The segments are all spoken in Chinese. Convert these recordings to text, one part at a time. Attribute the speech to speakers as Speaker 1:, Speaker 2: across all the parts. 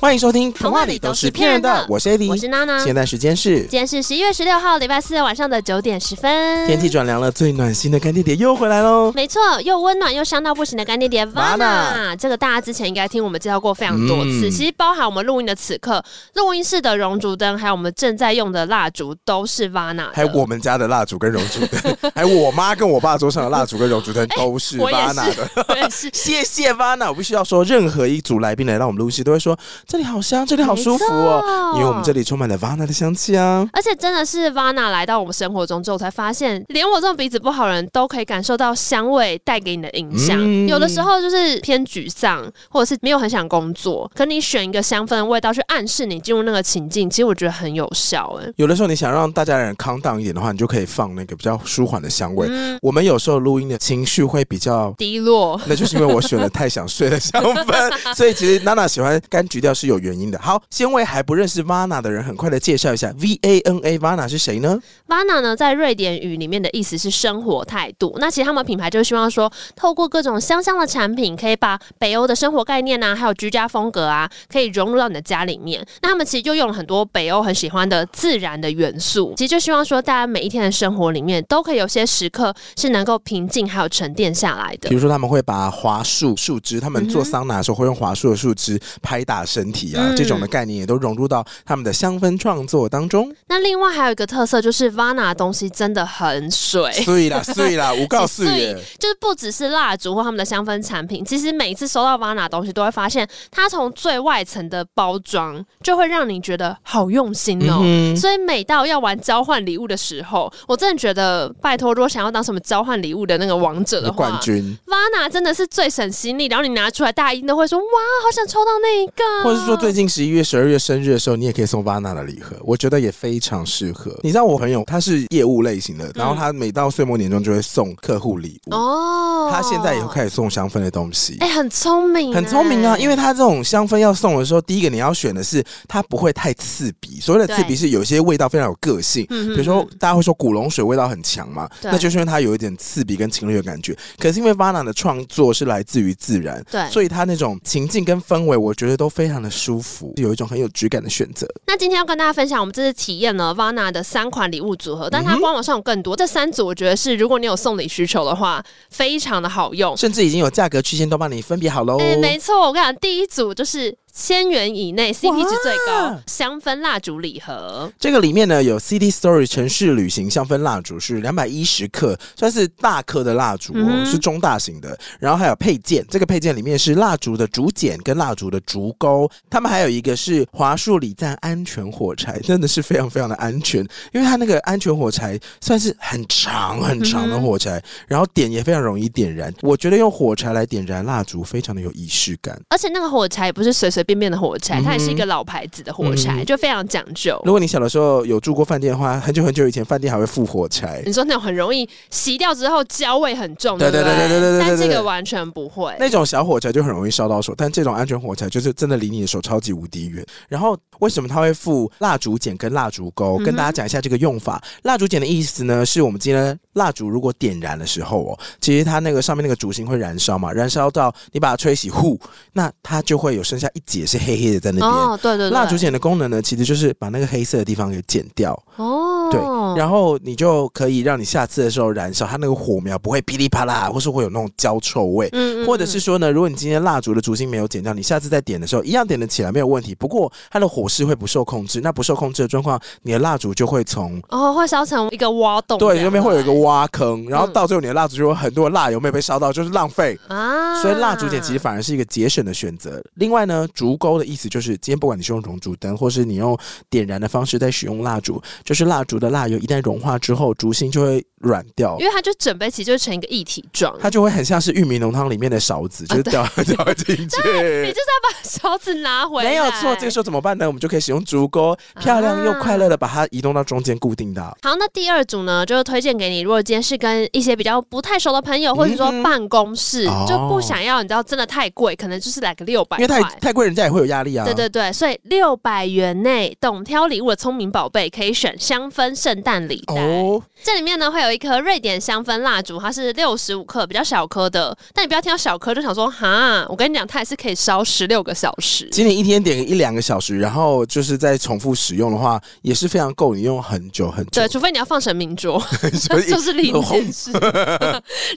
Speaker 1: 欢迎收听《童话里都是骗人的》，我是 AD，
Speaker 2: 我是娜娜。
Speaker 1: 现在时间是
Speaker 2: 今天是十一月十六号，礼拜四晚上的九点十分。
Speaker 1: 天气转凉了，最暖心的干爹爹又回来喽。
Speaker 2: 没错，又温暖又香到不行的干爹爹
Speaker 1: Vana
Speaker 2: Vana，这个大家之前应该听我们介绍过非常多次。
Speaker 1: 嗯
Speaker 2: 其实包含我们录音的此刻，录音室的熔烛灯，还有我们正在用的蜡烛，都是 Vana 的。
Speaker 1: 还有我们家的蜡烛跟熔烛灯， 还有我妈跟我爸桌上的蜡烛跟熔 烛灯都哎是
Speaker 2: 我也是
Speaker 1: Vana 的。
Speaker 2: 我也是，
Speaker 1: 谢谢 Vana，我必须要说，任何一组来宾来到我们录音室，都会说这里好香，这里 好舒服哦，因为我们这
Speaker 2: 里。
Speaker 1: 里充满了 Vana 的香气啊。
Speaker 2: 而且真的是 Vana 来到我们生活中之后，才发现连我这种鼻子不好的人都可以感受到香味带给你的影响。
Speaker 1: 嗯
Speaker 2: 有的时候就是偏沮丧，或者是没有很想工作，可你选一个香氛的味道去暗示你进入那个情境，其实我觉得很有效、欸。
Speaker 1: 有的时候你想让大家人 calm down 一点的话，你就可以放那个比较舒缓的香味。
Speaker 2: 嗯，
Speaker 1: 我们有时候录音的情绪会比较。
Speaker 2: 低落。
Speaker 1: 那就是因为我选了太想睡的香氛，所以其实娜娜喜欢柑橘调是有原因的。好，先为还不认识 Vana 的人很快的介绍一下 V A N A Vana 是谁呢？
Speaker 2: Vana 呢，在瑞典语里面的意思是生活态度。那其实他们品牌就是希望说，透过各种香香的产品，可以把北欧的生活概念啊，还有居家风格啊，可以融入到你的家里面。那他们其实就用了很多北欧很喜欢的自然的元素，其实就希望说，大家每一天的生活里面，都可以有些时刻是能够平静还有沉淀下来的
Speaker 1: 比。如说他们会把桦树树枝，他们
Speaker 2: 嗯哼
Speaker 1: 做桑拿的时候会用桦树的树枝拍打身体啊，
Speaker 2: 嗯
Speaker 1: 这种的概念也都融入到他们的香氛创作当中。
Speaker 2: 那另外还有一个特色就是 Vana 的东西真的很水。
Speaker 1: 碎啦碎啦，我告诉
Speaker 2: 所以
Speaker 1: 你。
Speaker 2: 哎就是不只是蜡烛或他们的香氛产品，其实每一次收到 Vana 的东西，都会发现它从最外层的包装，就会让你觉得好用心哦。
Speaker 1: 嗯哼
Speaker 2: 所以每到要玩交换礼物的时候，我真的觉得，拜托，如果想要当什么交换礼物的那个王者的话
Speaker 1: 冠军，
Speaker 2: ，Vana 真的是最省心力。然后你拿出来，大家一定都会说：“哇，好想抽到那一个。”
Speaker 1: 或者是说最近十一月、十二月生日的时候，你也可以送 Vana 的礼盒，我觉得也非常适合。你知道我朋友他是业务类型的，然后他每到岁末年终就会送客户礼物，
Speaker 2: 哦，
Speaker 1: 他现在也会开始送香氛的东西。
Speaker 2: 哎、很聪明欸，
Speaker 1: 很聪明啊，因为它这种香氛要送的时候，第一个你要选的是它不会太刺鼻。所谓的刺鼻
Speaker 2: 对
Speaker 1: 是有一些味道非常有个性，
Speaker 2: 嗯
Speaker 1: 比
Speaker 2: 哼
Speaker 1: 如说大家会说古龙水味道很强嘛，
Speaker 2: 对嗯
Speaker 1: 那就是因为它有一点刺鼻跟侵略的感觉。可是因为 Vana 的创作是来自于自然，
Speaker 2: 对
Speaker 1: 所以它那种情境跟氛围，我觉得都非常的舒服，有一种很有质感的选择。
Speaker 2: 那今天要跟大家分享，我们这次体验了 Vana 的三款礼物组合，但
Speaker 1: 嗯
Speaker 2: 它官网上有更多。这三组我觉得是，如果你有送礼需求的话，非常的好用。
Speaker 1: 甚至已经有价格区间都帮你分别好喽。
Speaker 2: 哎、没错，我跟你讲，第一组就是千元以内，CP 值最高
Speaker 1: 哇，
Speaker 2: 香氛蜡烛礼盒。
Speaker 1: 这个里面呢有 City Story 城市旅行香氛蜡烛是两百一十克，算是大颗的蜡烛哦，
Speaker 2: 嗯哼
Speaker 1: 是中大型的。然后还有配件，这个配件里面是蜡烛的竹简跟蜡烛的竹钩，他们还有一个是华树礼赞安全火柴，真的是非常非常的安全，因为它那个安全火柴算是很长很长
Speaker 2: 嗯
Speaker 1: 的火柴，然后点也非常容易点燃。我觉得用火柴来点燃蜡烛非常的有仪式感。
Speaker 2: 而且那个火柴也不是随随便便的火柴，它也是一个
Speaker 1: 嗯
Speaker 2: 老牌子的火柴，
Speaker 1: 嗯
Speaker 2: 就非常讲究。
Speaker 1: 如果你小的时候有住过饭店的话，很久很久以前饭店还会附火柴，
Speaker 2: 你说那种很容易熄掉之后焦味很重，
Speaker 1: 对
Speaker 2: 对不
Speaker 1: 对对对对对对
Speaker 2: 但这
Speaker 1: 对
Speaker 2: 个完全不会。
Speaker 1: 那种小火柴就很容易烧到手，但这种安全火柴就是真的离你的手超级无敌远。然后为什么它会附蜡烛剪跟蜡烛
Speaker 2: 嗯
Speaker 1: 钩？跟大家讲一下这个用法。蜡烛剪的意思呢，是我们今天蜡烛如果点燃的时候哦，其实它那个上面那个烛芯会燃烧嘛，燃烧到你把它吹熄，呼，那它就会有剩下一截是黑黑的在那边。
Speaker 2: 哦，对对对，
Speaker 1: 蜡烛剪的功能呢，其实就是把那个黑色的地方给剪掉，
Speaker 2: 哦，
Speaker 1: 对，然后你就可以让你下次的时候燃烧，它那个火苗不会噼里啪啦，或是会有那种焦臭味。
Speaker 2: 嗯
Speaker 1: 或者是
Speaker 2: 嗯
Speaker 1: 说呢，如果你今天蜡烛的烛芯没有剪掉，你下次再点的时候一样点得起来没有问题。不过它的火势会不受控制，那不受控制的状况，你的蜡烛就会从
Speaker 2: 哦，会烧成一个挖洞这样，
Speaker 1: 对那边会有一个挖坑，然后
Speaker 2: 嗯
Speaker 1: 到最后你的蜡烛就有很多的蜡油没有被烧到，就是浪费。
Speaker 2: 啊，
Speaker 1: 所以蜡烛剪其实反而是一个节省的选择。另外呢，竹钩的意思就是，今天不管你是用熔烛灯，或是你用点燃的方式在使用蜡烛，就是蜡烛的蜡油一旦融化之后，烛芯就会软掉
Speaker 2: 啊因。为它就准备其实就成一个一体状，
Speaker 1: 它就会很像是玉米浓汤里面的勺子，就
Speaker 2: 啊
Speaker 1: 是掉、 掉进 去。
Speaker 2: 你就是要把勺子拿回来，啊
Speaker 1: 没有错，这个时候怎么办呢？我们就可以使用竹钩，漂亮又快乐的把它移动到中间固定的。啊
Speaker 2: 好，那第二组呢，就是推荐给你，如果今天是跟一些比较不太熟的朋友，或者说
Speaker 1: 嗯
Speaker 2: 办公室，
Speaker 1: 哦
Speaker 2: 就不想要，你知道真的太贵，可能就是来个六百
Speaker 1: 因为
Speaker 2: 块
Speaker 1: 太。太贵，人家也会有压力啊。
Speaker 2: 对对对，所以六百元内懂挑礼物的聪明宝贝可以选香氛氛圣诞礼袋。
Speaker 1: 哦，
Speaker 2: 这里面呢会有一颗瑞典香氛蜡烛，它是六十五克，比较小颗的。但你不要听到小颗就想说哈，我跟你讲，它也是可以烧十六个小时。
Speaker 1: 今年一天点一两个小时，然后就是再重复使用的话，也是非常够你用很久很久
Speaker 2: 对，。除非你要放神明 桌，
Speaker 1: 所以
Speaker 2: 就是另一
Speaker 1: 哦
Speaker 2: 件事。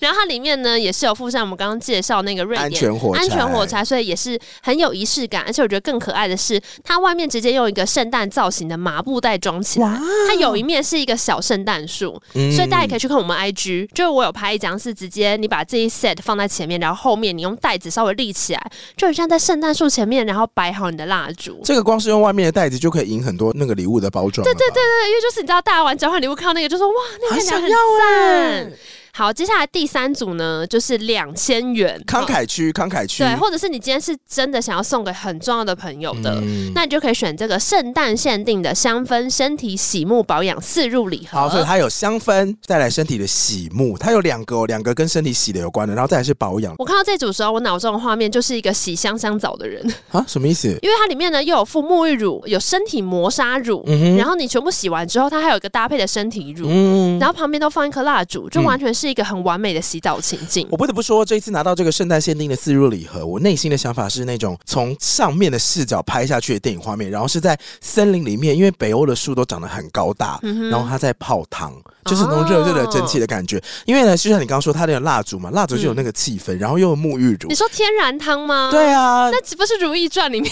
Speaker 2: 然后它里面呢也是有附上我们刚刚介绍那个瑞
Speaker 1: 安
Speaker 2: 典
Speaker 1: 全火柴，
Speaker 2: 安全火柴，所以也是很有仪式感。而且我觉得更可爱的是，它外面直接用一个圣诞造型的麻布袋装起来。
Speaker 1: 哇，
Speaker 2: 它有一面是一个小圣诞树，
Speaker 1: 嗯
Speaker 2: 所以大家也可以去看我们 IG，就是我有拍一张是直接你把这一 set 放在前面，然后后面你用袋子稍微立起来，就很像在圣诞树前面，然后摆好你的蜡烛。
Speaker 1: 这个光是用外面的袋子就可以赢很多那个礼物的包装。对对对
Speaker 2: 对，因为就是你知道大家玩交换礼物看到那个就说哇，那
Speaker 1: 好
Speaker 2: 个看起来
Speaker 1: 想
Speaker 2: 很
Speaker 1: 要哎、
Speaker 2: 赞。好，接下来第三组呢就是两千元
Speaker 1: 慷慨区，慷慨区，
Speaker 2: 对，或者是你今天是真的想要送给很重要的朋友的，
Speaker 1: 嗯
Speaker 2: 那你就可以选这个圣诞限定的香氛身体洗沐保养四入礼
Speaker 1: 好，所以
Speaker 2: 盒。
Speaker 1: 它有香氛，再来身体的洗沐，它有两个、哦，两个跟身体洗的有关的，然后再来是保养
Speaker 2: 我看到这组的时候，我脑中的画面就是一个洗香香澡的人，
Speaker 1: 啊，什么意思？
Speaker 2: 因为它里面呢又有附沐浴乳，有身体磨砂乳，
Speaker 1: 嗯哼，
Speaker 2: 然后你全部洗完之后，它还有一个搭配的身体乳，
Speaker 1: 嗯，
Speaker 2: 然后旁边都放一颗蜡烛，就
Speaker 1: 嗯
Speaker 2: 完全是一个很完美的洗澡情境。
Speaker 1: 我不得不说，这一次拿到这个圣诞限定的四入礼盒，我内心的想法是那种从上面的视角拍下去的电影画面，然后是在森林里面，因为北欧的树都长得很高大，
Speaker 2: 嗯
Speaker 1: 然后它在泡汤，就是那种热热的蒸汽的感觉。因为呢，就像你刚刚说，它那个蜡烛嘛，蜡烛就有那个气氛，然后又有沐浴乳
Speaker 2: 嗯你。说天然汤吗？
Speaker 1: 对啊，
Speaker 2: 那岂不是《如懿传》里面，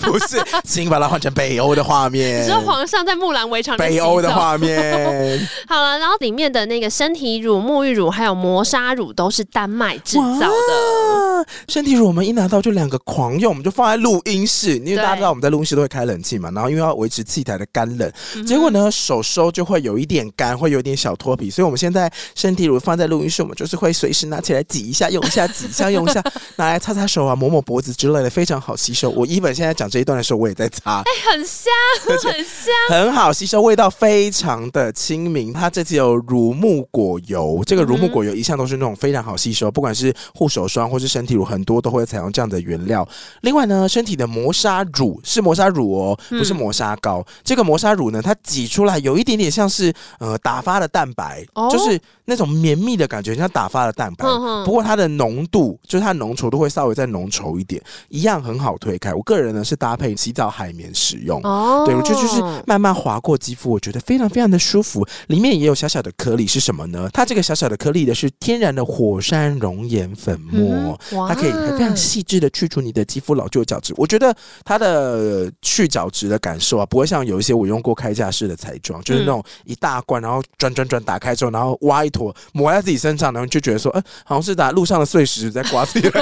Speaker 1: 不是，请把它换成北欧的画面。
Speaker 2: 你说皇上在木兰围场里面
Speaker 1: 北欧的
Speaker 2: 洗澡
Speaker 1: 画面，
Speaker 2: 好了，然后里面的那个身体乳、沐浴乳还有磨砂乳都是丹麦制造的。
Speaker 1: 哇。身体乳我们一拿到就两个狂用，我们就放在录音室，因为
Speaker 2: 对
Speaker 1: 大家知道我们在录音室都会开冷气嘛，然后因为要维持器材的干冷，结果呢手收就会有一点干，会有一点小脱皮，所以我们现在身体乳放在录音室，我们就是会随时拿起来挤一下，用一下，挤一下，用一下， 拿来擦擦手啊，抹抹脖子之类的，非常好吸收。我一本现在讲这一段的时候，我也在擦，
Speaker 2: 很香，很香。
Speaker 1: 很好吸收，味道非常的亲民。它这次有乳木果油，这个乳木果油一向都是那种非常好吸收，不管是护手霜或是身体乳，很多都会采用这样的原料。另外呢，身体的磨砂乳是磨砂乳哦，
Speaker 2: 嗯
Speaker 1: 不是磨砂膏。这个磨砂乳呢，它挤出来有一点点像是呃打发的蛋白，
Speaker 2: 哦
Speaker 1: 就是那种绵密的感觉，像打发的蛋白。
Speaker 2: 嗯哼
Speaker 1: 不过它的浓度，就是它的浓稠度会稍微再浓稠一点，一样很好推开。我个人呢是搭配洗澡海绵使用。
Speaker 2: 哦
Speaker 1: 对，我觉得就是慢慢划过肌肤，我觉得非常非常的舒服。里面也有小小的颗粒是什么呢？它这个小小的颗粒的是天然的火山熔岩粉末，
Speaker 2: 哇
Speaker 1: 它可以非常细致的去除你的肌肤老旧角质。我觉得它的去角质的感受啊，不会像有一些我用过开架式的彩妆，就是那种一大罐，然后转转转打开之后，然后挖一坨抹在自己身上，然后你就觉得说，哎、好像是打路上的碎石在刮自己的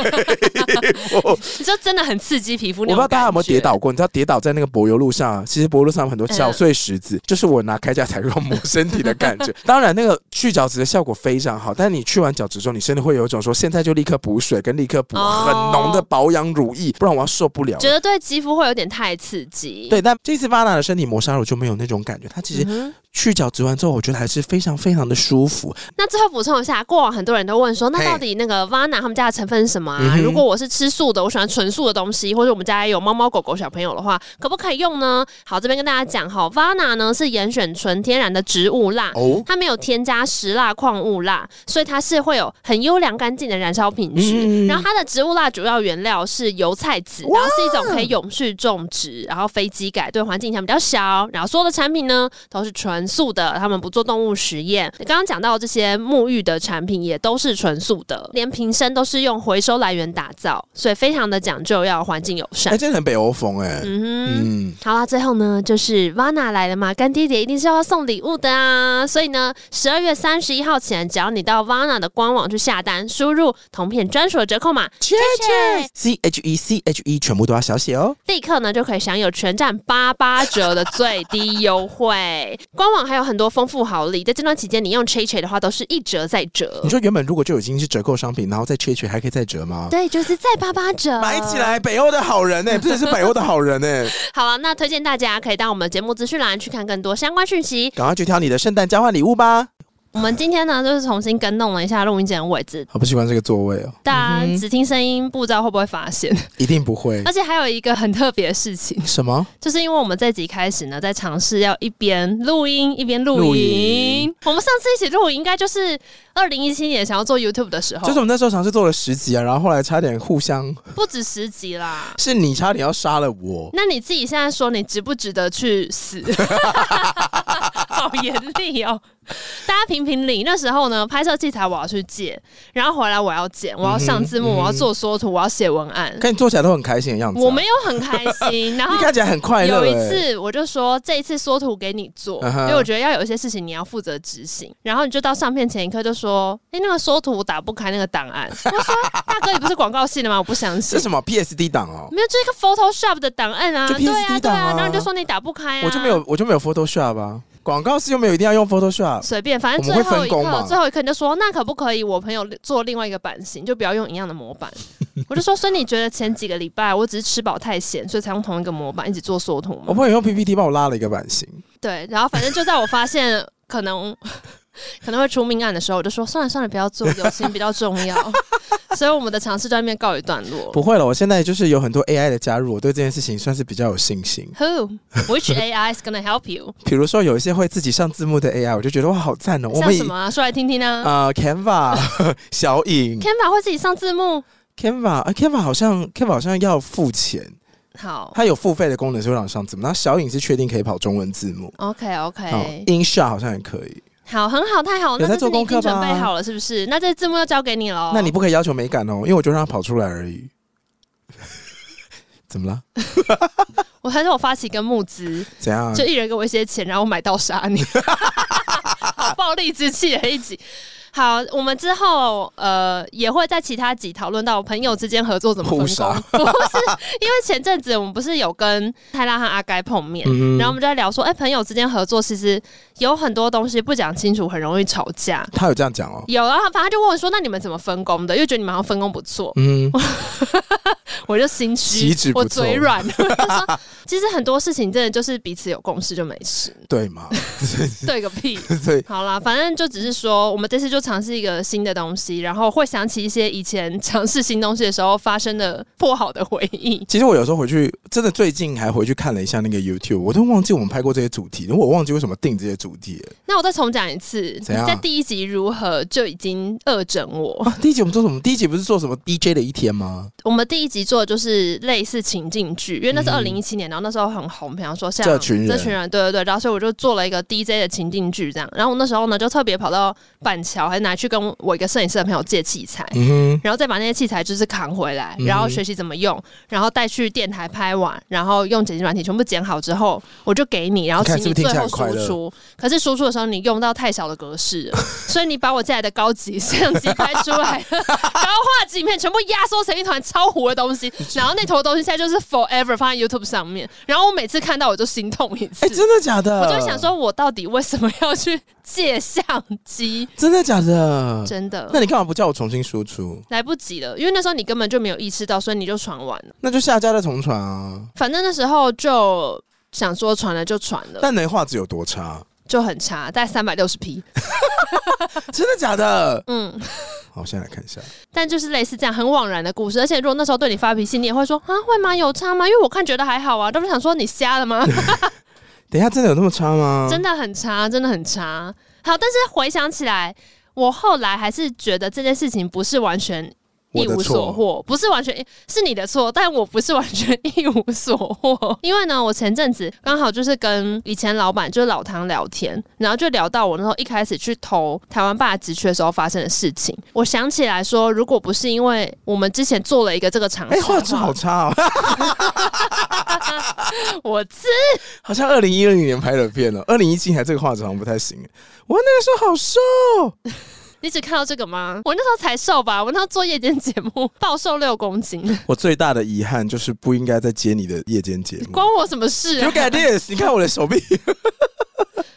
Speaker 1: 衣服。
Speaker 2: 你就真的很刺激皮肤。
Speaker 1: 我不知道大家有没有跌，倒过，你知道跌倒在那个柏油路上啊，其实柏油路上有很多小碎石子，就是我拿铠甲彩妆抹身体的感觉。当然，那个去角质的效果非常好，但是你去完角质之后，你真的会有一种说现在就立刻补水，跟立刻补
Speaker 2: 哦
Speaker 1: 很浓的保养乳液，不然我要受不了了
Speaker 2: 觉得对肌肤会有点太刺激。
Speaker 1: 对，但这次 Vana 的身体磨砂乳就没有那种感觉，它其实
Speaker 2: 嗯哼。
Speaker 1: 去角质完之后，我觉得还是非常非常的舒服。
Speaker 2: 那最后补充一下，过往很多人都问说，那
Speaker 1: 嘿
Speaker 2: 到底那个 Vana 他们家的成分是什么
Speaker 1: 嗯
Speaker 2: 啊？
Speaker 1: 哼
Speaker 2: 如果我是吃素的，我喜欢纯素的东西，或者我们家有猫猫狗狗小朋友的话，可不可以用呢？好，这边跟大家讲哈，Vana 呢是严选纯天然的植物蜡，
Speaker 1: 哦，
Speaker 2: 它没有添加石蜡、矿物蜡，所以它是会有很优良干净的燃烧品质。
Speaker 1: 嗯
Speaker 2: 然后它的植物蜡主要原料是油菜籽，然后是一种可以永续种植，然后非机改，对环境影响比较小。然后所有的产品呢都是纯素的，他们不做动物实验。刚刚讲到这些沐浴的产品也都是纯素的，连瓶身都是用回收来源打造，所以非常的讲究要环境友
Speaker 1: 哎、
Speaker 2: 善。
Speaker 1: 真的很北欧风哎、
Speaker 2: 嗯哼。
Speaker 1: 嗯
Speaker 2: 好啦，最后呢，就是 Vana 来了嘛，干爹姐一定是要送礼物的啊！所以呢，十二月三十一号前，只要你到 Vana 的官网去下单，输入同片专属的折扣码，
Speaker 1: Cheers C H E C H E 全部都要小写哦。
Speaker 2: 立刻呢就可以享有全站八八折的最低优惠。官网还有很多丰富好礼，在这段期间你用 Che Che 的话，都是一折再折
Speaker 1: 你。说原本如果就已经是折扣商品，然后再切取还可以再折吗？
Speaker 2: 对，就是再八八折，
Speaker 1: 买起。来，北欧的好人呢、真的是北欧的好人欸呢、
Speaker 2: 好了，那推荐大家可以到我们节目资讯栏去看更多相关讯息。
Speaker 1: 赶快去挑你的圣诞交换礼物吧。
Speaker 2: 我们今天呢，就是重新跟弄了一下录音间的位置，
Speaker 1: 好不喜欢这个座位哦，
Speaker 2: 大
Speaker 3: 嗯
Speaker 2: 家
Speaker 3: 哼
Speaker 2: 只听声音，不知道会不会 发现。
Speaker 1: 一定不会
Speaker 2: 而。且还有一个很特别的事情，
Speaker 1: 啊什么？
Speaker 2: 就是因为我们这集开始呢，在尝试要一边录音一边录
Speaker 1: 录
Speaker 2: 影
Speaker 1: 影。
Speaker 2: 我们上次一起录影，应该就是二零一七年想要做 YouTube 的时候，
Speaker 1: 就是我们那时候尝试做了十集啊，然后后来差点互相，
Speaker 2: 不止十集啦。
Speaker 1: 是你差点要杀了我。
Speaker 2: 那你自己现在说，你值不值得去死？ 好严厉哦！大家评评理。那时候呢，拍摄器材我要去借，然后回来我要剪，我要上字幕，
Speaker 1: 嗯哼
Speaker 2: 我要做缩图，我要写文案。
Speaker 1: 看你做起来都很开心的样子、
Speaker 2: 我没，有很开心，然后
Speaker 1: 你看起来很快乐、
Speaker 2: 有
Speaker 1: 欸。
Speaker 2: 一次我就说这一次缩图给你做，
Speaker 1: 嗯哼
Speaker 2: 因为我觉得要有一些事情你要负责执行，然后你就到上片前一刻就说，哎、那个缩图打不开那个档案，我说大哥你不是广告系的吗？我不相 信
Speaker 1: 是。什么 PSD 档哦？
Speaker 2: 没有，这个 Photoshop 的档案啊，
Speaker 1: 就
Speaker 2: 对
Speaker 1: PSD
Speaker 2: 对
Speaker 1: 档啊
Speaker 2: 然后你就说你打不开啊，
Speaker 1: 我就没有，我就没有 Photoshop 啊。广告是又没有一定要用 Photoshop，
Speaker 2: 随便，反正
Speaker 1: 我
Speaker 2: 最
Speaker 1: 们会
Speaker 2: 后
Speaker 1: 分
Speaker 2: 一
Speaker 1: 工
Speaker 2: 刻
Speaker 1: 嘛，
Speaker 2: 最后一刻你就说那可不可以？我朋友做另外一个版型，就不要用一样的模板。 我就说，所以你觉得前几个礼拜我只是吃饱太闲，所以才用同一个模板一起做缩图吗
Speaker 1: 我？朋友用 PPT 帮我拉了一个版型，
Speaker 2: 对，然后反正就在我发现可能可能会出命案的时候，我就说算了算了，不要做，友情比较重要。 所以我们的尝试在那边告一段落。
Speaker 1: 不会了。我现在就是有很多 AI 的加入，我对这件事情算是比较有信心。
Speaker 2: Who? Which AI is gonna help you？
Speaker 1: 比如说有一些会自己上字幕的 AI，我就觉得哇，好赞哦！我
Speaker 2: 像
Speaker 1: 们以
Speaker 2: 什么、啊？说来听听呢、
Speaker 1: 呃 Canva 小影
Speaker 2: Canva 会自己上字幕，
Speaker 1: Canva 啊 Canva 好像 Canva 好像要付钱，
Speaker 2: 好
Speaker 1: 它有付费的功能是会让你上字幕，然后小影是确定可以跑中文字幕，
Speaker 2: ，OK
Speaker 1: 好
Speaker 2: OK，
Speaker 1: ，InShot 好像也可以。
Speaker 2: 好，很好，太好，了。
Speaker 1: 有
Speaker 2: 那
Speaker 1: 在
Speaker 2: 就
Speaker 1: 做
Speaker 2: 是你已
Speaker 1: 功
Speaker 2: 经
Speaker 1: 课吧
Speaker 2: 准备好了，是不是？那这字幕要交给你喽。
Speaker 1: 那你不可以要求美感哦，因为我就让它跑出来而已。 怎么了？
Speaker 2: 我还是我发起一个募资，
Speaker 1: 怎样？
Speaker 2: 就一人给我一些钱，然后我买到杀 你，好暴力之气的一集。好，我们之后呃也会在其他集讨论到朋友之间合作怎么分
Speaker 1: 互杀
Speaker 2: 工。 不是，因为前阵子我们不是有跟泰拉和阿该碰面，
Speaker 1: 嗯
Speaker 2: 然后我们就在聊说，哎、朋友之间合作其实有很多东西不讲清楚，很容易吵架。
Speaker 1: 他有这样讲哦。
Speaker 2: 有，然后反正他就问我说：“那你们怎么分工的？”又觉得你们好像分工不错，
Speaker 1: 嗯，
Speaker 2: 我就心虚
Speaker 1: 岂止，不
Speaker 2: 我
Speaker 1: 错
Speaker 2: 嘴软。 我就说其实很多事情真的就是彼此有共识就没 事，
Speaker 1: 对嘛，
Speaker 2: 对个屁。
Speaker 1: 对，
Speaker 2: 好啦，反正就只是说，我们这次就尝试一个新的东西，然后会想起一些以前尝试新东西的时候发生的不好的回 忆。
Speaker 1: 其实我有时候回去，真的最近还回去看了一下那个 YouTube，我都忘记我们拍过这些主题，我忘记为什么定这些主题了。
Speaker 2: 那我再重讲一次，
Speaker 1: 怎样
Speaker 2: 在第一集如何就已经恶整我。
Speaker 1: 哇，第一集我们做什么？第一集不是做什么 DJ 的一天吗？
Speaker 2: 我们第一集做的就是类似情境剧，因为那是二
Speaker 1: 嗯
Speaker 2: 零一七年，然后那时候很红，比方说像
Speaker 1: 这群人
Speaker 2: 这群人，对对对，然后所以我就做了一个 DJ 的情境剧这样。然后我那时候呢，就特别跑到板桥，还拿去跟我一个摄影师的朋友借器材，
Speaker 1: 嗯
Speaker 2: 然后再把那些器材就是扛回来，
Speaker 1: 嗯
Speaker 2: 然后学习怎么用，然后带去电台拍完，然后用剪辑软体全部剪好之后，我就给你，然后请
Speaker 1: 你看是不是
Speaker 2: 最
Speaker 1: 听起来
Speaker 2: 后
Speaker 1: 很快
Speaker 2: 输
Speaker 1: 乐
Speaker 2: 出。可是输出的时候你用到太小的格式了，所以你把我借来的高级摄像机拍出来的 高画质影片全部压缩成一团超糊的东西，然后那坨东西现在就是 forever 放在 YouTube 上面，然后我每次看到我就心痛一
Speaker 1: 哼，
Speaker 2: 次。
Speaker 1: 哎、真的假的？
Speaker 2: 我就想，说，我到底为什么要去借相机？
Speaker 1: 真的假的？
Speaker 2: 真的，
Speaker 1: 那你干嘛不叫我重新输出？
Speaker 2: 来不及了，因为那时候你根本就没有意识到，所以你就传完了。
Speaker 1: 那就下架再重传啊！
Speaker 2: 反正那时候就想说传了就传了，
Speaker 1: 但能画质有多 差？
Speaker 2: 就很差，大概三百六十 P。
Speaker 1: 真的假的？
Speaker 2: 嗯，
Speaker 1: 好，我现在来看一下。
Speaker 2: 但就是类似这样很枉然的故事。而且如果那时候对你发脾气，你也会说啊会吗？有差吗？因为我看觉得还好啊，都是想说你瞎了吗？
Speaker 1: 等一下，真的有那么差吗？
Speaker 2: 真的很差，真的很差。好，但是回想起来，我后来还是觉得这件事情不是完全。一
Speaker 1: 我的
Speaker 2: 无所
Speaker 1: 错。
Speaker 2: 获，不是完全是你的错，但我不是完全一无所获。因为呢，我前阵子刚好就是跟以前老板，就是老唐聊天，然后就聊到我那时候一开始去投台湾爸的职缺的时候发生的事情。我想起来说，如果不是因为我们之前做了一个这个尝
Speaker 1: 哎、
Speaker 2: 试，
Speaker 1: 画质好，差哦，
Speaker 2: 我自
Speaker 1: 好像二零一二年拍的片哦，二零一七年这个画质好像不太行。我那个时候好瘦，
Speaker 2: 你只看到这个吗？我那时候才瘦吧，我那时候做夜间节目 暴瘦六公斤，
Speaker 1: 我最大的遗憾就是不应该再接你的夜间节目
Speaker 2: 关。我什么事、啊
Speaker 1: You？get this？你看我的手 臂。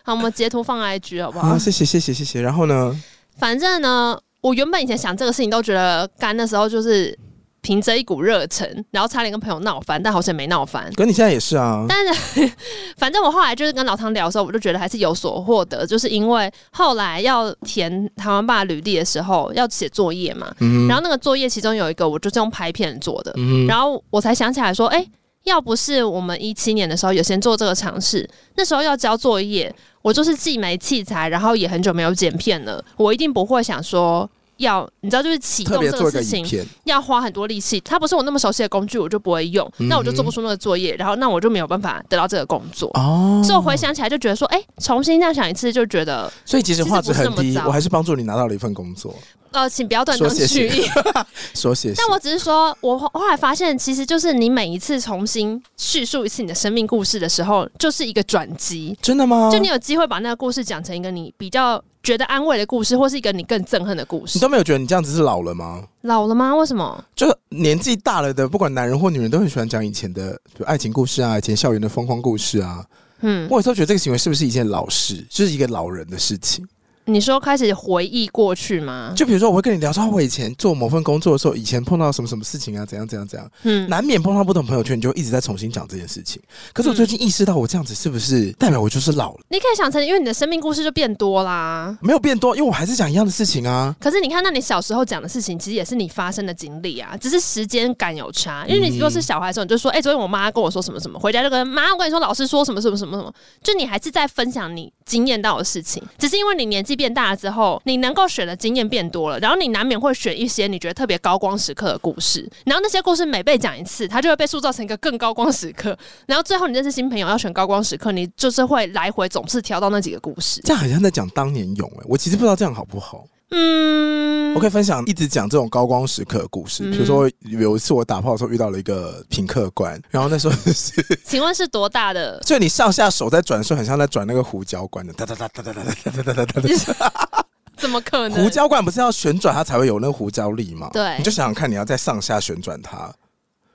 Speaker 2: 好，我们截图放 IG 好不好
Speaker 1: 啊，？谢谢谢谢谢谢。然后呢？
Speaker 2: 反正呢，我原本以前想这个事情都觉得干的时候就是。凭着一股热忱，然后差点跟朋友闹翻，但好险没闹翻。
Speaker 1: 可你现在也是啊，
Speaker 2: 但是反正我后来就是跟老汤聊的时候，我就觉得还是有所获得，就是因为后来要填台湾爸履历的时候要写作业嘛，
Speaker 1: 嗯哼，
Speaker 2: 然后那个作业其中有一个我就是用拍片做的，
Speaker 1: 嗯哼，
Speaker 2: 然后我才想起来说，哎、要不是我们一七年的时候有先做这个尝试，那时候要交作业，我就是既没器材，然后也很久没有剪片了，我一定不会想说要，你知道，就是启
Speaker 1: 特
Speaker 2: 动
Speaker 1: 别
Speaker 2: 这
Speaker 1: 做
Speaker 2: 个
Speaker 1: 一个
Speaker 2: 事
Speaker 1: 影
Speaker 2: 情
Speaker 1: 片，
Speaker 2: 要花很多力气，它不是我那么熟悉的工具，我就不会用，那我就做不出那个作业，然后那我就没有办法得到这个工作。
Speaker 1: 哦，
Speaker 2: 所以我回想起来就觉得说，哎、重新这样想一次，就觉得，
Speaker 1: 所以即使画质很
Speaker 2: 其实不是
Speaker 1: 低
Speaker 2: 那么，糟
Speaker 1: 我还是帮助你拿到了一份工作，
Speaker 2: 呃，请不要断章
Speaker 1: 说谢
Speaker 2: 取
Speaker 1: 谢
Speaker 2: 义。
Speaker 1: 说谢谢
Speaker 2: 但。我只是说，我后后来发现，其实就是你每一次重新叙述一次你的生命故事的时候，就是一个转机。
Speaker 1: 真的吗？
Speaker 2: 就你有机会把那个故事讲成一个你比较觉得安慰的故事，或是一个你更憎恨的故
Speaker 1: 你
Speaker 2: 事。
Speaker 1: 都没有觉得你这样子是老了吗？
Speaker 2: 老了吗？为什么？
Speaker 1: 就是年纪大了的，不管男人或女人，都很喜欢讲以前的，比如爱情故事啊，以前校园的疯狂故事啊。
Speaker 2: 嗯，
Speaker 1: 我有时候觉得这个行为是不是一件老事，就是一个老人的事情。
Speaker 2: 你说开始回忆过去吗？
Speaker 1: 就比如说，我会跟你聊说，啊我以前做某份工作的时候，以前碰到什么什么事情啊，怎样怎样怎样，
Speaker 2: 嗯，
Speaker 1: 难免碰到不同朋友圈，你就一直在重新讲这件事情。可
Speaker 2: 嗯
Speaker 1: 是我最近意识到，我这样子是不是代表我就是老了？
Speaker 2: 你可以想成，因为你的生命故事就变多啦。
Speaker 1: 没有变多，因为我还是讲一样的事情啊。
Speaker 2: 可是你看，那你小时候讲的事情，其实也是你发生的经历啊，只是时间感有差。因为你如果是小孩的时候，你就说：“哎、昨天我妈跟我说什么什么，回家就跟妈，我跟你说，老师说什么什么什么什么。”就你还是在分享你经验到的事情，只是因为你年纪变大了之后，你能够选的经验变多了，然后你难免会选一些你觉得特别高光时刻的故事，然后那些故事每被讲一次，它就会被塑造成一个更高光时刻，然后最后你认识新朋友要选高光时刻，你就是会来回总是挑到那几个故事。
Speaker 1: 这样好像在讲当年勇哎、我其实不知道这样好不好。
Speaker 2: 嗯
Speaker 1: 我可以分享一直讲这种高光时刻的故事，
Speaker 2: 嗯
Speaker 1: 比如说有一次我打炮的时候遇到了一个品客官，然后那时候是，
Speaker 2: 请问是多大的
Speaker 1: 就你上下手在转的时候，很像在转那个胡椒罐的，哒哒哒哒哒哒哒哒哒哒哒哒。
Speaker 2: 怎么可能？
Speaker 1: 胡椒罐不是要旋转它才会有那个胡椒粒吗？
Speaker 2: 对
Speaker 1: 你就想想看，你要在上下旋转它，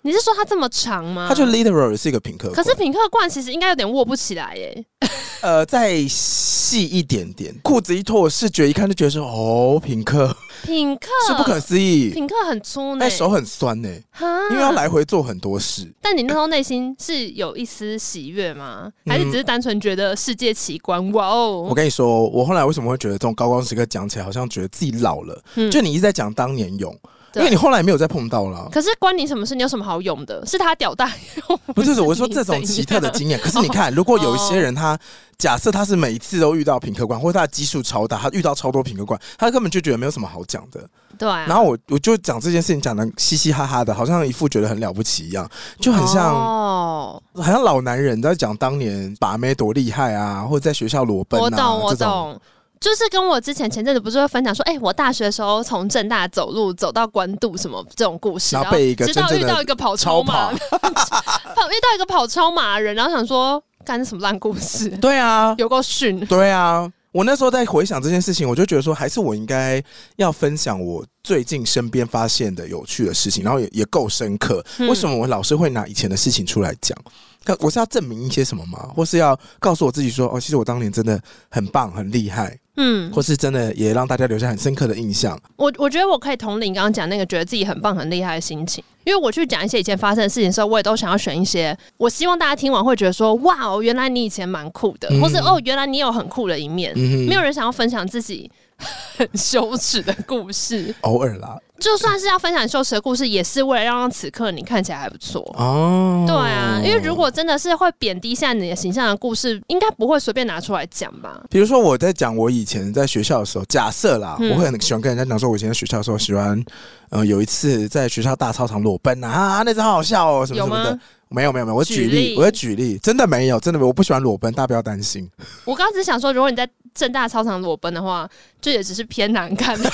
Speaker 2: 你是说它这么长吗？
Speaker 1: 它就 literal 是一个品客
Speaker 2: 可
Speaker 1: 官，
Speaker 2: 是品客罐其实应该有点握不起来耶。
Speaker 1: 呃再细一点点，裤子一脱，我视觉一看就觉得说哦，品客
Speaker 2: 品客
Speaker 1: 是不可思议，
Speaker 2: 品客很粗呢，
Speaker 1: 哎手很酸呢、
Speaker 2: 哈
Speaker 1: 因为要。来回做很多事。
Speaker 2: 但你那时候内心是有一丝喜悦吗？还是只是单纯觉得世界奇观？哇
Speaker 1: 嗯我
Speaker 2: 哦！
Speaker 1: 跟你说，我后来为什么会觉得这种高光时刻讲起来好像觉得自己老了？
Speaker 2: 嗯
Speaker 1: 就你一直在讲当年勇，因
Speaker 2: 对
Speaker 1: 为你后来没有再碰到了。
Speaker 2: 可是关你什么事？你有什么好用的？是他屌大用？
Speaker 1: 不是，
Speaker 2: 是
Speaker 1: 我说
Speaker 2: 你哦
Speaker 1: 这种
Speaker 2: 怎
Speaker 1: 奇特的
Speaker 2: 样
Speaker 1: 经 验。可是你看，如果有一些人他假设他是每一次都遇到品客官，或者他的基数超大，他遇到超多品客官，他根本就觉得没有什么好讲的。
Speaker 2: 对啊，
Speaker 1: 然后我我就讲这件事情讲的嘻嘻哈哈的，好像一副觉得很了不起一样，就很像
Speaker 2: 哦，
Speaker 1: 好像老男人在讲当年把妹多厉害啊，或者在学校裸奔
Speaker 2: 我
Speaker 1: 啊
Speaker 2: 懂我
Speaker 1: 这种。
Speaker 2: 懂。就是跟我之前前阵子不是会分享说，哎、我大学的时候从正大走路走到关渡什么这种故事，
Speaker 1: 然后被一个
Speaker 2: 直到
Speaker 1: 真
Speaker 2: 遇
Speaker 1: 正的
Speaker 2: 到一个跑
Speaker 1: 超
Speaker 2: 超马
Speaker 1: 跑，
Speaker 2: 跑遇到一个跑超马的人，然后想说干这什么烂故事，
Speaker 1: 对啊，
Speaker 2: 有够逊。
Speaker 1: 对啊，我那时候在回想这件事情，我就觉得说，还是我应该要分享我最近身边发现的有趣的事情，然后也也够深刻。
Speaker 2: 嗯
Speaker 1: 为什么我老是会拿以前的事情出来讲？那我是要证明一些什么吗？或是要告诉我自己说，哦，其实我当年真的很棒、很厉害，
Speaker 2: 嗯，
Speaker 1: 或是真的也让大家留下很深刻的印象？
Speaker 2: 我我觉得我可以同理你刚刚讲那个觉得自己很棒很厉害的心情，因为我去讲一些以前发生的事情的时候，我也都想要选一些我希望大家听完会觉得说哇哦，原来你以前蛮酷的，
Speaker 1: 嗯
Speaker 2: 或是哦，原来你有很酷的一面。
Speaker 1: 嗯
Speaker 2: 没有
Speaker 1: 哼，
Speaker 2: 人想要分享自己 很羞耻的故事，
Speaker 1: 偶尔啦。
Speaker 2: 就算是要分享羞耻的故事，也是为了要让此刻你看起来还不错。
Speaker 1: 哦，
Speaker 2: 对啊，因为如果真的是会贬低下你的形象的故事，应该不会随便拿出来讲吧？
Speaker 1: 比如说我在讲我以前在学校的时候，假设啦，
Speaker 2: 嗯
Speaker 1: 我会很喜欢跟人家讲说，我以前在学校的时候喜欢，呃，有一次在学校大操场裸奔啊，啊那次好好笑哦，什么
Speaker 2: 有
Speaker 1: 什么的
Speaker 2: 吗。？
Speaker 1: 没有没有没有，我举
Speaker 2: 举
Speaker 1: 例，
Speaker 2: 例
Speaker 1: 我在举例，真的没有，真的没有，我不喜欢裸奔，大家不要担心。
Speaker 2: 我刚刚只是想说，如果你在正大操场裸奔的话，这也只是偏难看 的，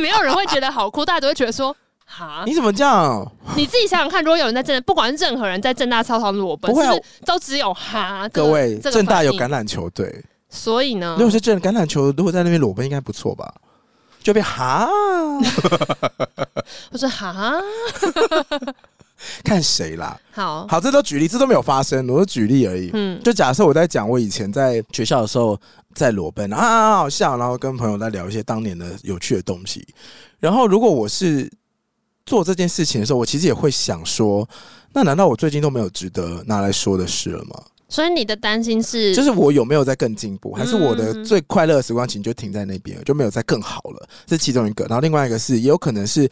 Speaker 2: 没有人会觉得好哭，大家都会觉得说。哈，
Speaker 1: 你怎么这样？
Speaker 2: 你自己想想看，如果有人在正，不管是任何人在正大操场裸奔，
Speaker 1: 不会啊
Speaker 2: 是不是都只有哈？这
Speaker 1: 各
Speaker 2: 个
Speaker 1: 位，
Speaker 2: 这个
Speaker 1: 正大有
Speaker 2: 反嗯
Speaker 1: 橄榄球队，
Speaker 2: 应所以呢
Speaker 1: 如，果是正橄榄球，如果在那边裸奔，应该不错吧？就被哈，
Speaker 2: 我说哈，
Speaker 1: 看谁啦？
Speaker 2: 好，
Speaker 1: 好，这都举例，这都没有发生，我都举例而已。
Speaker 2: 哦嗯，
Speaker 1: 就假设我在讲我以前在学校的时候在裸奔啊啊啊好笑，然后跟朋友在聊一些当年的有趣的东西。然后如果我是做这件事情的时候，我其实也会想说，那难道我最近都没有值得拿来说的事了吗？
Speaker 2: 所以你的担心是，
Speaker 1: 就是我有没有在更进步，还是我的
Speaker 2: 嗯
Speaker 1: 最快乐的时光其实就停在那边，就没有再更好了？这是其中一个。然后另外一个是，也有可能是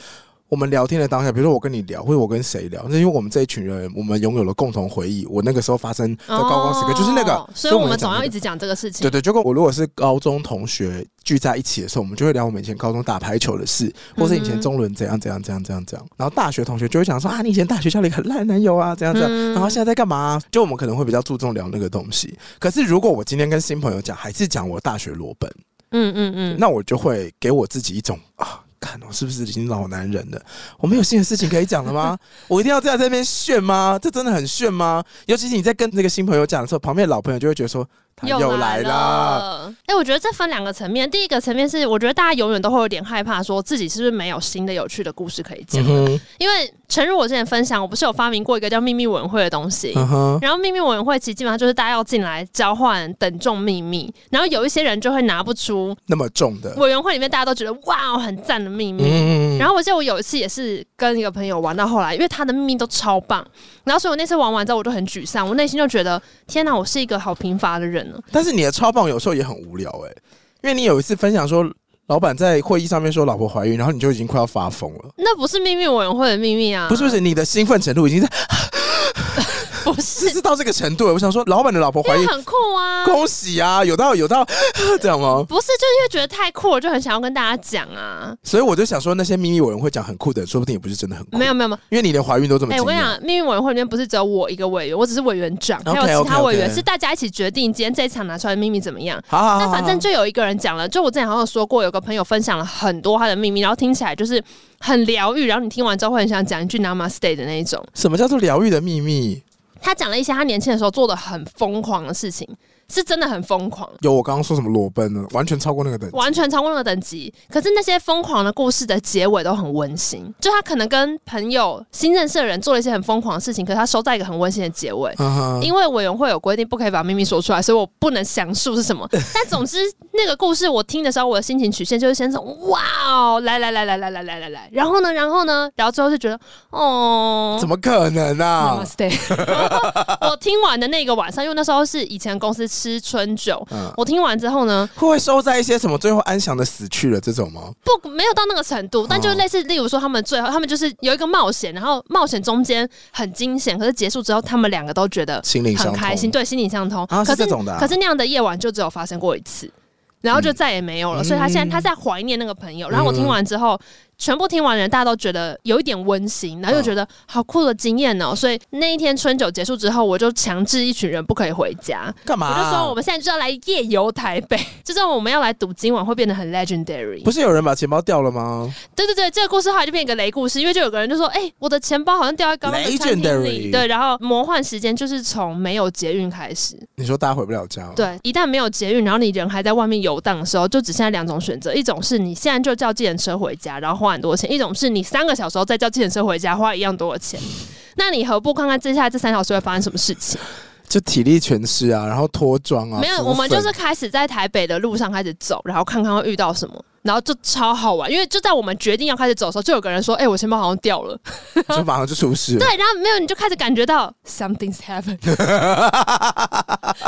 Speaker 1: 我们聊天的当下，比如说我跟你聊，或者我跟谁聊，那因为我们这一群人，我们拥有了共同回忆。我那个时候发生在高光时刻，就是那个
Speaker 2: 哦，所以我
Speaker 1: 们
Speaker 2: 们
Speaker 1: 讲
Speaker 2: 总
Speaker 1: 那
Speaker 2: 要
Speaker 1: 个
Speaker 2: 一直讲这个事情。
Speaker 1: 对对，就跟我如果是高中同学聚在一起的时候，我们就会聊我们以前高中打排球的事，或是以
Speaker 2: 嗯
Speaker 1: 前
Speaker 2: 哼
Speaker 1: 中伦怎样怎样怎样怎样怎样。然后大学同学就会讲说啊，你以前大学交了一个很烂的男友啊，怎样怎样，
Speaker 2: 嗯
Speaker 1: 然后现在在干嘛啊、就我们可能会比较注重聊那个东西。可是如果我今天跟新朋友讲，还是讲我大学裸奔，
Speaker 2: 嗯嗯嗯，
Speaker 1: 那我就会给我自己一种啊。看我是不是已经老男人了？我没有新的事情可以讲了吗？我一定要这样在那边炫吗？这真的很炫吗？尤其是你在跟那个新朋友讲的时候，旁边的老朋友就会觉得说他又来啦，
Speaker 2: 了。哎、我觉得这分两个层面。第一个层面是，我觉得大家永远都会有点害怕，说自己是不是没有新的有趣的故事可以讲。
Speaker 1: 嗯哼，
Speaker 2: 因为诚如我之前分享，我不是有发明过一个叫秘密委员会的东西。
Speaker 1: 嗯哼，
Speaker 2: 然后秘密委员会其实基本上就是大家要进来交换等重秘密，然后有一些人就会拿不出
Speaker 1: 那么重的，
Speaker 2: 委员会里面大家都觉得哇很赞的秘密，
Speaker 1: 嗯，
Speaker 2: 然
Speaker 1: 后
Speaker 2: 后我记得我有一次也是跟一个朋友玩到后来，因为他的秘密都超棒，然后所以我那次玩完之后我就很沮丧，我内心就觉得天哪，我是一个好贫乏的人呢、
Speaker 1: 但是你的超棒有时候也很无聊哎、因为你有一次分享说，老板在会议上面说老婆怀孕，然后你就已经快要发疯了。
Speaker 2: 那不是秘密委员会的秘密啊，
Speaker 1: 不是不是，你的兴奋程度已经在
Speaker 2: 不
Speaker 1: 是
Speaker 2: 是，
Speaker 1: 是到这个程度了。我想说，老板的老婆怀 孕，
Speaker 2: 很酷啊。
Speaker 1: 恭喜啊，有到有到 这样吗？
Speaker 2: 不是，就是因为觉得太酷了，就很想要跟大家讲啊。
Speaker 1: 所以我就想说，那些秘密委员会讲很酷的，说不定也不是真的很酷。
Speaker 2: 没有，没有没有，
Speaker 1: 因为你连怀孕都这么
Speaker 2: 哎、
Speaker 1: 惊
Speaker 2: 我跟你
Speaker 1: 讶。
Speaker 2: 讲，秘密委员会里面不是只有我一个委员，我只是委员长，还
Speaker 1: OK，
Speaker 2: 有其他
Speaker 1: OK，OK
Speaker 2: 委员是大家一起决定今天这一场拿出来的秘密怎么样。
Speaker 1: 好好好
Speaker 2: 但
Speaker 1: 好，
Speaker 2: 反正
Speaker 1: 好
Speaker 2: 就有一个人讲了，就我之前好像有说过，有个朋友分享了很多他的秘密，然后听起来就是很疗愈，然后你听完之后会很想讲一句 Namaste 的那一种。
Speaker 1: 什么叫做疗愈的秘密？
Speaker 2: 他讲了一些他年轻的时候做的很疯狂的事情，是真的很疯狂，
Speaker 1: 有我刚刚说什么裸奔呢？完全超过那个等级。
Speaker 2: 完全超过那个等级。可是那些疯狂的故事的结尾都很温馨，就他可能跟朋友新认识的人做了一些很疯狂的事情，可是他收在一个很温馨的结尾。
Speaker 1: 嗯哼
Speaker 2: 因为委员会有规定不可以把秘密说出来，所以我不能详述是什么。但总之，那个故事我听的时候，我的心情曲线就是先从哇哦，来来来来来来来来来，然后呢，然后呢，然后最后就觉得哦。
Speaker 1: 怎么可能啊？
Speaker 2: Namaste 然后我听完的那个晚上，因为那时候是以前公司吃春酒，
Speaker 1: 嗯
Speaker 2: 我听完之后呢，
Speaker 1: 会不会收在一些什么最后安详的死去了这种吗？
Speaker 2: 不没有到那个程度，
Speaker 1: 哦
Speaker 2: 但就类似，例如说他们最后他们就是有一个冒险，然后冒险中间很惊险，可是结束之后，他们两个都觉得
Speaker 1: 心灵
Speaker 2: 很
Speaker 1: 相
Speaker 2: 开心，
Speaker 1: 通。
Speaker 2: 对，心灵相通。
Speaker 1: 啊
Speaker 2: 可
Speaker 1: 是这种的啊
Speaker 2: 可是那样的夜晚就只有发生过一次，然后就再也没有了。
Speaker 1: 嗯
Speaker 2: 所以他现在他在怀念那个朋友。然后我听完之后，全部听完的人大家都觉得有一点温馨，然后又觉得好酷的经验哦、所以那一天春酒结束之后，我就强制一群人不可以回家。
Speaker 1: 干嘛
Speaker 2: 我
Speaker 1: 啊、
Speaker 2: 就说我们现在就要来夜游台北， 就是我们要来赌今晚会变得很 legendary。
Speaker 1: 不是有人把钱包掉了吗？
Speaker 2: 对对对，这个故事后来就变一个雷故事，因为就有个人就说：“哎、我的钱包好像掉在刚刚的餐厅里。”
Speaker 1: Legendary
Speaker 2: 对，然后魔幻时间就是从没有捷运开始。
Speaker 1: 你说大家回不了家，，哦
Speaker 2: 对，一旦没有捷运，然后你人还在外面游荡的时候，就只剩下两种选择：一种是你现在就叫计程车回家，然后花很多钱；一种是你三个小时后再叫计程车回家，花一样多的钱。 那你何不看看接下来这三小时会发生什么事情？
Speaker 1: 就体力全失啊，然后脱妆啊，
Speaker 2: 没有，
Speaker 1: 浮
Speaker 2: 我们
Speaker 1: 粉
Speaker 2: 就是开始在台北的路上开始走，然后看看会遇到什么，然后就超好玩。因为就在我们决定要开始走的时候，就有个人说：“哎、我钱包好像掉了。
Speaker 1: 就马上就出事了。
Speaker 2: 对，然后没有，你就开始感觉到 something's happened。三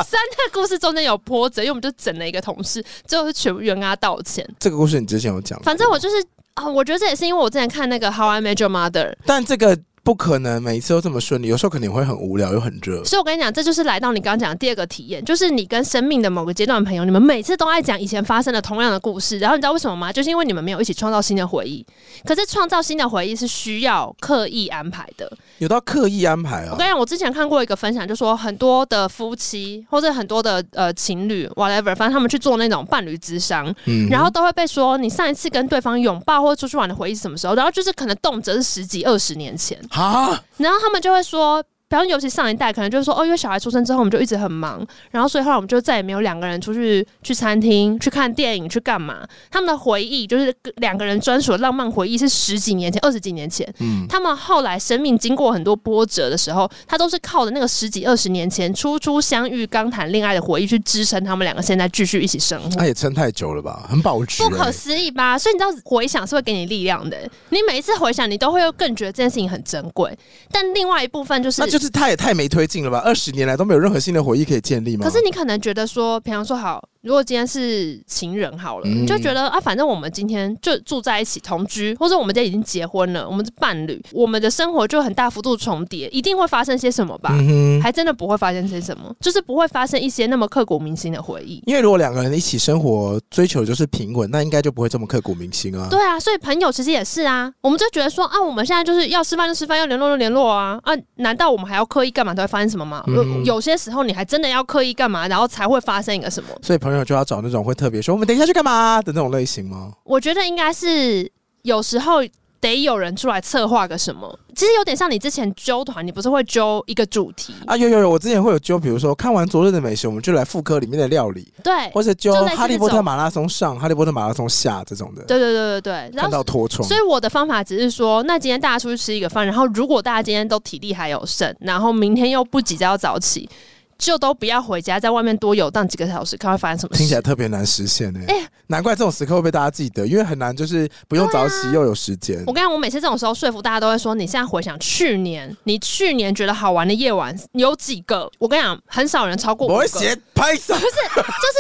Speaker 2: 个故事中间有波折，因为我们就整了一个同事，最后是全部员跟他道歉。
Speaker 1: 这个故事你之前有讲，
Speaker 2: 反正我就是啊、我觉得这也是因为我之前看那个《How I Met Your Mother
Speaker 1: 但这个不可能每一次都这么顺利，有时候肯定会很无聊又很热》，。
Speaker 2: 所以我跟你讲，这就是来到你刚刚讲的第二个体验，就是你跟生命的某个阶段的朋友，你们每次都爱讲以前发生的同样的故事，然后你知道为什么吗？就是因为你们没有一起创造新的回忆。可是创造新的回忆是需要刻意安排的。
Speaker 1: 有到刻意安排
Speaker 2: 我
Speaker 1: 啊
Speaker 2: 跟，你讲，我之前看过一个分享，就说很多的夫妻或者很多的呃情侣，whatever，反正他们去做那种伴侣之商，
Speaker 1: 嗯
Speaker 2: 然后都会被说你上一次跟对方拥抱或出去玩的回忆是什么时候？然后就是可能动辄是十几二十年前，
Speaker 1: 啊，
Speaker 2: 然后他们就会说。表演尤其上一代可能就是说，哦，因为小孩出生之后我们就一直很忙，然后所以后来我们就再也没有两个人出去去餐厅、去看电影、去干嘛。他们的回忆就是两个人专属的浪漫回忆，是十几年前、二十几年前。
Speaker 1: 嗯，
Speaker 2: 他们后来生命经过很多波折的时候，他都是靠着那个十几二十年前初初相遇、刚谈恋爱的回忆去支撑他们两个现在继续一起生活。
Speaker 1: 那也撑太久了吧，很保值、欸，
Speaker 2: 不可思议吧？所以你知道回想是会给你力量的，你每一次回想，你都会更觉得这件事情很珍贵。但另外一部分就是，
Speaker 1: 那就是他也太没推进了吧？二十年来都没有任何新的回忆可以建立吗？
Speaker 2: 可是你可能觉得说，比方说好，如果今天是情人好了，
Speaker 1: 嗯
Speaker 2: 你就觉得啊，反正我们今天就住在一起同居，或者我们今天已经结婚了，我们是伴侣，我们的生活就很大幅度重叠，一定会发生些什么吧？
Speaker 1: 嗯哼，
Speaker 2: 还真的不会发生些什么，就是不会发生一些那么刻骨铭心的回忆。
Speaker 1: 因为如果两个人一起生活，追求就是平稳，那应该就不会这么刻骨铭心啊。
Speaker 2: 对啊，所以朋友其实也是啊，我们就觉得说啊，我们现在就是要吃饭就吃饭，要联络就联络啊啊，难道我们还要刻意干嘛才会发生什么吗？
Speaker 1: 嗯
Speaker 2: 有有些时候你还真的要刻意干嘛，然后才会发生一个什么？
Speaker 1: 所以朋友就要找那种会特别说我们等一下去干嘛的那种类型吗？
Speaker 2: 我觉得应该是有时候。得有人出来策划个什么，其实有点像你之前揪团，你不是会揪一个主题？
Speaker 1: 啊，有有有，我之前会有揪，比如说看完《昨日的美食》，我们就来复刻里面的料理，
Speaker 2: 对，
Speaker 1: 或者揪
Speaker 2: 就类
Speaker 1: 《
Speaker 2: 似
Speaker 1: 哈利波
Speaker 2: 这
Speaker 1: 特
Speaker 2: 种
Speaker 1: 马拉松》上，《哈利波特马拉松》下这种的，
Speaker 2: 对对对对对。然
Speaker 1: 看
Speaker 2: 后
Speaker 1: 到脱窗
Speaker 2: 所。以我的方法只是说，那今天大家出去吃一个饭，然后如果大家今天都体力还有剩，然后明天又不急着要早起，就都不要回家，在外面多游荡几个小时，看会发生什么
Speaker 1: 听起
Speaker 2: 事。
Speaker 1: 来特别难实现哎、难怪这种时刻会被大家记得，因为很难就是不用早起又有时间
Speaker 2: 我。跟你讲，我每次这种时候说服大家都会说，你现在回想去年，你去年觉得好玩的夜晚有几个？我跟你讲，很少人超过五
Speaker 1: 我
Speaker 2: 个。
Speaker 1: 会
Speaker 2: 就是
Speaker 1: 写拍手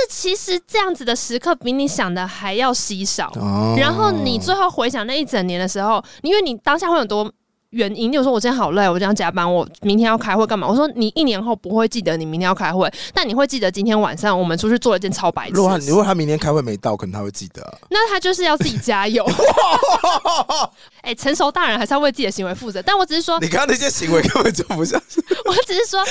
Speaker 2: 其实这样子的时刻比你想的还要稀少。
Speaker 1: 哦
Speaker 2: 然后你最后回想那一整年的时候，因为你当下会有很多原因，例如说我今天好累，我今天要加班，我明天要开会干嘛？我说你一年后不会记得你明天要开会，但你会记得今天晚上我们出去做了一件超白痴
Speaker 1: 如果
Speaker 2: 的
Speaker 1: 他
Speaker 2: 事。
Speaker 1: 如果他明天开会没到，可能他会记得啊、
Speaker 2: 那他就是要自己加油。 哎、成熟大人还是要为自己的行为负责。但我只是说，
Speaker 1: 你刚刚那些行为根本就不像是。
Speaker 2: 我只是 说，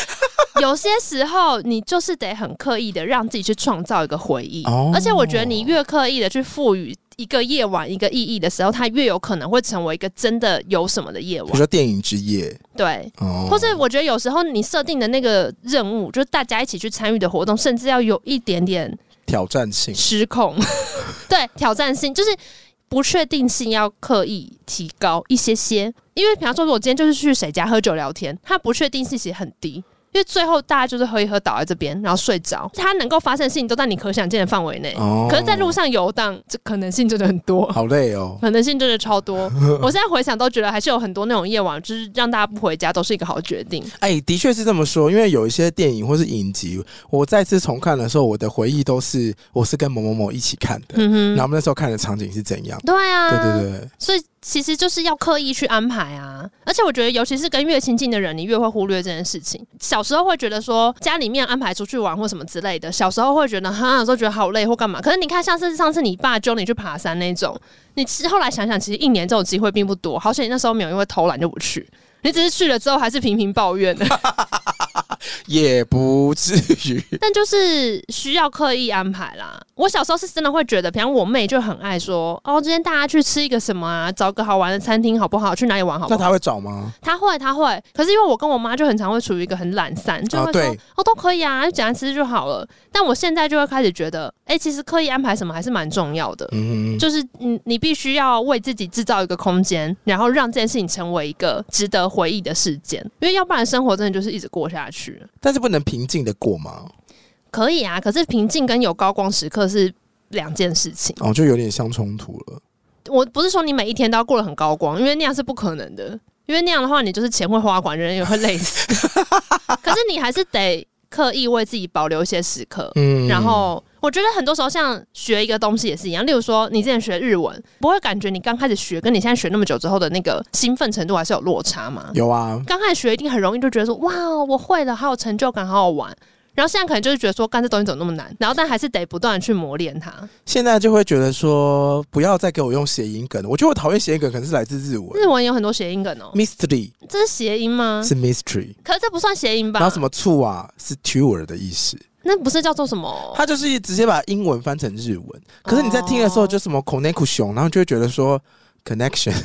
Speaker 2: 有些时候你就是得很刻意的让自己去创造一个回忆，
Speaker 1: 哦
Speaker 2: 而且我觉得你越刻意的去赋予一个夜晚一个意义的时候，它越有可能会成为一个真的有什么的夜
Speaker 1: 比
Speaker 2: 晚
Speaker 1: 如。说电影之夜，
Speaker 2: 对。
Speaker 1: 哦，
Speaker 2: 或者我觉得有时候你设定的那个任务，就是大家一起去参与的活动，甚至要有一点点
Speaker 1: 挑战性，
Speaker 2: 失控，对挑战性，就是不确定性要刻意提高一些些。因为比方说，我今天就是去谁家喝酒聊天，它不确定性其实很低。因为最后大家就是喝一喝倒在这边，然后睡着，它能够发生的事情都在你可想见的范围内。
Speaker 1: 哦
Speaker 2: 可是，在路上游荡，这可能性真的很多。
Speaker 1: 好累哦。
Speaker 2: 可能性真的超多。我现在回想都觉得还是有很多那种夜晚，就是让大家不回家都是一个好决定。
Speaker 1: 哎，的确是这么说，因为有一些电影或是影集，我再次重看的时候，我的回忆都是我是跟某某某一起看的，
Speaker 2: 嗯
Speaker 1: 然后
Speaker 2: 哼，
Speaker 1: 我们那时候看的场景是怎样。
Speaker 2: 对啊，
Speaker 1: 对对对，
Speaker 2: 所以其实就是要刻意去安排啊，而且我觉得，尤其是跟越亲近的人，你越会忽略这件事情。小时候会觉得说家里面安排出去玩或什么之类的，小时候会觉得哈，有时候觉得好累或干嘛。可是你看，像是上次你爸揪你去爬山那种，你其实后来想想，其实一年这种机会并不多，好险你那时候没有因为偷懒就不去。你只是去了之后还是频频抱怨的，
Speaker 1: 也不至于。
Speaker 2: 但就是需要刻意安排啦。我小时候是真的会觉得，比方我妹就很爱说，哦，今天大家去吃一个什么啊，找个好玩的餐厅好不好？去哪里玩好不
Speaker 1: 那
Speaker 2: 好？
Speaker 1: 他会找吗？
Speaker 2: 他会，他会。可是因为我跟我妈就很常会处于一个很懒散，就会说、
Speaker 1: 啊对
Speaker 2: 哦都可以啊，就简单吃就好了。但我现在就会开始觉得，哎、其实刻意安排什么还是蛮重要的。
Speaker 1: 嗯，
Speaker 2: 就是你，你必须要为自己制造一个空间，然后让这件事情成为一个值得回忆的事件，因为要不然生活真的就是一直过下去。
Speaker 1: 但是不能平静的过嘛。
Speaker 2: 可以啊，可是平静跟有高光时刻是两件事情。
Speaker 1: 哦，就有点相冲突了。
Speaker 2: 我不是说你每一天都要过得很高光，因为那样是不可能的。因为那样的话，你就是钱会花光，人也会累死。可是你还是得刻意为自己保留一些时刻。
Speaker 1: 嗯
Speaker 2: 然后我觉得很多时候，像学一个东西也是一样，例如说你之前学日文，不会感觉你刚开始学跟你现在学那么久之后的那个兴奋程度还是有落差吗？
Speaker 1: 有啊，
Speaker 2: 刚开始学一定很容易就觉得说哇，我会了，好有成就感，好好玩。然后现在可能就是觉得说，干这东西怎么那么难？然后但还是得不断的去磨练它。
Speaker 1: 现在就会觉得说，不要再给我用谐音梗了。我觉得我讨厌谐音梗，可能是来自日文
Speaker 2: 日文嗯有很多谐音梗
Speaker 1: 嗯
Speaker 2: 哦，
Speaker 1: ，mystery
Speaker 2: 这是谐音吗？
Speaker 1: 是 mystery，
Speaker 2: 可是这不算谐音吧？
Speaker 1: 然后什么醋啊是 tour 的意思，
Speaker 2: 那不是叫做什么？
Speaker 1: 它就是直接把英文翻成日文。可是你在听的时候，就什么 c o n e c t i o n 然后就会觉得说。 connection，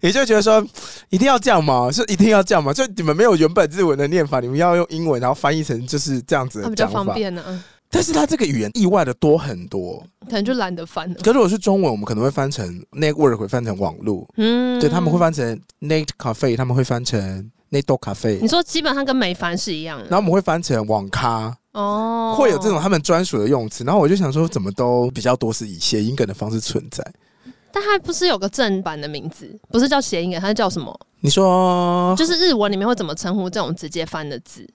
Speaker 1: 也就觉得说一定要这样吗？是一定要这样吗？就你们没有原本日文的念法，你们要用英文，然后翻译成就是这样子
Speaker 2: 他
Speaker 1: 的
Speaker 2: 们就
Speaker 1: 讲
Speaker 2: 方
Speaker 1: 法。
Speaker 2: 便呢、啊，
Speaker 1: 但是它这个语言意外的多很多。
Speaker 2: 可能就懒得翻了。
Speaker 1: 可如果是中文，我们可能会翻成 network，会翻成网络，
Speaker 2: 嗯
Speaker 1: 对他们会。翻成 net cafe，他们会翻成 neto cafe，
Speaker 2: 嗯你说基本上跟美凡是一样
Speaker 1: 然后
Speaker 2: 的
Speaker 1: 我们会翻成网咖。
Speaker 2: 哦，
Speaker 1: 会有这种，他们专属的用词。然后我就想说，怎么都比较多是以谐音梗的方式存在。
Speaker 2: 但它不是有个正版的名字，不是叫谐音梗，它是叫什么？
Speaker 1: 你说
Speaker 2: 就是日文里面会怎么称呼这种直接翻的字？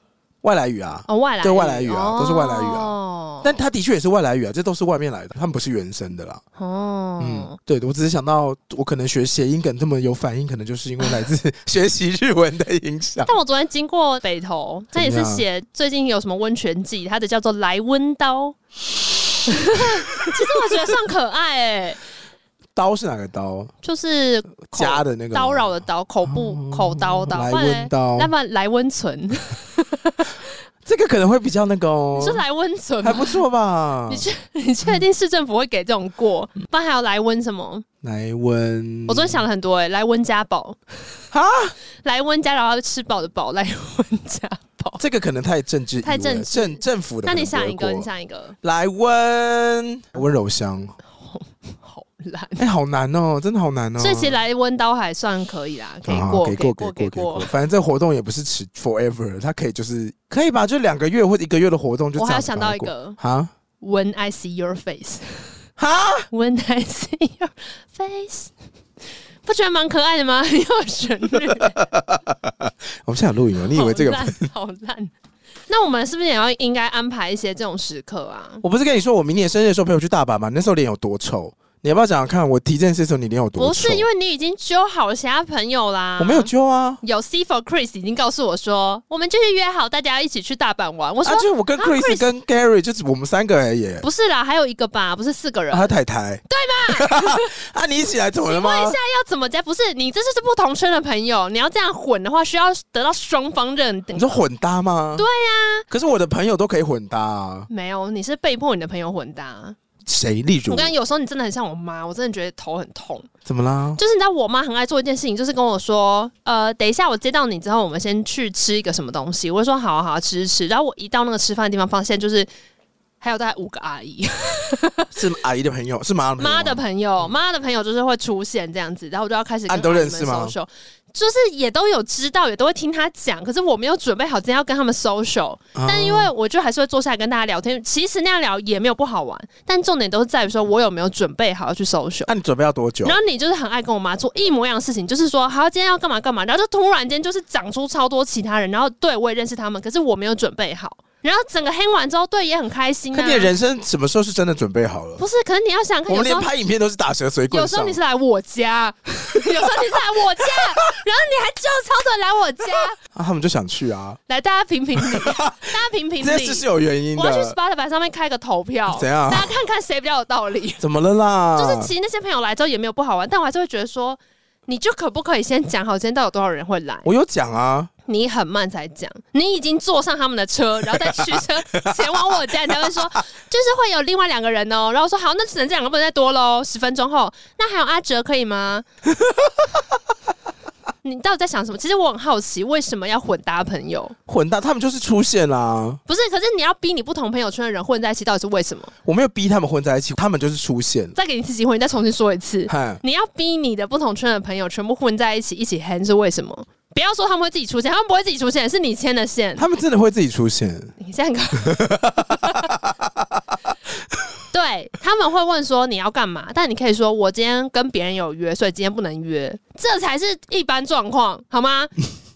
Speaker 1: 外来语啊，
Speaker 2: 哦，外来
Speaker 1: 对外来语啊
Speaker 2: 哦
Speaker 1: 都是外来语啊
Speaker 2: 哦，
Speaker 1: 但它的确也是外来语啊，这都是外面来的，他们不是原生的啦。
Speaker 2: 哦，
Speaker 1: 嗯，对，我只是想到，我可能学谐音梗这么有反应，可能就是因为来自 学习日文的影响。
Speaker 2: 但我昨天经过北投，他也
Speaker 1: 怎
Speaker 2: 是
Speaker 1: 么样
Speaker 2: 写最近有什么温泉季，他的叫做来温刀。 其实我觉得算可爱哎、
Speaker 1: 刀是哪个刀？
Speaker 2: 就是口
Speaker 1: 家的那个吗哦
Speaker 2: 叨扰的叨，口部、口叨叨，
Speaker 1: 来
Speaker 2: 不然嘞
Speaker 1: 温刀
Speaker 2: 要，不然来温存，你
Speaker 1: 这个可能会比较那个 哦，
Speaker 2: 说来温存
Speaker 1: 还
Speaker 2: 吗，
Speaker 1: 不错吧
Speaker 2: 你？确 你确定市政府会给这种过？
Speaker 1: 嗯
Speaker 2: 不然还有来温什么？
Speaker 1: 来温，
Speaker 2: 我昨天想了很多哎、来温家宝
Speaker 1: 啊，
Speaker 2: 来温家，然后吃饱的饱，来温家宝。
Speaker 1: 这个可能太政治意味了，
Speaker 2: 太政治
Speaker 1: 政政府的
Speaker 2: 那
Speaker 1: 可能不会过。
Speaker 2: 你想一个，你想一个，
Speaker 1: 来温温柔乡，
Speaker 2: 好烂。
Speaker 1: 哎、好难哦，真的好难哦。
Speaker 2: 所以其实来温刀还算可以啦，可以
Speaker 1: 啊
Speaker 2: 过，
Speaker 1: 给
Speaker 2: 可以
Speaker 1: 过，
Speaker 2: 过，
Speaker 1: 给
Speaker 2: 可以
Speaker 1: 过，给过。
Speaker 2: 过。
Speaker 1: 反正这活动也不是持 forever，它可以就是可以吧，就两个月或者一个月的活动就这
Speaker 2: 我
Speaker 1: 样子
Speaker 2: 还有想到一
Speaker 1: 把它
Speaker 2: 个
Speaker 1: 过啊
Speaker 2: When I see your face，When
Speaker 1: 哈，
Speaker 2: I see your face，不觉得蛮可爱的吗？很 有旋律，
Speaker 1: 我们现在有录影哦，你以为这个？
Speaker 2: 好烂好烂？那我们是不是也要应该安排一些这种时刻啊？
Speaker 1: 我不是跟你说我明年生日的时候陪我去大阪吗？那时候脸有多臭？你要不要讲讲看？我提这件事的时候你脸有多臭？
Speaker 2: 不是，因为你已经揪好其他朋友啦。
Speaker 1: 我没有揪啊，
Speaker 2: 有 C for Chris 已经告诉我说，我们就是约好大家一起去大阪玩。我说、
Speaker 1: 啊，就是我跟
Speaker 2: 啊
Speaker 1: Chris
Speaker 2: ，Chris
Speaker 1: 跟 Gary 就是我们三个而已。啊
Speaker 2: 不是啦，还有一个吧，不是四个人。
Speaker 1: 他太太对吧？ 啊，你一起来怎么了
Speaker 2: 请问
Speaker 1: 吗
Speaker 2: 一下？要怎么加？不是你这就是不同圈的朋友，你要这样混的话，需要得到双方认定
Speaker 1: 你。说混搭吗？对
Speaker 2: 啊
Speaker 1: 呀、可是我的朋友都可以混搭啊。
Speaker 2: 没有，你是被迫你的朋友混搭。
Speaker 1: 谁？例如
Speaker 2: 我跟你讲有时候你真的很像我妈，我真的觉得头很痛。
Speaker 1: 怎么啦？
Speaker 2: 就是你知道，我妈很爱做一件事情，就是跟我说，呃，等一下我接到你之后，我们先去吃一个什么东西。我就说好啊好啊吃吃吃。然后我一到那个吃饭的地方，发现就是还有大概五个阿姨，
Speaker 1: 是阿姨的朋 友，是妈的朋友吗
Speaker 2: 妈的朋友，妈的朋友就是会出现这样子，然后我就要开始
Speaker 1: 啊
Speaker 2: 跟
Speaker 1: 你都
Speaker 2: 阿姨
Speaker 1: 认
Speaker 2: 们
Speaker 1: 识吗
Speaker 2: social，就是也都有知道，也都会听她讲，可是我没有准备好今天要跟他们 social，、
Speaker 1: 啊
Speaker 2: 但因为我就还是会坐下来跟大家聊天，其实那样聊也没有不好玩，但重点都是在于说我有没有准备好要去 social。
Speaker 1: 那、你准备要多久
Speaker 2: 然？后你就是很爱跟我妈做一模一样的事情，就是说好今天要干嘛干嘛，然后就突然间就是长出超多其他人，然后对我也认识他们，可是我没有准备好，然后整个黑完之后，对也很开心、
Speaker 1: 可
Speaker 2: 啊。
Speaker 1: 你的人生什么时候是真的准备好了？
Speaker 2: 不是，可是你要想想看，
Speaker 1: 我
Speaker 2: 有
Speaker 1: 们
Speaker 2: 时
Speaker 1: 连
Speaker 2: 候
Speaker 1: 拍影片都是打蛇随
Speaker 2: 有
Speaker 1: 棍
Speaker 2: 时候
Speaker 1: 上
Speaker 2: 你。是来我家，有时候你是来我家，然后你还就操着来我家，
Speaker 1: 啊，他们就想去啊，
Speaker 2: 来大家评评 理，大家评评
Speaker 1: 这件事
Speaker 2: 理
Speaker 1: 是。有原因
Speaker 2: 我要去
Speaker 1: 的。
Speaker 2: Spotify 上面开个投票，
Speaker 1: 怎样
Speaker 2: 大家看看谁比较有道理。
Speaker 1: 怎么了啦？
Speaker 2: 就是其实那些朋友来之后也没有不好玩，但我还是会觉得说，你就可不可以先讲好今天到底有多少人会来？
Speaker 1: 我有讲啊，
Speaker 2: 你很慢才讲，你已经坐上他们的车，然后再驱车前往我家，你才会说，就是会有另外两个人哦。然后我说好，那只能这两个，不能再多喽。十分钟后，那还有阿哲可以吗？你到底在想什么？其实我很好奇，为什么要混搭朋友？
Speaker 1: 混搭他们就是出现啊啦，
Speaker 2: 不是，可是你要逼你不同朋友圈的人混在一起，到底是为什么？
Speaker 1: 我没有逼他们混在一起，他们就是出现。
Speaker 2: 再给你一次机会，你再重新说一次。
Speaker 1: 嗨，
Speaker 2: 你要逼你的不同圈的朋友全部混在一起一起 hang 是为什么？不要说他们会自己出现，他们不会自己出现，是你牵的线。
Speaker 1: 他们真的会自己出现。
Speaker 2: 你这样搞。 对他们会问说你要干嘛，但你可以说我今天跟别人有约，所以今天不能约，这才是一般状况，好吗？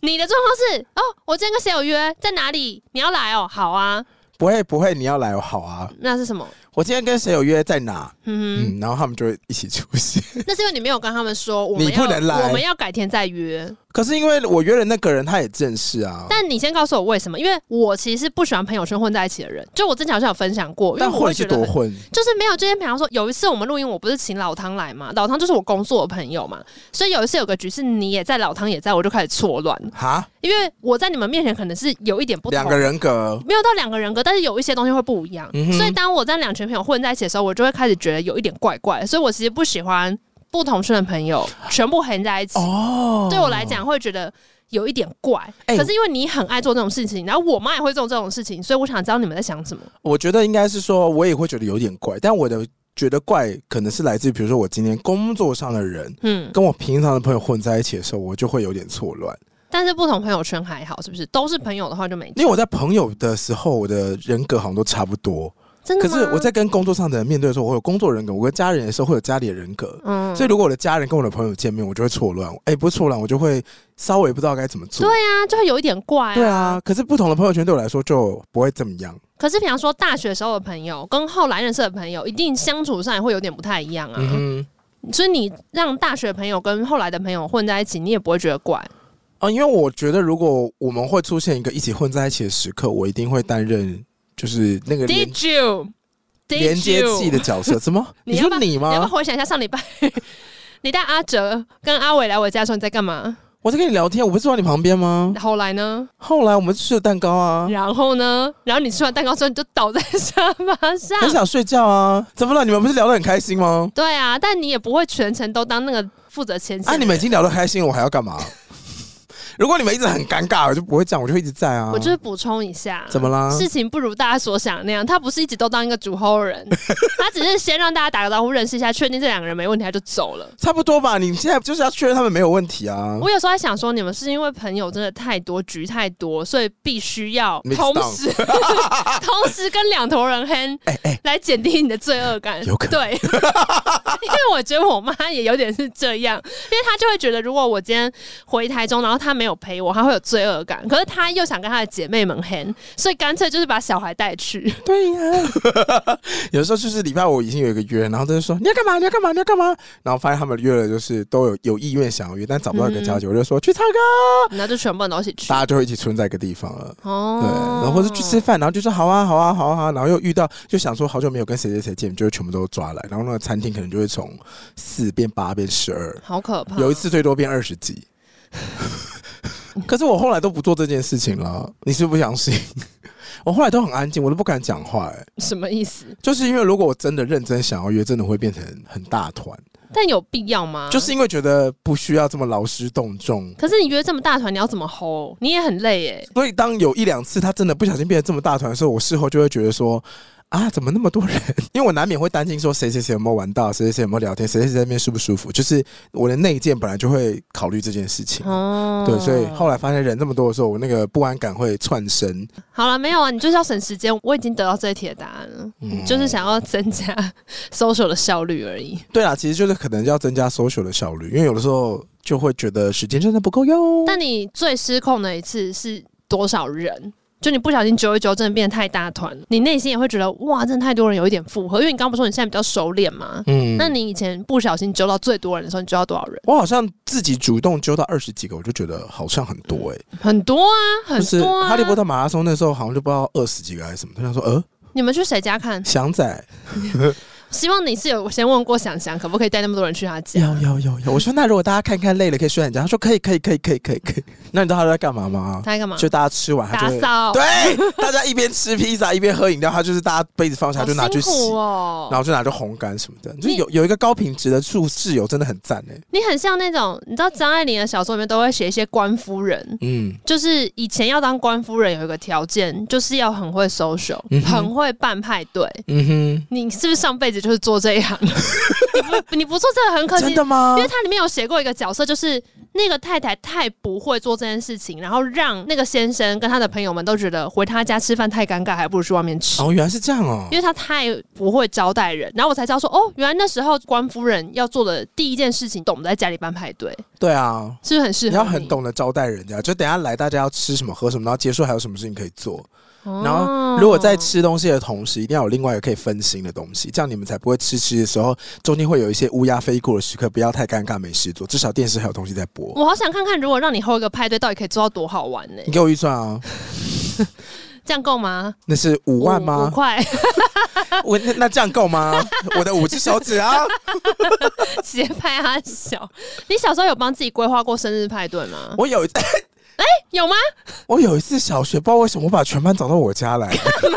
Speaker 2: 你的状况是哦，我今天跟谁有约，在哪里？你要来哦，好啊，
Speaker 1: 不会不会，你要来哦好啊！
Speaker 2: 那是什么？
Speaker 1: 我今天跟谁有约，在哪？
Speaker 2: 嗯
Speaker 1: 嗯，然后他们就会一起出现。
Speaker 2: 哼，那是因为你没有跟他们说我们
Speaker 1: 你不
Speaker 2: 要
Speaker 1: 能来
Speaker 2: 我们要改天再约。
Speaker 1: 可是因为我约了那个人，他也正式啊。
Speaker 2: 但你先告诉我为什么？因为我其实是不喜欢朋友圈混在一起的人，就我之前好像有分享过，因为
Speaker 1: 但
Speaker 2: 我会
Speaker 1: 混是
Speaker 2: 觉得
Speaker 1: 多
Speaker 2: 很
Speaker 1: 混，
Speaker 2: 就是没有这些，比方说有一次我们录音，我不是请老汤来嘛，老汤就是我工作的朋友嘛，所以有一次有个局是你也在，老汤也在，我就开始错乱，
Speaker 1: 哈，
Speaker 2: 因为我在你们面前可能是有一点不同
Speaker 1: 两，个人格，
Speaker 2: 没有到两个人格，但是有一些东西会不一样，
Speaker 1: 嗯哼
Speaker 2: 所以当我在两群朋友混在一起的时候，我就会开始觉得有一点怪怪，所以我其实不喜欢。不同村的朋友全部横在一起，
Speaker 1: 哦，
Speaker 2: 对我来，讲会觉得有一点怪。
Speaker 1: 哎
Speaker 2: 可是因为你很爱做这种事情，然后我妈也会做这种事情，所以我想知道你们在想什么。
Speaker 1: 我觉得应该是说，我也会觉得有点怪，但我的觉得怪可能是来自于，比如说我今天工作上的人
Speaker 2: 嗯，
Speaker 1: 跟我平常的朋友混在一起的时候，我就会有点错乱。
Speaker 2: 但是不同朋友圈还好，是不是？都是朋友的话就没差。
Speaker 1: 因为我在朋友的时候，我的人格好像都差不多，
Speaker 2: 真的
Speaker 1: 可
Speaker 2: 吗？
Speaker 1: 是我在跟工作上的人面对的时候，我有工作人格；我跟家人的时候，会有家里的人格。
Speaker 2: 嗯，
Speaker 1: 所以，如果我的家人跟我的朋友见面，我就会错乱。哎、不是错乱，我就会稍微不知道该怎么做。
Speaker 2: 对啊，就会有一点怪、
Speaker 1: 对啊，可是不同的朋友圈对我来说就不会怎么样。
Speaker 2: 可是，比方说大学时候的朋友跟后来认识的朋友，一定相处上也会有点不太一样啊。
Speaker 1: 嗯哼，
Speaker 2: 所以你让大学朋友跟后来的朋友混在一起，你也不会觉得怪。
Speaker 1: 啊，因为我觉得如果我们会出现一个一起混在一起的时刻，我一定会担任就是那个连
Speaker 2: Did you？Did
Speaker 1: 连接
Speaker 2: you？
Speaker 1: 器的角色。怎么？
Speaker 2: 你
Speaker 1: 你
Speaker 2: 要
Speaker 1: 说
Speaker 2: 不要
Speaker 1: 你
Speaker 2: 你要不要
Speaker 1: 吗？
Speaker 2: 回想一下上礼拜 你带阿哲跟阿伟来我家的时候你在干嘛？
Speaker 1: 我在跟你聊天，我不是坐在你旁边吗？
Speaker 2: 后来呢？
Speaker 1: 后来我们吃了蛋糕啊，
Speaker 2: 然后呢？然后你吃完蛋糕之后你就倒在沙发 上。
Speaker 1: 很想睡觉啊。怎么了？你们不是聊得很开心吗？
Speaker 2: 对啊，但你也不会全程都当那个负责前线的
Speaker 1: 啊，
Speaker 2: 人。
Speaker 1: 你们已经聊得开心了，我还要干嘛？ 如果你们一直很尴尬，我就不会这样，我就会一直在啊。
Speaker 2: 我就是补充一下，
Speaker 1: 怎么啦？
Speaker 2: 事情不如大家所想那样，他不是一直都当一个主后 人，他只是先让大家打个招呼，认识一下，确定这两个人没问题，他就走了。
Speaker 1: 差不多吧，你现在就是要确认他们没有问题啊。
Speaker 2: 我有时候在想说，你们是因为朋友真的太多，局太多，所以必须要
Speaker 1: Mix
Speaker 2: 同
Speaker 1: down
Speaker 2: 时 同时跟两头人 hen
Speaker 1: 哎哎
Speaker 2: 来减低你的罪恶感。
Speaker 1: 有可能
Speaker 2: 对， 因为我觉得我妈也有点是这样，因为她就会觉得，如果我今天回台中，然后她没有陪我，她会有罪恶感。可是她又想跟她的姐妹们 hen，所以干脆就是把小孩带 去。
Speaker 1: 对呀、 有时候就是礼拜五已经有一个约，然后他就说你要干嘛？你要干嘛？你要干嘛？然后发现他们约了，就是都有有意愿想要约，但找不到一个交集，我就说去唱歌，
Speaker 2: 然后就全部人都一起去
Speaker 1: 大。家就会一起存在一个地方了。
Speaker 2: 哦
Speaker 1: 对，然后或者去吃饭，然后就说好啊，好啊，好啊，好啊然后又遇到，就想说好久没有跟谁谁谁见，就会全部都抓来，然后那个餐厅可能就会从四变八变十二，
Speaker 2: 好可怕。
Speaker 1: 有一次最多变二十几。可是我后来都不做这件事情了，你是不是不相信？我后来都很安静，我都不敢讲话、哎，
Speaker 2: 什么意思？
Speaker 1: 就是因为如果我真的认真想要约，真的会变成很大团，
Speaker 2: 但有必要吗？
Speaker 1: 就是因为觉得不需要这么劳师动众。
Speaker 2: 可是你约这么大团，你要怎么 hold？你也很累耶。
Speaker 1: 所以当有一两次他真的不小心变得这么大团的时候，我事后就会觉得说。啊，怎么那么多人？ 因为我难免会担心说谁谁谁有没有玩到，谁谁谁有没有聊天，谁谁谁在那边舒不舒服。就是我的内建本来就会考虑这件事情。
Speaker 2: 哦，
Speaker 1: 对，所以后来发现人这么多的时候，我那个不安感会窜升。
Speaker 2: 好了，没有啊，你就是要省时间。我已经得到这一题的答案了，
Speaker 1: 嗯
Speaker 2: 就是想要增加 social 的效率而已。
Speaker 1: 对啦，其实就是可能要增加 social 的效率，因为有的时候就会觉得时间真的不够用。
Speaker 2: 但你最失控的一次是多少人？就你不小心揪一揪，真的变得太大团，你内心也会觉得哇，真的太多人，有一点负荷。因为你刚不是说你现在比较熟练吗？
Speaker 1: 嗯
Speaker 2: 那你以前不小心揪到最多人的时候，你揪到多少人？
Speaker 1: 我好像自己主动揪到二十几个，我就觉得好像很多哎、
Speaker 2: 很多啊，很
Speaker 1: 就是
Speaker 2: 多啊。
Speaker 1: 哈利波特马拉松那时候好像就不知道二十几个还是什么，他想说呃，
Speaker 2: 你们去谁家看？
Speaker 1: 翔仔
Speaker 2: 希望你是有先问过想想，可不可以带那么多人去他家？
Speaker 1: 要要要要，我说那如果大家看看累了可以睡懒觉，他说可以可以可以可以可以可以，那你知道他在干嘛吗？
Speaker 2: 他在干嘛？
Speaker 1: 就大家吃完他
Speaker 2: 打
Speaker 1: 就会。
Speaker 2: 扫。
Speaker 1: 对，大家一边吃披萨一边喝饮料，他就是大家杯子放下
Speaker 2: 好
Speaker 1: 就拿去
Speaker 2: 辛
Speaker 1: 洗，
Speaker 2: 苦
Speaker 1: 然
Speaker 2: 哦。
Speaker 1: 后就拿去烘干什么的。就是
Speaker 2: 你
Speaker 1: 有有一个高品质的住室友真的很赞哎、
Speaker 2: 你很像那种，你知道张爱玲的小说里面都会写一些官夫人，
Speaker 1: 嗯，
Speaker 2: 就是以前要当官夫人有一个条件，就是要很会 social，、
Speaker 1: 嗯哼
Speaker 2: 很会办派对。
Speaker 1: 嗯
Speaker 2: 你是不是上辈子就是做这 一行？你不你不做这个很可
Speaker 1: 哼，
Speaker 2: 惜
Speaker 1: 真，的吗
Speaker 2: 因为？它里面有写过一个角色，就是那个太太太不会做这件事情，然后让那个先生跟他的朋友们都觉得回他家吃饭太尴尬，还不如去外面吃。
Speaker 1: 哦，原来是这样哦
Speaker 2: 因。为他太不会招待人，然后我才知道说，哦，原来那时候官夫人要做的第一件事情，懂得在家里办派对，
Speaker 1: 对啊，
Speaker 2: 是不是很适合
Speaker 1: 你要很懂得招待人家，就等一下来大家要吃什么喝什么，然后结束还有什么事情可以做。
Speaker 2: 哦
Speaker 1: 然后如果在吃东西的同时，一定要有另外一个可以分心的东西，这样你们才不会吃吃的时候中间会有一些乌鸦飞过的时刻，不要太尴尬没事做，至少电视还有东西在播。
Speaker 2: 我好想看看，如果让你 hold 一个派对，到底可以做到多好玩呢、
Speaker 1: 你给我预算啊，
Speaker 2: 这样够吗？
Speaker 1: 那是五万
Speaker 2: 五
Speaker 1: 吗？
Speaker 2: 块
Speaker 1: 我那那这样够吗？我的五只手指 啊，
Speaker 2: 直接拍他小。你小时候有帮自己规划过生日派对吗？
Speaker 1: 我有一次。
Speaker 2: 有吗？
Speaker 1: 我有一次小学，不知道为什么我把全班找到我家 来
Speaker 2: 干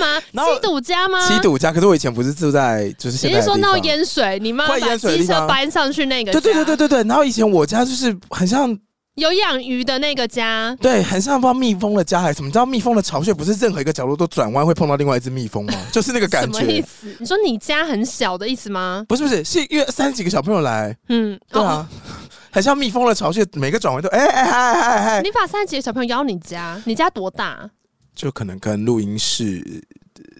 Speaker 2: 嘛？
Speaker 1: 然后
Speaker 2: 吸毒家吗？
Speaker 1: 七堵家，可是我以前不是住在就是现
Speaker 2: 啊你
Speaker 1: 在的
Speaker 2: 是说
Speaker 1: 地
Speaker 2: 闹
Speaker 1: 方。
Speaker 2: 淹水，你妈
Speaker 1: 快
Speaker 2: 把
Speaker 1: 淹水的
Speaker 2: 机
Speaker 1: 地
Speaker 2: 车
Speaker 1: 方
Speaker 2: 搬上去那个？
Speaker 1: 对对对对，对对，然后以前我家就是很像，
Speaker 2: 有养鱼的那个家，
Speaker 1: 对，很像不知道蜜蜂的家还是什么。你知道蜜蜂的巢穴不是任何一个角落都转弯会碰到另外一只蜜蜂吗？ 就是那个
Speaker 2: 什
Speaker 1: 感
Speaker 2: 么意
Speaker 1: 觉。
Speaker 2: 思？你说你家很小的意思吗？
Speaker 1: 不是不是，是因为三十几个小朋友来，
Speaker 2: 嗯，
Speaker 1: 对啊，很像蜜蜂的巢穴，每个转弯都哎哎嗨嗨
Speaker 2: 哦。
Speaker 1: 嗨，
Speaker 2: 你把三十几个小朋友邀你家，你家多大？
Speaker 1: 就可能跟录音室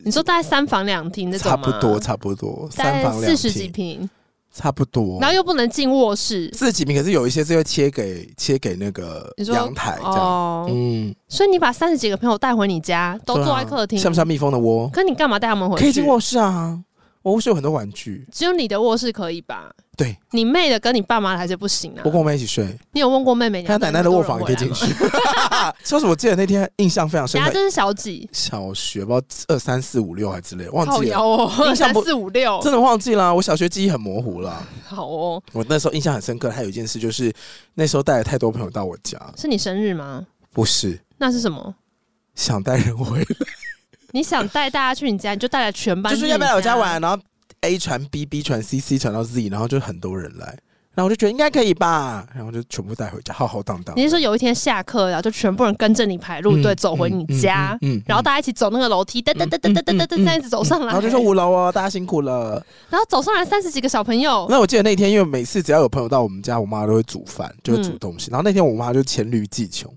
Speaker 2: 你说大概三房两厅那种
Speaker 1: 差
Speaker 2: 吗
Speaker 1: 不多，差不多，
Speaker 2: 大
Speaker 1: 三
Speaker 2: 概
Speaker 1: 房两
Speaker 2: 四十几
Speaker 1: 厅，
Speaker 2: 平，
Speaker 1: 差不多。
Speaker 2: 然后又不能进卧室。
Speaker 1: 四十几平，可是有一些是会切给切给那个
Speaker 2: 你说
Speaker 1: 阳台这样。
Speaker 2: 哦，
Speaker 1: 嗯，
Speaker 2: 所以你把三十几个朋友带回你家，都
Speaker 1: 对啊
Speaker 2: 坐在客厅，
Speaker 1: 像不像蜜蜂的窝？
Speaker 2: 可你干嘛带他们回去？
Speaker 1: 可以进卧室啊，我卧室有很多玩具。
Speaker 2: 只有你的卧室可以吧？
Speaker 1: 对，
Speaker 2: 你妹的跟你爸妈的还是不行啊
Speaker 1: 我。跟我妹一起睡，
Speaker 2: 你有问过妹妹？
Speaker 1: 她奶奶的卧房也可以进
Speaker 2: 去。
Speaker 1: 去。
Speaker 2: 啊
Speaker 1: 说什么？我记得那天印象非常深
Speaker 2: 家
Speaker 1: 刻，
Speaker 2: 真是小几，
Speaker 1: 小学不知道二三四五六还之类，忘
Speaker 2: 好
Speaker 1: 记
Speaker 2: 摇
Speaker 1: 了，
Speaker 2: 哦，
Speaker 1: 印象
Speaker 2: 三
Speaker 1: 不
Speaker 2: 四五六，
Speaker 1: 真的忘记了。我小学记忆很模糊了。啊
Speaker 2: 好哦。
Speaker 1: 我那时候印象很深刻，还有一件事就是那时候带了太多朋友到我家，
Speaker 2: 是你生日吗？
Speaker 1: 不是
Speaker 2: 那是什么？
Speaker 1: 想带人回来，
Speaker 2: 你想带大家去你家，你就带来全班，
Speaker 1: 就是要不要来我家？玩，然后 A 传 B，B 传 C，C 传到 Z，然后就很多人来，然后我就觉得应该可以吧，然后就全部带回家，浩浩荡荡
Speaker 2: 你。是说有一天下课，然后就全部人跟着你排路队
Speaker 1: 嗯
Speaker 2: 走回你家，
Speaker 1: 嗯，嗯嗯嗯嗯
Speaker 2: 然后大家一起走那个楼梯，噔噔噔噔噔噔噔噔，这样子走上来，
Speaker 1: 然后就说五楼 哦，大家辛苦了。
Speaker 2: 然后走上来三十几个小朋友，
Speaker 1: 那我记得那天，因为每次只要有朋友到我们家，我妈都会煮饭，就会煮东
Speaker 2: 嗯
Speaker 1: 西。然后那天我妈就黔驴技穷，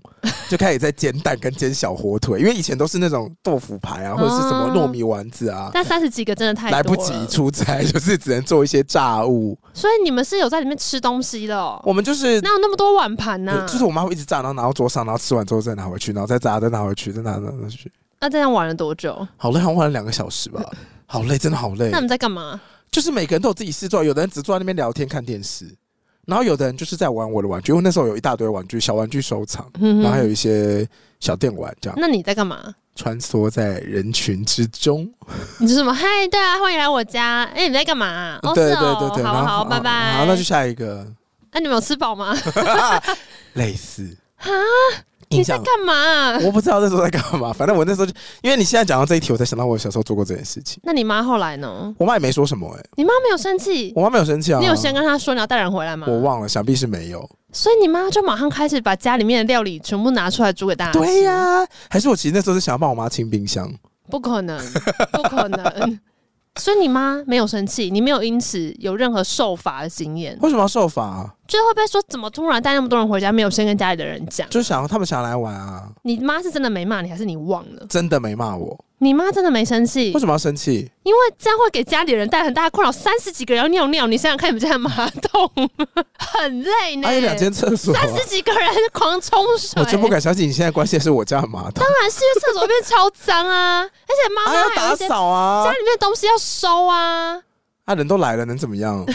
Speaker 1: 就开始在煎蛋跟煎小火腿，因为以前都是那种豆腐排啊，或者是什么
Speaker 2: 啊
Speaker 1: 糯米丸子啊，
Speaker 2: 但三十几个真的太
Speaker 1: 来
Speaker 2: 多
Speaker 1: 不
Speaker 2: 了
Speaker 1: 及出差， 就是只能做一些炸物。
Speaker 2: 所以你们是有在里面吃东西的、哦，
Speaker 1: 我们就是。
Speaker 2: 哪有那么多碗盘呢、
Speaker 1: 我就是我妈会一直炸，然后拿到桌上，然后吃完之后再拿回去，然后再炸，再拿回去，再拿拿回去。
Speaker 2: 那这样玩了多久？
Speaker 1: 好累，好像玩了两个小时 吧，好累，真的好累
Speaker 2: 那。你们在干嘛？
Speaker 1: 就是每个人都有自己事做，有的人只坐在那边聊天看电视，然后有的人就是在玩我的玩具，因为那时候有一大堆玩具，小玩具收藏，
Speaker 2: 嗯
Speaker 1: 然后还有
Speaker 2: 哼，
Speaker 1: 一些小电玩，这样
Speaker 2: 那你在干嘛？
Speaker 1: 穿梭在人群之中。
Speaker 2: 你是什么？嗨，对啊，欢迎来我家。哎、你在干嘛、哦，
Speaker 1: 对
Speaker 2: 是
Speaker 1: 对
Speaker 2: 哦
Speaker 1: 对对，
Speaker 2: 好
Speaker 1: 然后
Speaker 2: 啊好啊，
Speaker 1: 啊
Speaker 2: 拜拜。
Speaker 1: 好，那就下一个，
Speaker 2: 那、你们有吃饱吗？
Speaker 1: 类似
Speaker 2: 啊，你
Speaker 1: 印
Speaker 2: 在
Speaker 1: 象。
Speaker 2: 干嘛、
Speaker 1: 我不知道那时候在干嘛，反正我那时候就，因为你现在讲到这一题，我才想到我小时候做过这件事情。
Speaker 2: 那你妈后来呢？
Speaker 1: 我妈也没说什么、欸，哎，
Speaker 2: 你妈没有生气？
Speaker 1: 我妈没有生气啊。
Speaker 2: 你有先跟她说你要带人回来吗？
Speaker 1: 我忘了，想必是没有。
Speaker 2: 所以你妈就马上开始把家里面的料理全部拿出来煮给大家吃。
Speaker 1: 对呀、还是我其实那时候是想要帮我妈清冰箱。
Speaker 2: 不可能， 不可能。所以你妈没有生气，你没有因此有任何受罚的经验，
Speaker 1: 为什么要受罚、啊？
Speaker 2: 就是会不会说怎么突然带那么多人回家，没有先跟家里的人讲？
Speaker 1: 就想他们想来玩啊，
Speaker 2: 你妈是真的没骂你，还是你忘了？
Speaker 1: 真的没骂我，
Speaker 2: 你妈真的没生气
Speaker 1: 为，什么要生气？
Speaker 2: 因为这样会给家里人带很大的困扰。三十几个人要尿尿，你想想看，你们家的马桶很累呢，
Speaker 1: 还有两间厕所、啊
Speaker 2: 三，十几个人狂冲水，
Speaker 1: 我真不敢相信你现在关心的是我家的马桶，
Speaker 2: 当然是因为厕所变超脏啊，而且妈
Speaker 1: 啊
Speaker 2: 妈
Speaker 1: 要
Speaker 2: 还有
Speaker 1: 打
Speaker 2: 一些
Speaker 1: 扫啊
Speaker 2: 家，里面的东西要收啊。
Speaker 1: 啊人都来了能怎么 样？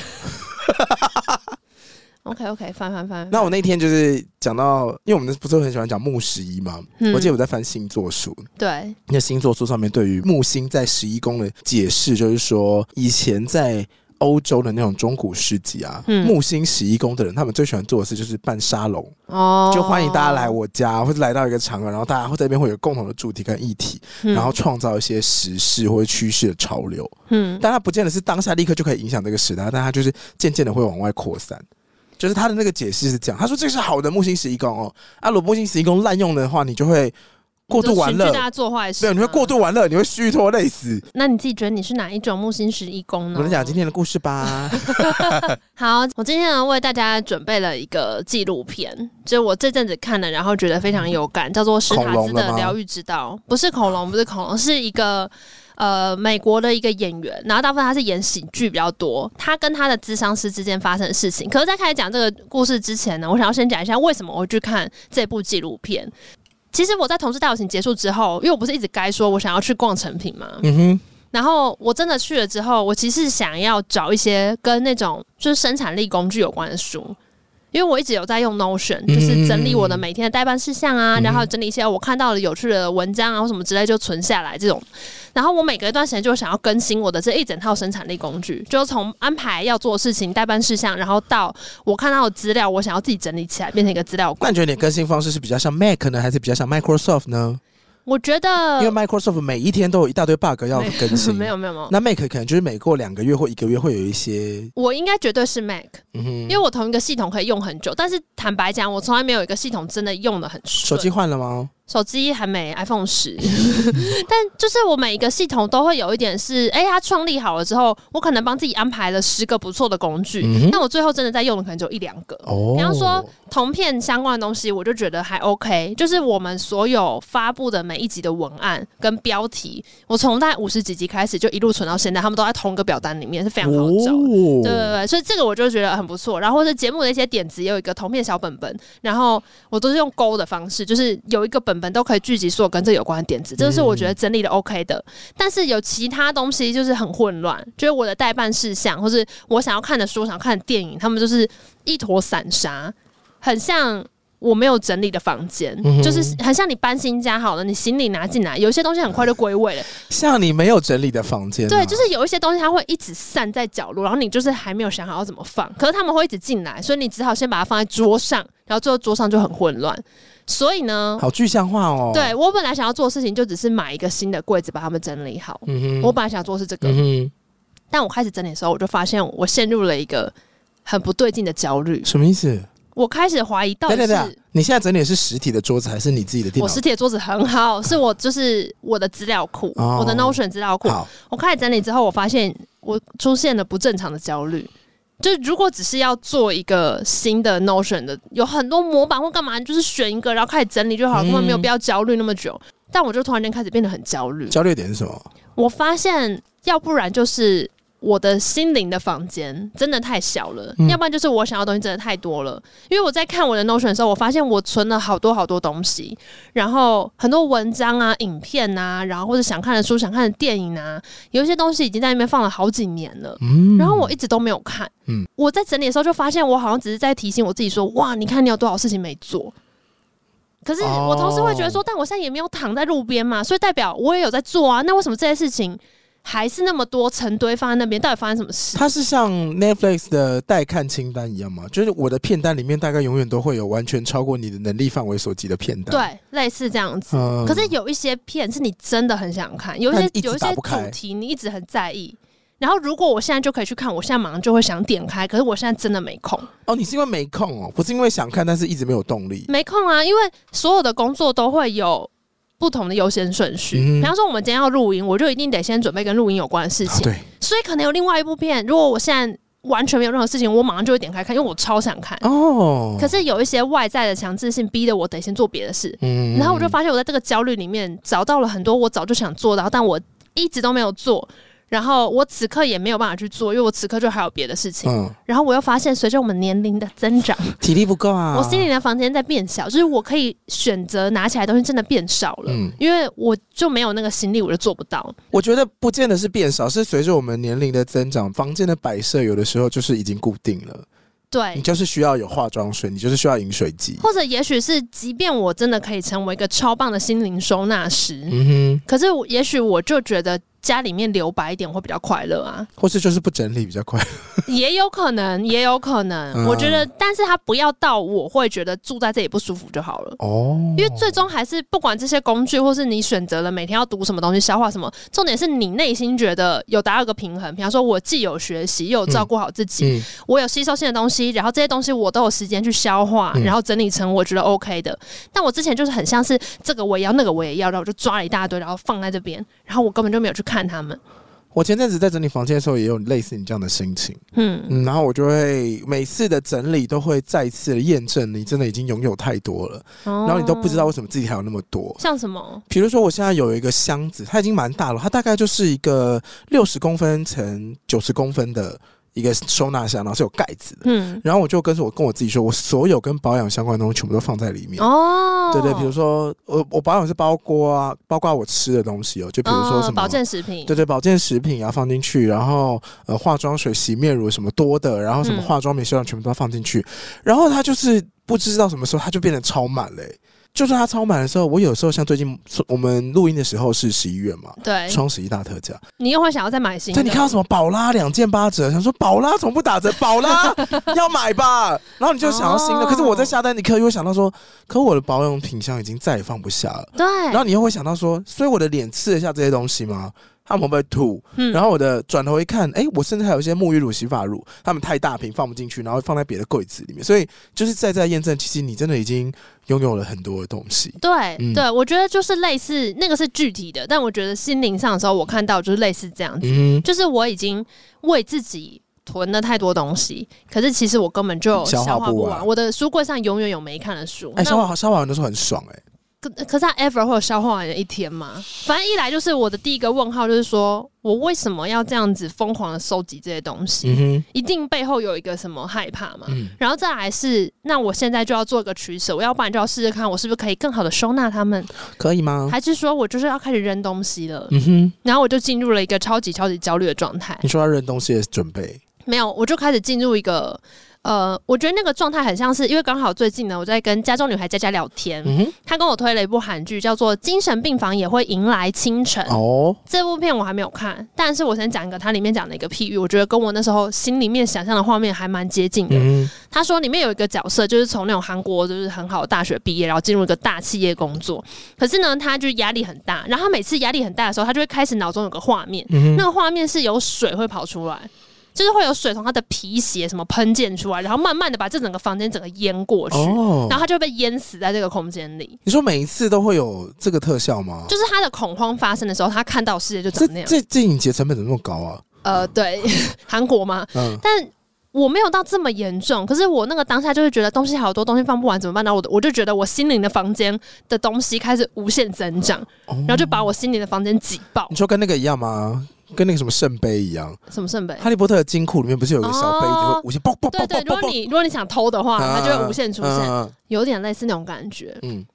Speaker 2: OK OK，翻翻翻，
Speaker 1: 那我那天就是讲到，因为我们不是很喜欢讲木十一嘛，
Speaker 2: 嗯
Speaker 1: 我记得我在翻星座书，
Speaker 2: 对。
Speaker 1: 那星座书上面对于木星在十一宫的解释，就是说以前在。欧洲的那种中古市集啊，
Speaker 2: 嗯
Speaker 1: 木星十一宫的人，他们最喜欢做的事就是办沙龙，
Speaker 2: 哦
Speaker 1: 就欢迎大家来，我家，或者来到一个场合，然后大家会在那边会有共同的主题跟议题，
Speaker 2: 嗯
Speaker 1: 然后创造一些时事或者趋势的潮流。
Speaker 2: 嗯，
Speaker 1: 但它不见得是当下立刻就可以影响这个时代，但它就是渐渐的会往外扩散。就是他的那个解释是这样，他说这是好的木星十一宫哦，啊，如果木星十一宫滥用的话，你就会过度玩
Speaker 2: 就
Speaker 1: 乐
Speaker 2: 群聚大，家做坏事，啊
Speaker 1: 对，你会过。度玩乐，你会虚脱累死。
Speaker 2: 那你自己觉得你是哪一种木星十一宫呢？
Speaker 1: 我们讲今天的故事 吧，
Speaker 2: 好，我今天呢为大家准备了一个纪录片，就是我这阵子看了，然后觉得非常有感，叫做《史
Speaker 1: 嗯
Speaker 2: 塔
Speaker 1: 恐龙
Speaker 2: 兹
Speaker 1: 了
Speaker 2: 的
Speaker 1: 吗
Speaker 2: 疗愈之道》，不是恐龙，不是恐龙，是一个。呃，美国的一个演员，然后大部分他是演喜剧比较多。他跟他的咨商师之间发生的事情。可是，在开始讲这个故事之前呢，我想要先讲一下为什么我会去看这部纪录片。其实我在《同事大游行》结束之后，因为我不是一直该说我想要去逛成品吗？
Speaker 1: 嗯哼，
Speaker 2: 然后我真的去了之后，我其实想要找一些跟那种就是生产力工具有关的书，因为我一直有在用 Notion，就是整理我的每天的代办事项啊，然后整理一些我看到的有趣的文章啊或什么之类，就存下来这种。然后我每隔一段时间就想要更新我的这一整套生产力工具，就是从安排要做的事情、代办事项，然后到我看到的资料，我想要自己整理起来，变成一个资料
Speaker 1: 那
Speaker 2: 馆。
Speaker 1: 你觉得你的更新方式是比较像 Mac 呢，还是比较像 Microsoft 呢？
Speaker 2: 我觉得
Speaker 1: 因为 Microsoft 每一天都有一大堆 bug 要更新，
Speaker 2: 呃没有没有没有，
Speaker 1: 那 Mac 可能就是每过两个月或一个月会有一些，
Speaker 2: 我应该绝对是 Mac，
Speaker 1: 嗯哼，
Speaker 2: 因为我同一个系统可以用很久。但是坦白讲，我从来没有一个系统真的用的很
Speaker 1: 手
Speaker 2: 顺。
Speaker 1: 机换了吗？
Speaker 2: 手机还没 iPhone 十， 但就是我每一个系统都会有一点是，哎、它创立好了之后，我可能帮自己安排了十个不错的工具，
Speaker 1: 嗯哼
Speaker 2: 但我最后真的在用的可能就一两个。
Speaker 1: 哦，
Speaker 2: 比方说铜片相关的东西，我就觉得还 OK。就是我们所有发布的每一集的文案跟标题，我从大概五十几集开始就一路存到现在，他们都在同一个表单里面，是非常好找的。
Speaker 1: 哦
Speaker 2: 对对对，所以这个我就觉得很不错。然后或者节目的一些点子也有一个同片小本本，然后我都是用勾的方式，就是有一个本本都可以聚集所有跟这有关的点
Speaker 1: 嗯
Speaker 2: 子，这是我觉得整理的 OK 的。但是有其他东西就是很混乱，就是我的代办事项，或是我想要看的书、想看的电影，他们就是一坨散沙，很像。我没有整理的房间，
Speaker 1: 嗯哼
Speaker 2: 就是很像你搬新家好了，你行李拿进来，有一些东西很快就归位了，
Speaker 1: 像你没有整理的房间啊，
Speaker 2: 对，就是有一些东西它会一直散在角落，然后你就是还没有想好要怎么放，可是他们会一直进来，所以你只好先把它放在桌上，然后最后桌上就很混乱。所以呢，
Speaker 1: 好具象化哦。
Speaker 2: 对，我本来想要做的事情就只是买一个新的柜子把它们整理好，
Speaker 1: 嗯哼，
Speaker 2: 我本来想做的是这个，
Speaker 1: 嗯哼，
Speaker 2: 但我开始整理的时候，我就发现我陷入了一个很不对劲的焦虑，
Speaker 1: 什么意思？
Speaker 2: 我开始怀疑到
Speaker 1: 对
Speaker 2: 底
Speaker 1: 对
Speaker 2: 是。
Speaker 1: 对，你现在整理的是实体的桌子还是你自己的电
Speaker 2: 我
Speaker 1: 脑？
Speaker 2: 实体的桌子很好，是我就是我的资料库，
Speaker 1: 哦
Speaker 2: 我的 Notion 资料库，
Speaker 1: 好，
Speaker 2: 我开始整理之后，我发现我出现了不正常的焦虑。就是如果只是要做一个新的 Notion 的，有很多模板或干嘛，你就是选一个，然后开始整理就好了，
Speaker 1: 嗯
Speaker 2: 根本没有必要焦虑那么久。但我就突然间开始变得很焦虑。
Speaker 1: 焦虑点是什么？
Speaker 2: 我发现，要不然就是我的心灵的房间真的太小了，
Speaker 1: 嗯
Speaker 2: 要不然就是我想要的东西真的太多了。因为我在看我的 Notion 的时候，我发现我存了好多好多东西，然后很多文章啊、影片啊，然后或者想看的书、想看的电影啊，有一些东西已经在那边放了好几年了。
Speaker 1: 嗯，
Speaker 2: 然后我一直都没有看，
Speaker 1: 嗯
Speaker 2: 我在整理的时候就发现，我好像只是在提醒我自己说，哇，你看你有多少事情没做。可是
Speaker 1: 哦
Speaker 2: 我同时会觉得说，但我现在也没有躺在路边嘛，所以代表我也有在做啊。那为什么这些事情还是那么多成堆放在那边？到底发生什么事？
Speaker 1: 它是像 Netflix 的待看清单一样吗？就是我的片单里面大概永远都会有完全超过你的能力范围所及的片单。
Speaker 2: 对，类似这样子。
Speaker 1: 对，嗯
Speaker 2: 可是有一些片是你真的很想看，有一
Speaker 1: 但
Speaker 2: 些
Speaker 1: 一直
Speaker 2: 有一
Speaker 1: 打
Speaker 2: 些
Speaker 1: 不开
Speaker 2: 主题你一直很在意。然后如果我现在就可以去看，我现在马上就会想点开，可是我现在真的没空。
Speaker 1: 哦，你是因为没空哦，不是因为想看，但是一直没有动力。
Speaker 2: 没空啊，因为所有的工作都会有不同的优先顺序。
Speaker 1: 嗯
Speaker 2: 比方说，我们今天要录音，我就一定得先准备跟录音有关的事
Speaker 1: 啊
Speaker 2: 情。
Speaker 1: 对，
Speaker 2: 所以可能有另外一部片，如果我现在完全没有任何事情，我马上就会点开看，因为我超想看。
Speaker 1: 哦，
Speaker 2: 可是有一些外在的强制性逼得我得先做别的事，
Speaker 1: 嗯
Speaker 2: 然后我就发现我在这个焦虑里面找到了很多我早就想做的，但我一直都没有做。然后我此刻也没有办法去做，因为我此刻就还有别的事情。
Speaker 1: 嗯，
Speaker 2: 然后我又发现，随着我们年龄的增长，
Speaker 1: 体力不够啊，
Speaker 2: 我心里的房间在变小，就是我可以选择拿起来的东西真的变少了，
Speaker 1: 嗯
Speaker 2: 因为我就没有那个心力，我就做不到。
Speaker 1: 我觉得不见得是变少，是随着我们年龄的增长，房间的摆设有的时候就是已经固定了。你
Speaker 2: 对，
Speaker 1: 就是需要有化妆水，你就是需要饮水机。
Speaker 2: 或者也许是，即便我真的可以成为一个超棒的心灵收纳师，
Speaker 1: 嗯
Speaker 2: 可是我也许我就觉得。家里面留白一点会比较快乐 啊，
Speaker 1: 哼，或是就是不整理比较快。
Speaker 2: 也有可能，也有可能。
Speaker 1: 嗯
Speaker 2: 我觉得，但是他不要到我会觉得住在这里不舒服就好了。
Speaker 1: 哦，
Speaker 2: 因为最终还是不管这些工具，或是你选择了每天要读什么东西、消化什么，重点是你内心觉得有达到一个平衡。比方说，我既有学习，又有照顾好自己，
Speaker 1: 嗯
Speaker 2: 我有吸收新的东西，然后这些东西我都有时间去消化，
Speaker 1: 嗯
Speaker 2: 然后整理成我觉得 OK 的。但我之前就是很像是这个我也要，那个我也要，然后我就抓了一大堆，然后放在这边，然后我根本就没有去看他们。
Speaker 1: 我前阵子在整理房间的时候，也有类似你这样的心情。
Speaker 2: 嗯，
Speaker 1: 嗯，然后我就会每次的整理都会再次的验证你真的已经拥有太多了，
Speaker 2: 然
Speaker 1: 然后你都不
Speaker 2: 哦
Speaker 1: 知道为什么自己还有那么多。
Speaker 2: 像什么，
Speaker 1: 比如说，我现在有一个箱子，它已经蛮大了，它大概就是一个六十公分乘九十公分的一个收纳箱，然后是有盖子的。
Speaker 2: 嗯，
Speaker 1: 然后我就跟我跟我自己说，我所有跟保养相关的东西全部都放在里面。
Speaker 2: 哦，
Speaker 1: 对对，比如说呃我我保养是包括啊，包括我吃的东西哦，就比如说什么、
Speaker 2: 嗯保健食品，
Speaker 1: 对对，保健食品也要啊放进去，然后呃，化妆水、洗面乳什么多的，然后什么
Speaker 2: 嗯
Speaker 1: 化妆品、修养全部都要放进去。然后它就是不知道什么时候它就变得超满嘞、就算它超满的时候，我有时候像最近我们录音的时候是十一月嘛，
Speaker 2: 对，
Speaker 1: 双十一大特价，
Speaker 2: 你又会想要再买哎新的，
Speaker 1: 对，你看到什么宝拉两件八折，想说宝拉怎么不打折？宝 拉要买吧，然后你就想要新的，
Speaker 2: 哦
Speaker 1: 可是我在下单的刻意会想到说，可我的保养品箱已经再也放不下了。
Speaker 2: 对，
Speaker 1: 然后你又会想到说，所以我的脸吃得下这些东西吗？他们会不会吐？
Speaker 2: 嗯
Speaker 1: 然后我的转头一看，哎、我甚至还有一些沐浴乳、洗发乳，他们太大瓶放不进去，然后放在别的柜子里面。所以就是再再验证，其实你真的已经拥有了很多的东西。
Speaker 2: 对、
Speaker 1: 嗯
Speaker 2: 对，我觉得就是类似那个是具体的，但我觉得心灵上的时候，我看到就是类似这样子，
Speaker 1: 嗯，
Speaker 2: 就是我已经为自己囤了太多东西，可是其实我根本就
Speaker 1: 消
Speaker 2: 消
Speaker 1: 化
Speaker 2: 化
Speaker 1: 不
Speaker 2: 不
Speaker 1: 完
Speaker 2: 我的书柜上永远有没看的书，
Speaker 1: 哎、
Speaker 2: 那
Speaker 1: 消
Speaker 2: 我
Speaker 1: 化消化完的时候很爽、哎，
Speaker 2: 可可是它 ever 会有消化完的一天吗？反正一来就是我的第一个问号，就是说我为什么要这样子疯狂的收集这些东西？
Speaker 1: 嗯
Speaker 2: 一定背后有一个什么害怕嘛？
Speaker 1: 哼，嗯，
Speaker 2: 然后再来是，那我现在就要做一个取舍，我要不然就要试试看，我是不是可以更好的收纳它们，
Speaker 1: 可以吗？
Speaker 2: 还是说我就是要开始扔东西了？
Speaker 1: 嗯哼，
Speaker 2: 然后我就进入了一个超级超级焦虑的状态，
Speaker 1: 你说要扔东西的准备，
Speaker 2: 没有，我就开始进入一个。呃，我觉得那个状态很像是，因为刚好最近呢，我在跟家中女孩佳佳聊天，
Speaker 1: 嗯哼，
Speaker 2: 她跟我推了一部韩剧，叫做《精神病房也会迎来清晨》。
Speaker 1: 哦，
Speaker 2: 这部片我还没有看，但是我先讲一个它里面讲的一个譬喻，我觉得跟我那时候心里面想象的画面还蛮接近的。
Speaker 1: 嗯哼，
Speaker 2: 他说里面有一个角色，就是从那种韩国就是很好的大学毕业，然后进入一个大企业工作。可是呢，他就压力很大，然后他每次压力很大的时候，他就会开始脑中有个画面，
Speaker 1: 嗯
Speaker 2: 那
Speaker 1: 哼，
Speaker 2: 个画面是有水会跑出来。就是会有水从他的皮鞋什么喷溅出来，然后慢慢的把这整个房间整个淹过去，
Speaker 1: 哦
Speaker 2: 然后，他就被淹死在这个空间里。
Speaker 1: 你说每一次都会有这个特效吗？
Speaker 2: 就是他的恐慌发生的时候，他看到世界就
Speaker 1: 这
Speaker 2: 长那样。
Speaker 1: 这这影节成本怎么那么高啊？
Speaker 2: 呃，对， 韩国嘛，
Speaker 1: 嗯，
Speaker 2: 但我没有到这么严重，可是我那个当下就是觉得东西好多，东西放不完怎么办呢？然后我的我就觉得我心灵的房间的东西开始无限增长，
Speaker 1: 然
Speaker 2: 然后就把我心灵的房间挤爆
Speaker 1: 你。说跟那个一样吗？跟那个什么圣杯一样，
Speaker 2: 什么圣 杯
Speaker 1: 《？哈利波特》的金库里面不是有个小杯子，
Speaker 2: 哦
Speaker 1: 会无限爆爆
Speaker 2: 对
Speaker 1: 爆
Speaker 2: 对
Speaker 1: 爆，
Speaker 2: 如
Speaker 1: 爆
Speaker 2: 果
Speaker 1: 爆，
Speaker 2: 你如果你想偷的话，它就会无限出现，
Speaker 1: 嗯
Speaker 2: 有点类似那种感觉。
Speaker 1: 嗯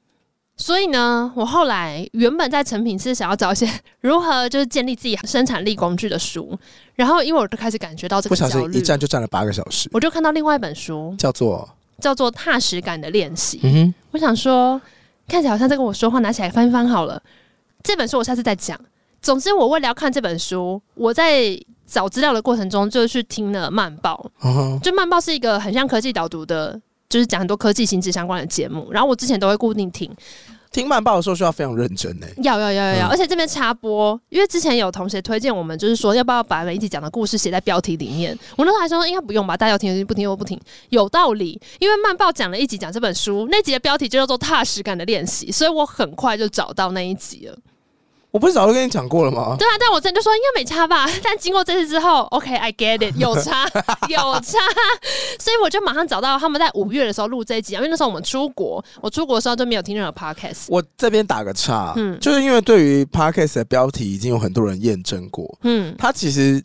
Speaker 2: 所以呢，我后来原本在成品是想要找一些 如何就是建立自己生产力工具的书，然后因为我就开始感觉到这
Speaker 1: 不
Speaker 2: 个
Speaker 1: 小
Speaker 2: 焦
Speaker 1: 心一
Speaker 2: 虑，
Speaker 1: 站就站了八个小时，
Speaker 2: 我就看到另外一本书
Speaker 1: 叫做
Speaker 2: 叫做《踏实感的练习》。
Speaker 1: 嗯哼，
Speaker 2: 我想说，看起来好像在跟我说话，拿起来翻一翻好了。这本书我下次再讲。总之，我为了要看这本书，我在找资料的过程中就去听了慢报。
Speaker 1: 嗯哼
Speaker 2: 就慢报是一个很像科技导读的，就是讲很多科技行知相关的节目。然后我之前都会固定听，
Speaker 1: 听慢报的时候需要非常认真诶，
Speaker 2: 要要要要要。
Speaker 1: 嗯
Speaker 2: 而且这边插播，因为之前有同学推荐我们，就是说要不要把每一集讲的故事写在标题里面。我那时候还说应该不用吧，大家要听就听不听就不听，有道理。因为慢报讲了一集讲这本书，那集的标题就叫做《踏实感的练习》，所以我很快就找到那一集 了。
Speaker 1: 我不是早就跟你讲过了吗？
Speaker 2: 对啊，但我真的就说应该没差吧。 但经过这次之后，OK，I、get it，有 差有差， 所以我就马上找到他们在五月的时候录这一集，啊因为那时候我们出国，我出国的时候就没有听任何 podcast。
Speaker 1: 我这边打个岔，
Speaker 2: 嗯
Speaker 1: 就是因为对于 podcast 的标题已经有很多人验证过，
Speaker 2: 嗯，
Speaker 1: 它其实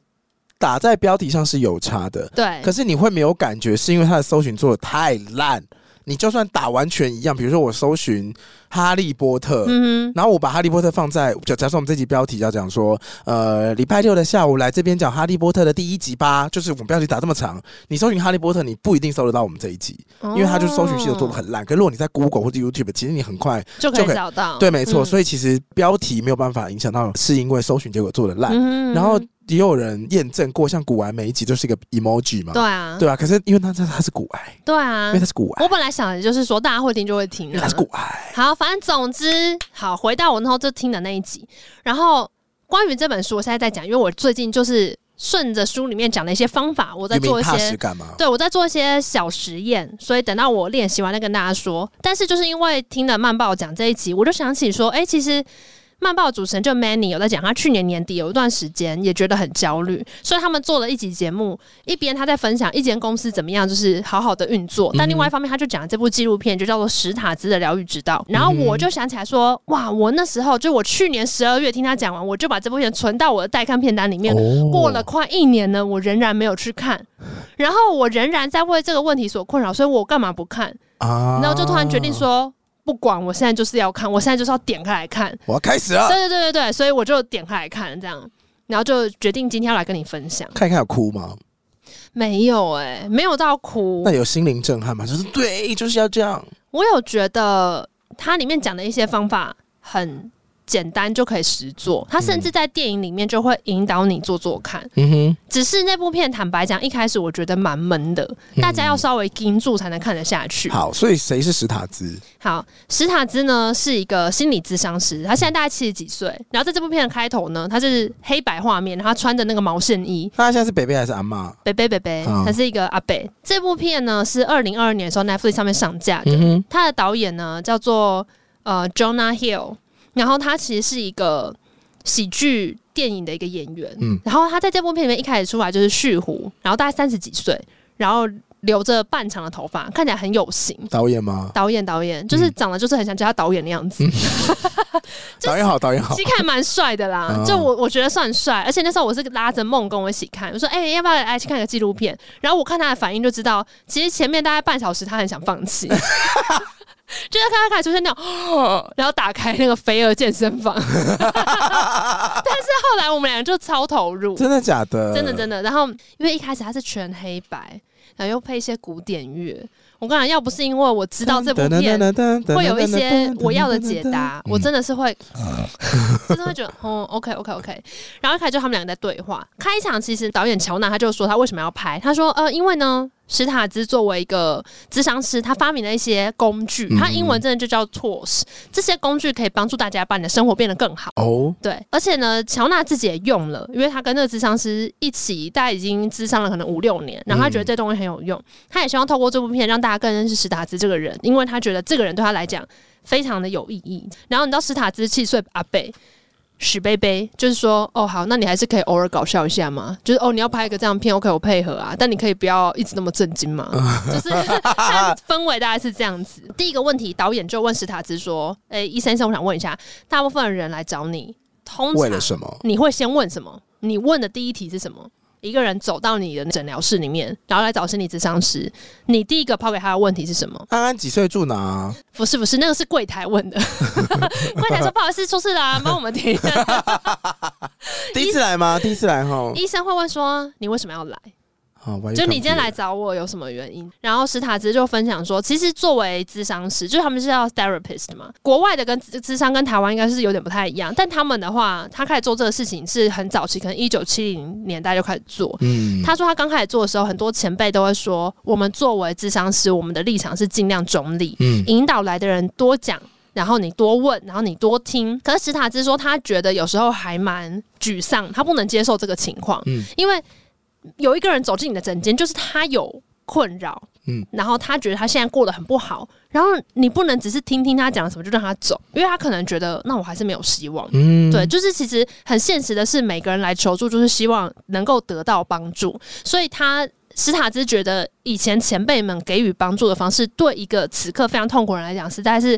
Speaker 1: 打在标题上是有差的，
Speaker 2: 对，
Speaker 1: 可是你会没有感觉，是因为它的搜寻做的太烂。你就算打完全一样，比如说我搜寻《哈利波特》，
Speaker 2: 嗯哼。
Speaker 1: 然后我把《哈利波特》放在，就假设我们这集标题要讲说，呃，礼拜六的下午来这边讲《哈利波特》的第一集吧，就是我们标题打这么长，你搜寻《哈利波特》，你不一定搜得到我们这一集，因为它就是搜寻系统做的很烂。可是如果你在 Google 或者 YouTube，其实你很快，
Speaker 2: 就可
Speaker 1: 就可
Speaker 2: 以
Speaker 1: 以
Speaker 2: 找到。嗯
Speaker 1: 对，没错。
Speaker 2: 以
Speaker 1: 所以其实标题没有办法影响到，是因为搜寻结果做的烂。
Speaker 2: 嗯
Speaker 1: 然后也有人验证过，像古玩每一集都是一个 emoji 嘛，
Speaker 2: 对啊，
Speaker 1: 对啊。可是因为它它它是古癌，
Speaker 2: 对啊
Speaker 1: 因为。它是古癌，
Speaker 2: 我本来想的就是说，大家会听就会听
Speaker 1: 因为
Speaker 2: 啊
Speaker 1: 它是。古癌。
Speaker 2: 好，反正总之，好，回到我那时候就听的那一集。然后关于这本书，我现在在讲，因为我最近就是顺着书里面讲的一些方法，我在
Speaker 1: 你
Speaker 2: 做
Speaker 1: 明
Speaker 2: 一
Speaker 1: 踏实
Speaker 2: 些。
Speaker 1: 感吗？
Speaker 2: 对，我在做一些小实验，所以等到我练习完再跟大家说。但是就是因为听了曼报讲这一集，我就想起说，哎、其实漫报主持人就 Manny 有在讲，他去年年底有一段时间也觉得很焦虑，所以他们做了一集节目，一边他在分享一间公司怎么样就是好好的运作，但另外一方面他就讲这部纪录片就叫做《史塔兹的疗愈之道》，然后我就想起来说，哇，我那时候就我去年十二月听他讲完，我就把这部片存到我的待看片单里面，
Speaker 1: 哦
Speaker 2: 过了快一年了，我仍然没有去看，然后我仍然在为这个问题所困扰，所以我干嘛不看？
Speaker 1: 啊
Speaker 2: 然后就突然决定说，不管，我现在就是要看，我现在就是要点开来看。
Speaker 1: 我要开始了，
Speaker 2: 对对对对对，所以我就点开来看，这样，然后就决定今天要来跟你分享。
Speaker 1: 看一看有哭吗？
Speaker 2: 没有哎、没有到哭
Speaker 1: 那，有心灵震撼吗？就是对，就是要这样。
Speaker 2: 我有觉得它里面讲的一些方法很。简单就可以实做，它甚至在电影里面就会引导你做做看。
Speaker 1: 嗯哼，
Speaker 2: 只是那部片，坦白讲，一开始我觉得蛮闷的，大家要稍微盯住才能看得下去。
Speaker 1: 好，所以谁是史塔兹？
Speaker 2: 好，史塔兹呢是一个心理咨商师，他现在大概七十几岁。然后在这部片的开头呢，他是黑白画面，然后他穿着那个毛线衣。
Speaker 1: 那他现在是北北还是阿妈？
Speaker 2: 北北北北，
Speaker 1: 嗯
Speaker 2: 他是一个阿北。这部片呢是二零二二年的时候 Netflix 上面上架的，
Speaker 1: 嗯哼，
Speaker 2: 他的导演呢叫做呃 Jonah Hill，然后他其实是一个喜剧电影的一个演员，
Speaker 1: 嗯
Speaker 2: 然后他在这部片里面一开始出来就是蓄胡，然后大概三十几岁，然后留着半长的头发，看起来很有型。
Speaker 1: 导演吗？
Speaker 2: 导演，导演，就是长得就是很想叫他导演的样子，
Speaker 1: 导演好，导演好
Speaker 2: 其。实看蛮帅的啦
Speaker 1: 嗯。
Speaker 2: 就我我觉得算帅，而且那时候我是拉着梦跟我一起看，我说哎、要不要来去看个纪录片？然后我看他的反应就知道，其实前面大概半小时他很想放 弃，就是看他开始出现那种，然后打开那个飞儿健 身房，但是后来我们两个就超投入，
Speaker 1: 真的假的？
Speaker 2: 真的真的。然后因为一开始它是全黑白，然后又配一些古典乐，我跟你讲，要不是因为我知道这部片会有一些我要的解答，我真的是会， 真的会觉得，哦，OK OK OK。然后一开始就他们两个在对话，开场其实导演乔纳他就说他为什么要拍，他说呃，因为呢。史塔兹作为一个智商师，他发明了一些工具，他英文真的就叫 tools。这 E，些工具可以帮助大家把你的生活变得更好。
Speaker 1: 哦，
Speaker 2: 对，而且呢，乔纳自己也用了，因为他跟那个智商师一起，大概已经智商了可能五六年，然后他觉得这东西很有用，他也希望透过这部片让大家更认识史塔兹这个人，因为他觉得这个人对他来讲非常的有意义。然后你知道史塔兹七岁阿贝。史贝贝就是说，哦，好，那你还是可以偶尔搞笑一下嘛。就是哦，你要拍一个这样的片，OK，我配合啊，但你可以不要一直那么震惊嘛。就是 他的氛围大概是这样子。第一个问题，导演就问史塔兹说：“诶、医生，医生，我想问一下，大部分人来找你，通
Speaker 1: 为
Speaker 2: 常
Speaker 1: 了什么？
Speaker 2: 你会先问什么？你问的第一题是什么？一个人走到你的诊疗室里面，然后来找心理咨商师，你第一个抛给他的问题是什么？
Speaker 1: 安安几岁住哪？
Speaker 2: 不是不是，那个是柜台问的。 柜台说不好意思，出事啦，帮我们停一下。
Speaker 1: 第一次来吗？第一次来哈。
Speaker 2: 医生会问说你为什么要来？
Speaker 1: 好，why you
Speaker 2: 就
Speaker 1: come
Speaker 2: 你今天
Speaker 1: here？
Speaker 2: 来找我有什么原因？然后史塔兹就分享说，其实作为咨商师，就是他们是要 therapist 嘛，国外的跟咨咨商跟台湾应该是有点不太一样，但他们的话，他开始做这个事情是很早期，可能一九七零年代就开始做。
Speaker 1: 嗯，
Speaker 2: 他说他刚开始做的时候，很多前辈都会说，我们作为咨商师，我们的立场是尽量中立，
Speaker 1: 嗯
Speaker 2: 引导来的人多讲。然后你多问，然后你多听。可是史塔兹说，他觉得有时候还蛮沮丧，他不能接受这个情况，
Speaker 1: 嗯
Speaker 2: 因为有一个人走进你的诊间，就是他有困扰，
Speaker 1: 嗯
Speaker 2: 然后他觉得他现在过得很不好，然后你不能只是听听他讲什么就让他走，因为他可能觉得那我还是没有希望。
Speaker 1: 嗯，
Speaker 2: 对，就是其实很现实的是，每个人来求助就是希望能够得到帮助，所以他。史塔兹觉得，以前前辈们给予帮助的方式，对一个此刻非常痛苦的人来讲，实在是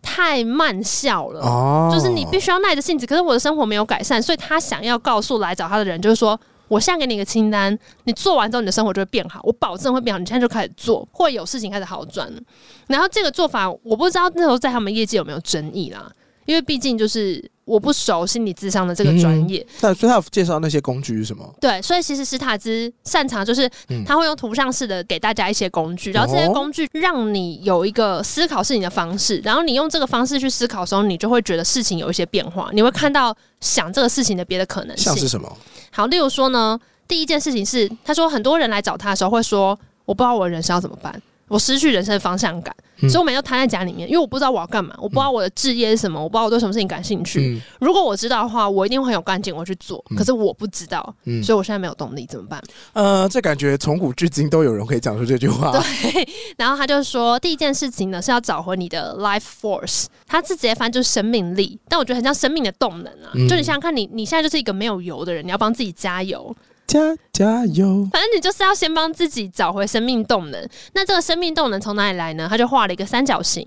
Speaker 2: 太慢效了。
Speaker 1: 哦，
Speaker 2: 就是你必须要耐着性子。可是我的生活没有改善，所以他想要告诉来找他的人，就是说。我现在给你一个清单，你做完之后，你的生活就会变好，我保证会变好。你现在就开始做，会有事情开始好转。然后这个做法，我不知道那时候在他们业界有没有争议啦，因为毕竟就是我不熟心理智商的这个专业，
Speaker 1: 那所以他有介绍那些工具是什么？
Speaker 2: 对，所以其实史塔兹擅长就是
Speaker 1: 嗯
Speaker 2: 他会用图像式的给大家一些工具，然后这些
Speaker 1: 哦
Speaker 2: 工具让你有一个思考事情的方式，然后你用这个方式去思考的时候，你就会觉得事情有一些变化，你会看到想这个事情的别的可能
Speaker 1: 像是
Speaker 2: 性。
Speaker 1: 什么？
Speaker 2: 好，例如说呢，第一件事情是，他说很多人来找他的时候会说，我不知道我人生要怎么办，我失去人生的方向感，
Speaker 1: 嗯
Speaker 2: 所以我每天都瘫在家里面，因为我不知道我要干嘛，我不知道我的置业是什么，我不知道我对什么事情感兴趣。
Speaker 1: 嗯
Speaker 2: 如果我知道的话，我一定会很有干劲，我去做。
Speaker 1: 嗯
Speaker 2: 可是我不知道，
Speaker 1: 嗯，
Speaker 2: 所以我现在没有动力，怎么办？
Speaker 1: 呃，这感觉从古至今都有人可以讲出这句话。
Speaker 2: 然后他就说，第一件事情呢是要找回你的 life force，他是直接翻就是生命力，但我觉得很像生命的动能啊。
Speaker 1: 嗯
Speaker 2: 就你想想看你，你现在就是一个没有油的人，你要帮自己加油，
Speaker 1: 加加油！
Speaker 2: 反正你就是要先帮自己找回生命动能。那这个生命动能从哪里来呢？他就画了一个三角形，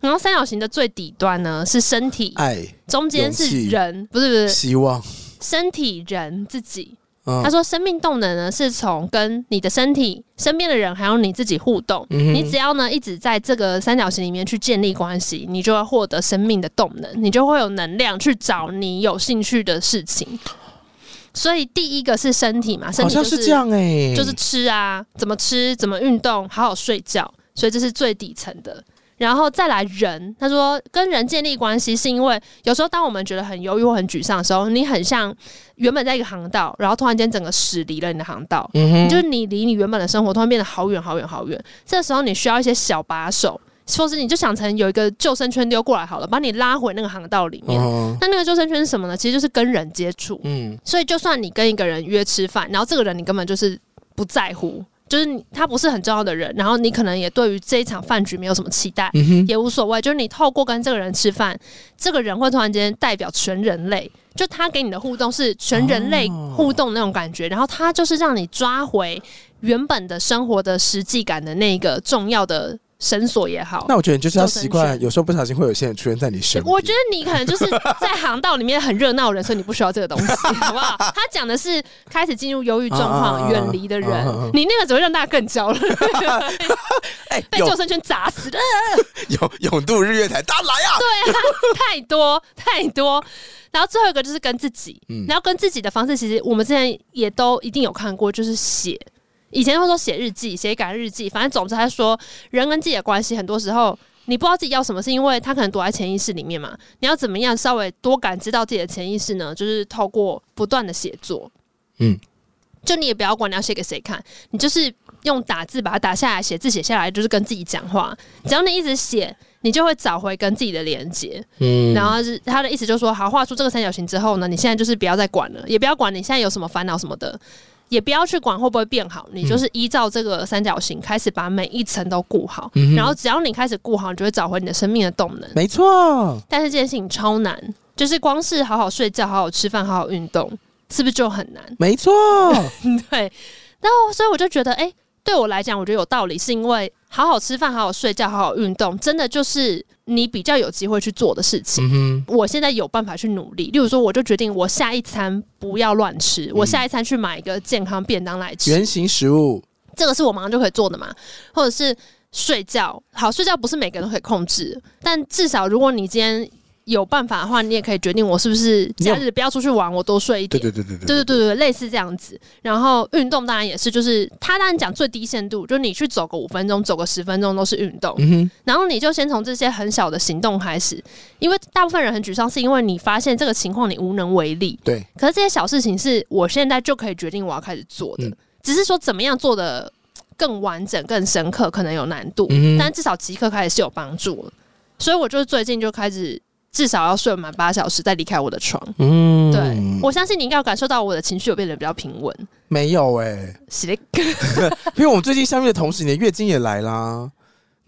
Speaker 2: 然后三角形的最底端呢是身体，
Speaker 1: 爱、
Speaker 2: 中间
Speaker 1: 啊勇
Speaker 2: 是
Speaker 1: 气
Speaker 2: 人，不是不是
Speaker 1: 希望，
Speaker 2: 身体人自己，
Speaker 1: 嗯
Speaker 2: 他说，生命动能呢是从跟你的身体、身边的人还有你自己互动。
Speaker 1: 嗯哼
Speaker 2: 你只要呢一直在这个三角形里面去建立关系，你就会获得生命的动能，你就会有能量去找你有兴趣的事情。所以第一个是身体嘛，身
Speaker 1: 好
Speaker 2: 体就
Speaker 1: 像
Speaker 2: 是
Speaker 1: 是这样哎、
Speaker 2: 就是吃啊，怎么吃，怎么运动，好好睡觉，所以这是最底层的。然后再来人，他说跟人建立关系，是因为有时候当我们觉得很忧郁或很沮丧的时候，你很像原本在一个航道，然后突然间整个驶离了你的航道，
Speaker 1: 嗯哼，
Speaker 2: 就是你离你原本的生活突然变得好远好远好远。这时候你需要一些小把手，或是你就想成有一个救生圈丢过来好了，把你拉回那个航道里面。
Speaker 1: 嗯
Speaker 2: 那那个救生圈是什么呢？其实就是跟人接触。
Speaker 1: 嗯
Speaker 2: 所以就算你跟一个人约吃饭，然后这个人你根本就是不在乎，就是你他不是很重要的人，然后你可能也对于这一场饭局没有什么期待，
Speaker 1: 嗯哼，
Speaker 2: 也无所谓。就是你透过跟这个人吃饭，这个人会突然间代表全人类，就他给你的互动是全人类
Speaker 1: 哦
Speaker 2: 互动那种感觉，然后他就是让你抓回原本的生活的实际感的那个重要的绳索也好。
Speaker 1: 那我觉得你就是要习
Speaker 2: 周
Speaker 1: 惯
Speaker 2: 深，
Speaker 1: 有时候不小心会有些人出现在你身边。
Speaker 2: 我觉得你可能就是在航道里面很热闹的人，所以你不需要这个东 西，好不好？他讲的是开始进入忧郁状
Speaker 1: 啊啊啊啊
Speaker 2: 况、远离的人
Speaker 1: 啊啊啊，
Speaker 2: 你那个只会让大家更焦虑，
Speaker 1: 哎、
Speaker 2: 被救生圈砸死了，
Speaker 1: 有有永渡日月潭，大家来啊！
Speaker 2: 太多太多。然后最后一个就是跟自己
Speaker 1: 嗯，
Speaker 2: 然后跟自己的方式，其实我们之前也都一定有看过，就是写。以前会说写日记、写感恩日记，反正总之他说，人跟自己的关系，很多时候你不知道自己要什么，是因为他可能躲在潜意识里面嘛。你要怎么样稍微多感知到自己的潜意识呢？就是透过不断的写作，
Speaker 1: 嗯，
Speaker 2: 就你也不要管你要写给谁看，你就是用打字把它打下来，写字写下来，就是跟自己讲话。只要你一直写，你就会找回跟自己的连接。
Speaker 1: 嗯
Speaker 2: 然后是他的意思就是说，好，画出这个三角形之后呢，你现在就是不要再管了，也不要管你现在有什么烦恼什么的，也不要去管会不会变好，
Speaker 1: 嗯
Speaker 2: 你就是依照这个三角形开始把每一层都顾好，
Speaker 1: 嗯哼嗯
Speaker 2: 然后只要你开始顾好，你就会找回你的生命的动能。
Speaker 1: 没错，
Speaker 2: 但是这件事情超难，就是光是好好睡觉、好好吃饭、好好运动，是不是就很难？
Speaker 1: 没错，
Speaker 2: 对，然后所以我就觉得，哎、对我来讲，我觉得有道理，是因为好好吃饭、好好睡觉、好好运动，真的就是你比较有机会去做的事情。
Speaker 1: 嗯哼，
Speaker 2: 我现在有办法去努力，例如说，我就决定我下一餐不要乱吃，我下一餐去买一个健康便当来
Speaker 1: 嗯
Speaker 2: 吃，
Speaker 1: 原型食物，
Speaker 2: 这个是我马上就可以做的嘛，或者是睡觉。好，睡觉不是每个人都可以控制，但至少如果你今天有办法的话，你也可以决定我是不是
Speaker 1: 你有
Speaker 2: 假日不要出去玩，我多睡一
Speaker 1: 对
Speaker 2: 点。
Speaker 1: 对对对对
Speaker 2: 对对对对，类似这样子。然后运动当然也是，就是他当然讲最低限度，就是你去走个五分钟，走个十分钟都是运动。
Speaker 1: 嗯
Speaker 2: 然后你就先从这些很小的行动开始，因为大部分人很沮丧，是因为你发现这个情况你无能为力
Speaker 1: 哼，。对，
Speaker 2: 可是这些小事情是我现在就可以决定我要开始做的，
Speaker 1: 嗯
Speaker 2: 只是说怎么样做的更完整、更深刻，可能有难度，
Speaker 1: 嗯哼，
Speaker 2: 但至少即刻开始是有帮助的。所以我就最近就开始至少要睡满八小时再离开我的床。
Speaker 1: 嗯，
Speaker 2: 对、我相信你应该有感受到我的情绪有变得比较平稳。
Speaker 1: 没有哎、
Speaker 2: 是的
Speaker 1: 因为我们最近相遇的同时，你的月经也来啦。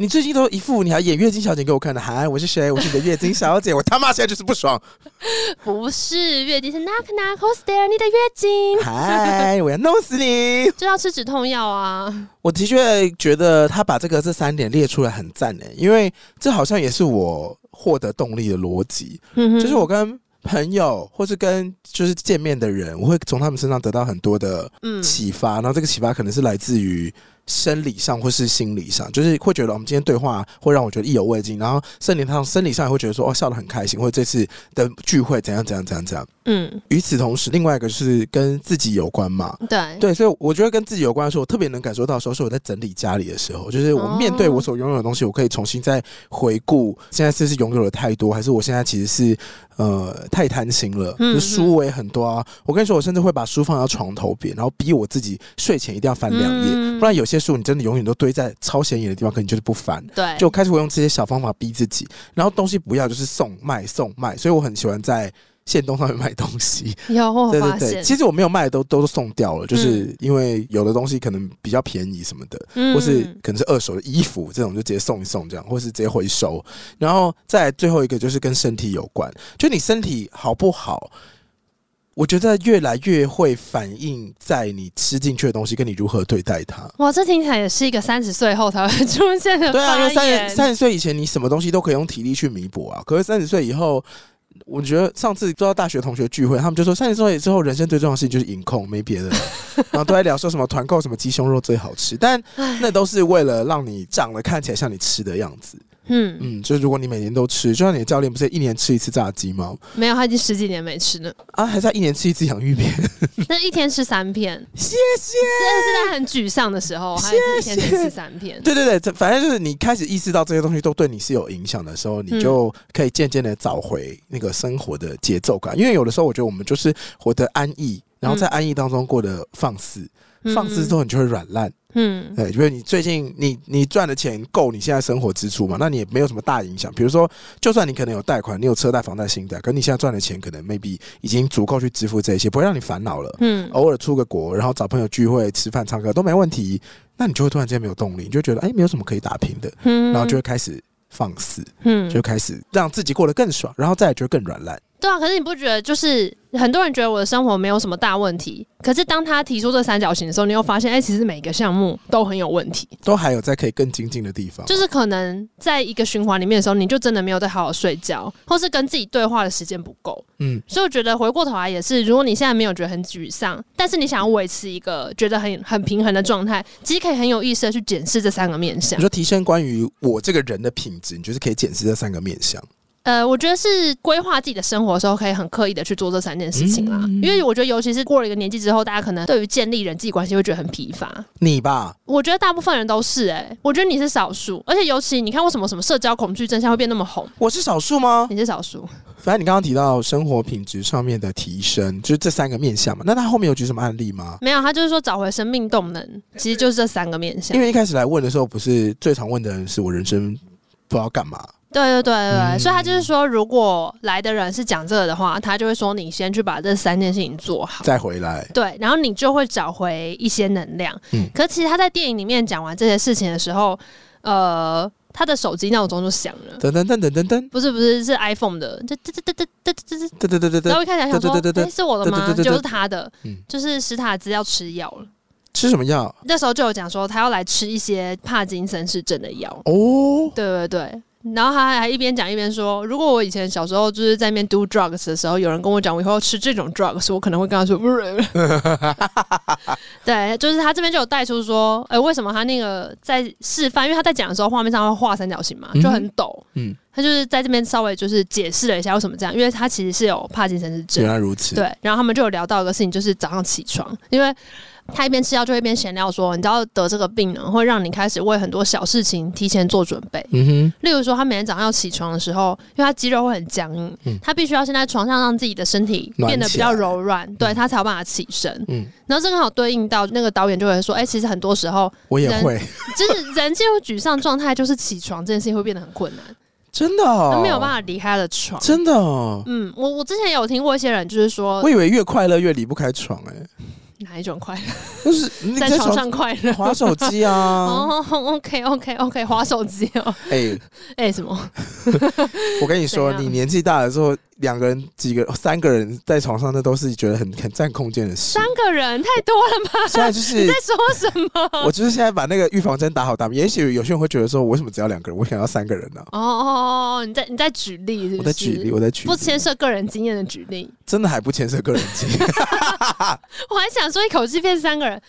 Speaker 1: 你最近都一副你还演月经小姐给我看的，嗨，我是谁？我是你的月经小姐，我他妈现在就是不爽，
Speaker 2: 不是月经是 knock knock who's there？你的月经
Speaker 1: 嗨，我要弄死你！
Speaker 2: 就要吃止痛药啊。
Speaker 1: 我的确觉得他把这个这三点列出来很赞诶，因为这好像也是我获得动力的逻辑，
Speaker 2: 嗯哼
Speaker 1: 就是我跟朋友或是跟就是见面的人，我会从他们身上得到很多的
Speaker 2: 嗯
Speaker 1: 启发，然后这个启发可能是来自于生理上或是心理上，就是会觉得哦我们今天对话会让我觉得意犹未尽，然后生理上生理上也会觉得说哦笑得很开心，或者这次的聚会怎样怎样怎样怎样。
Speaker 2: 嗯，
Speaker 1: 与此同时，另外一个是跟自己有关嘛，
Speaker 2: 对，
Speaker 1: 对，所以我觉得跟自己有关的时候，我特别能感受到的时候，是我在整理家里的时候，就是
Speaker 2: 哦
Speaker 1: 我面对我所拥有的东西，我可以重新再回顾，现在是不是拥有的太多，还是我现在其实是呃太贪心了？
Speaker 2: 嗯
Speaker 1: 就书我也很多啊，我跟你说，我甚至会把书放到床头边，然后逼我自己睡前一定要翻两页，
Speaker 2: 嗯
Speaker 1: 不然有些些事物你真的永远都堆在超显眼的地方，可你就是不烦。
Speaker 2: 对，
Speaker 1: 就开始我用这些小方法逼自己，然后东西不要就是送卖送卖，所以我很喜欢在线东上面卖东西。
Speaker 2: 有我
Speaker 1: 对
Speaker 2: 有哦发
Speaker 1: 对
Speaker 2: 现
Speaker 1: 对，，其实我没有卖的都都送掉了，就是因为有的东西可能比较便宜什么的，
Speaker 2: 嗯
Speaker 1: 或是可能是二手的衣服这种就直接送一送这样，或是直接回收。然后再来最后一个就是跟身体有关，就你身体好不好，我觉得越来越会反映在你吃进去的东西跟你如何对待它。
Speaker 2: 哇，这听起来也是一个三十岁后才会出现的
Speaker 1: 对啊，因为
Speaker 2: 发言
Speaker 1: 三十三十岁以前你什么东西都可以用体力去弥补啊，可是三十岁以后。我觉得上次不知道大学同学聚会，他们就说三十岁之后人生最重要的事情就是饮控，没别的了。然后都在聊说什么团购什么鸡胸肉最好吃，但那都是为了让你长得看起来像你吃的样子。
Speaker 2: 嗯，
Speaker 1: 嗯，就是如果你每年都吃，就像你的教练不是一年吃一次炸鸡吗？
Speaker 2: 没有，他已经十几年没吃 了，
Speaker 1: 啊，还在一年吃一次洋芋片。
Speaker 2: 那一天吃三片，
Speaker 1: 谢谢。
Speaker 2: 真的是在很沮丧的时候，他一天只吃三片。
Speaker 1: 对对对，这反正就是你开始意识到这些东西都对你是有影响的时候，你就可以渐渐的找回那个生活的节奏感。因为有的时候，我觉得我们就是活得安逸，然后在安逸当中过得放肆，
Speaker 2: 嗯
Speaker 1: 放肆之后你就会软烂。
Speaker 2: 嗯，
Speaker 1: 对，因为你最近你你赚的钱够你现在生活支出嘛，那你也没有什么大影响。比如说，就算你可能有贷款，你有车贷、房贷、信贷，可你现在赚的钱可能 maybe 已经足够去支付这些，不会让你烦恼了。
Speaker 2: 嗯，
Speaker 1: 偶尔出个国，然后找朋友聚会、吃饭、唱歌都没问题，那你就会突然间没有动力，你就觉得哎，没有什么可以打拼的，
Speaker 2: 嗯，
Speaker 1: 然后就会开始放肆，
Speaker 2: 嗯，
Speaker 1: 就开始让自己过得更爽，然后再来就会更软烂。
Speaker 2: 对啊。可是你不觉得，就是很多人觉得我的生活没有什么大问题，可是当他提出这三角形的时候，你又发现，哎、其实每个项目都很有问题。
Speaker 1: 都还有在可以更精进的地方，
Speaker 2: 嗯就是可能在一个循环里面的时候，你就真的没有在好好睡觉，或是跟自己对话的时间不够。
Speaker 1: 嗯，
Speaker 2: 所以我觉得回过头来也是，如果你现在没有觉得很沮丧，但是你想要维持一个觉得很很平衡的状态，其实可以很有意识的去检视这三个面向
Speaker 1: 你。说提升关于我这个人的品质，你就是可以检视这三个面向。
Speaker 2: 呃，我觉得是规划自己的生活的时候，可以很刻意的去做这三件事情啦。
Speaker 1: 嗯
Speaker 2: 因为我觉得，尤其是过了一个年纪之后，大家可能对于建立人际关系会觉得很疲乏。
Speaker 1: 你吧，
Speaker 2: 我觉得大部分人都是哎、我觉得你是少数，而且尤其你看为什么什么社交恐惧症现在会变那么红，
Speaker 1: 我是少数吗？
Speaker 2: 你是少数。
Speaker 1: 反正你刚刚提到生活品质上面的提升，就是这三个面向嘛。那他后面有举什么案例吗？
Speaker 2: 没有，他就是说找回生命动能，其实就是这三个面向
Speaker 1: 因。为一开始来问的时候，不是最常问的人是我人生不知道干嘛，
Speaker 2: 对对对对，对
Speaker 1: 嗯
Speaker 2: 所以他就是说，如果来的人是讲这个的话，他就会说你先去把这三件事情做好。
Speaker 1: 再回来。
Speaker 2: 对，然后你就会找回一些能量。
Speaker 1: 嗯
Speaker 2: 可其实他在电影里面讲完这些事情的时候，呃，他的手机闹钟就响了，
Speaker 1: 噔噔噔噔噔噔
Speaker 2: 不是不是是 iPhone 的，这这这这这这这这。
Speaker 1: 噔噔噔噔
Speaker 2: 然
Speaker 1: 噔，
Speaker 2: 后一开始想说
Speaker 1: 对对对，对
Speaker 2: 哎，是我的吗？
Speaker 1: 对对对对
Speaker 2: 就是他的
Speaker 1: 嗯，
Speaker 2: 就是史塔兹要吃药了。
Speaker 1: 吃什么药？
Speaker 2: 那时候就有讲说，他要来吃一些帕金森氏症的药。
Speaker 1: 哦，
Speaker 2: 对对对。然后他还一边讲一边说：“如果我以前小时候就是在那边 do drugs 的时候，有人跟我讲我以后要吃这种 drugs，我可能会跟他说， 不是。对，就是他这边就有带出说，哎、为什么他那个在示范，因为他在讲的时候画面上会画三角形嘛，就很陡。
Speaker 1: 嗯，
Speaker 2: 他就是在这边稍微就是解释了一下为什么这样，因为他其实是有帕金森氏症
Speaker 1: 原，来如此。
Speaker 2: 对，然后他们就有聊到一个事情，就是早上起床，因为他一边吃药就会一边闲聊说，你知道得这个病呢，会让你开始为很多小事情提前做准备。
Speaker 1: 嗯
Speaker 2: 例如说，他每天早上要起床的时候，因为他肌肉会很僵硬，
Speaker 1: 嗯
Speaker 2: 他必须要先在床上让自己的身体
Speaker 1: 暖
Speaker 2: 变得比
Speaker 1: 起
Speaker 2: 较
Speaker 1: 来
Speaker 2: 柔软，对他才有办法起身。
Speaker 1: 哼，嗯，
Speaker 2: 然后这刚好对应到那个导演就会说，哎、其实很多时候，
Speaker 1: 我也会，
Speaker 2: 就是人进入沮丧状态，就是起床这件事情会变得很困难，
Speaker 1: 真的
Speaker 2: 他
Speaker 1: 哦，
Speaker 2: 没有办法离开了床。
Speaker 1: 真的哦。
Speaker 2: 嗯，我我之前有听过一些人就是说
Speaker 1: 我以为越快乐越离不开床，哎，
Speaker 2: 哪一种快乐，
Speaker 1: 就是你
Speaker 2: 在床上快乐。
Speaker 1: 划手机啊，
Speaker 2: 哦、o k OK OK，划手机哦，
Speaker 1: 哎，
Speaker 2: 哎、什么？
Speaker 1: 我跟你说，
Speaker 2: 怎样
Speaker 1: 你年纪大了之后，两个人、几个、三个人在床上，那都是觉得很很占空间的事
Speaker 2: 三。个人太多了吧？
Speaker 1: 现在就是
Speaker 2: 在说什么？
Speaker 1: 我就是现在把那个预防针打好打满。也许有些人会觉得说，我为什么只要两个人？我想要三个人呢、
Speaker 2: 哦哦哦哦，你在你在举例是不是？
Speaker 1: 我在举例，，我在举
Speaker 2: 不
Speaker 1: 例，
Speaker 2: 牵涉个人经验的举例。
Speaker 1: 真的还不牵涉个人经验。
Speaker 2: 我还想说一口气变三个人，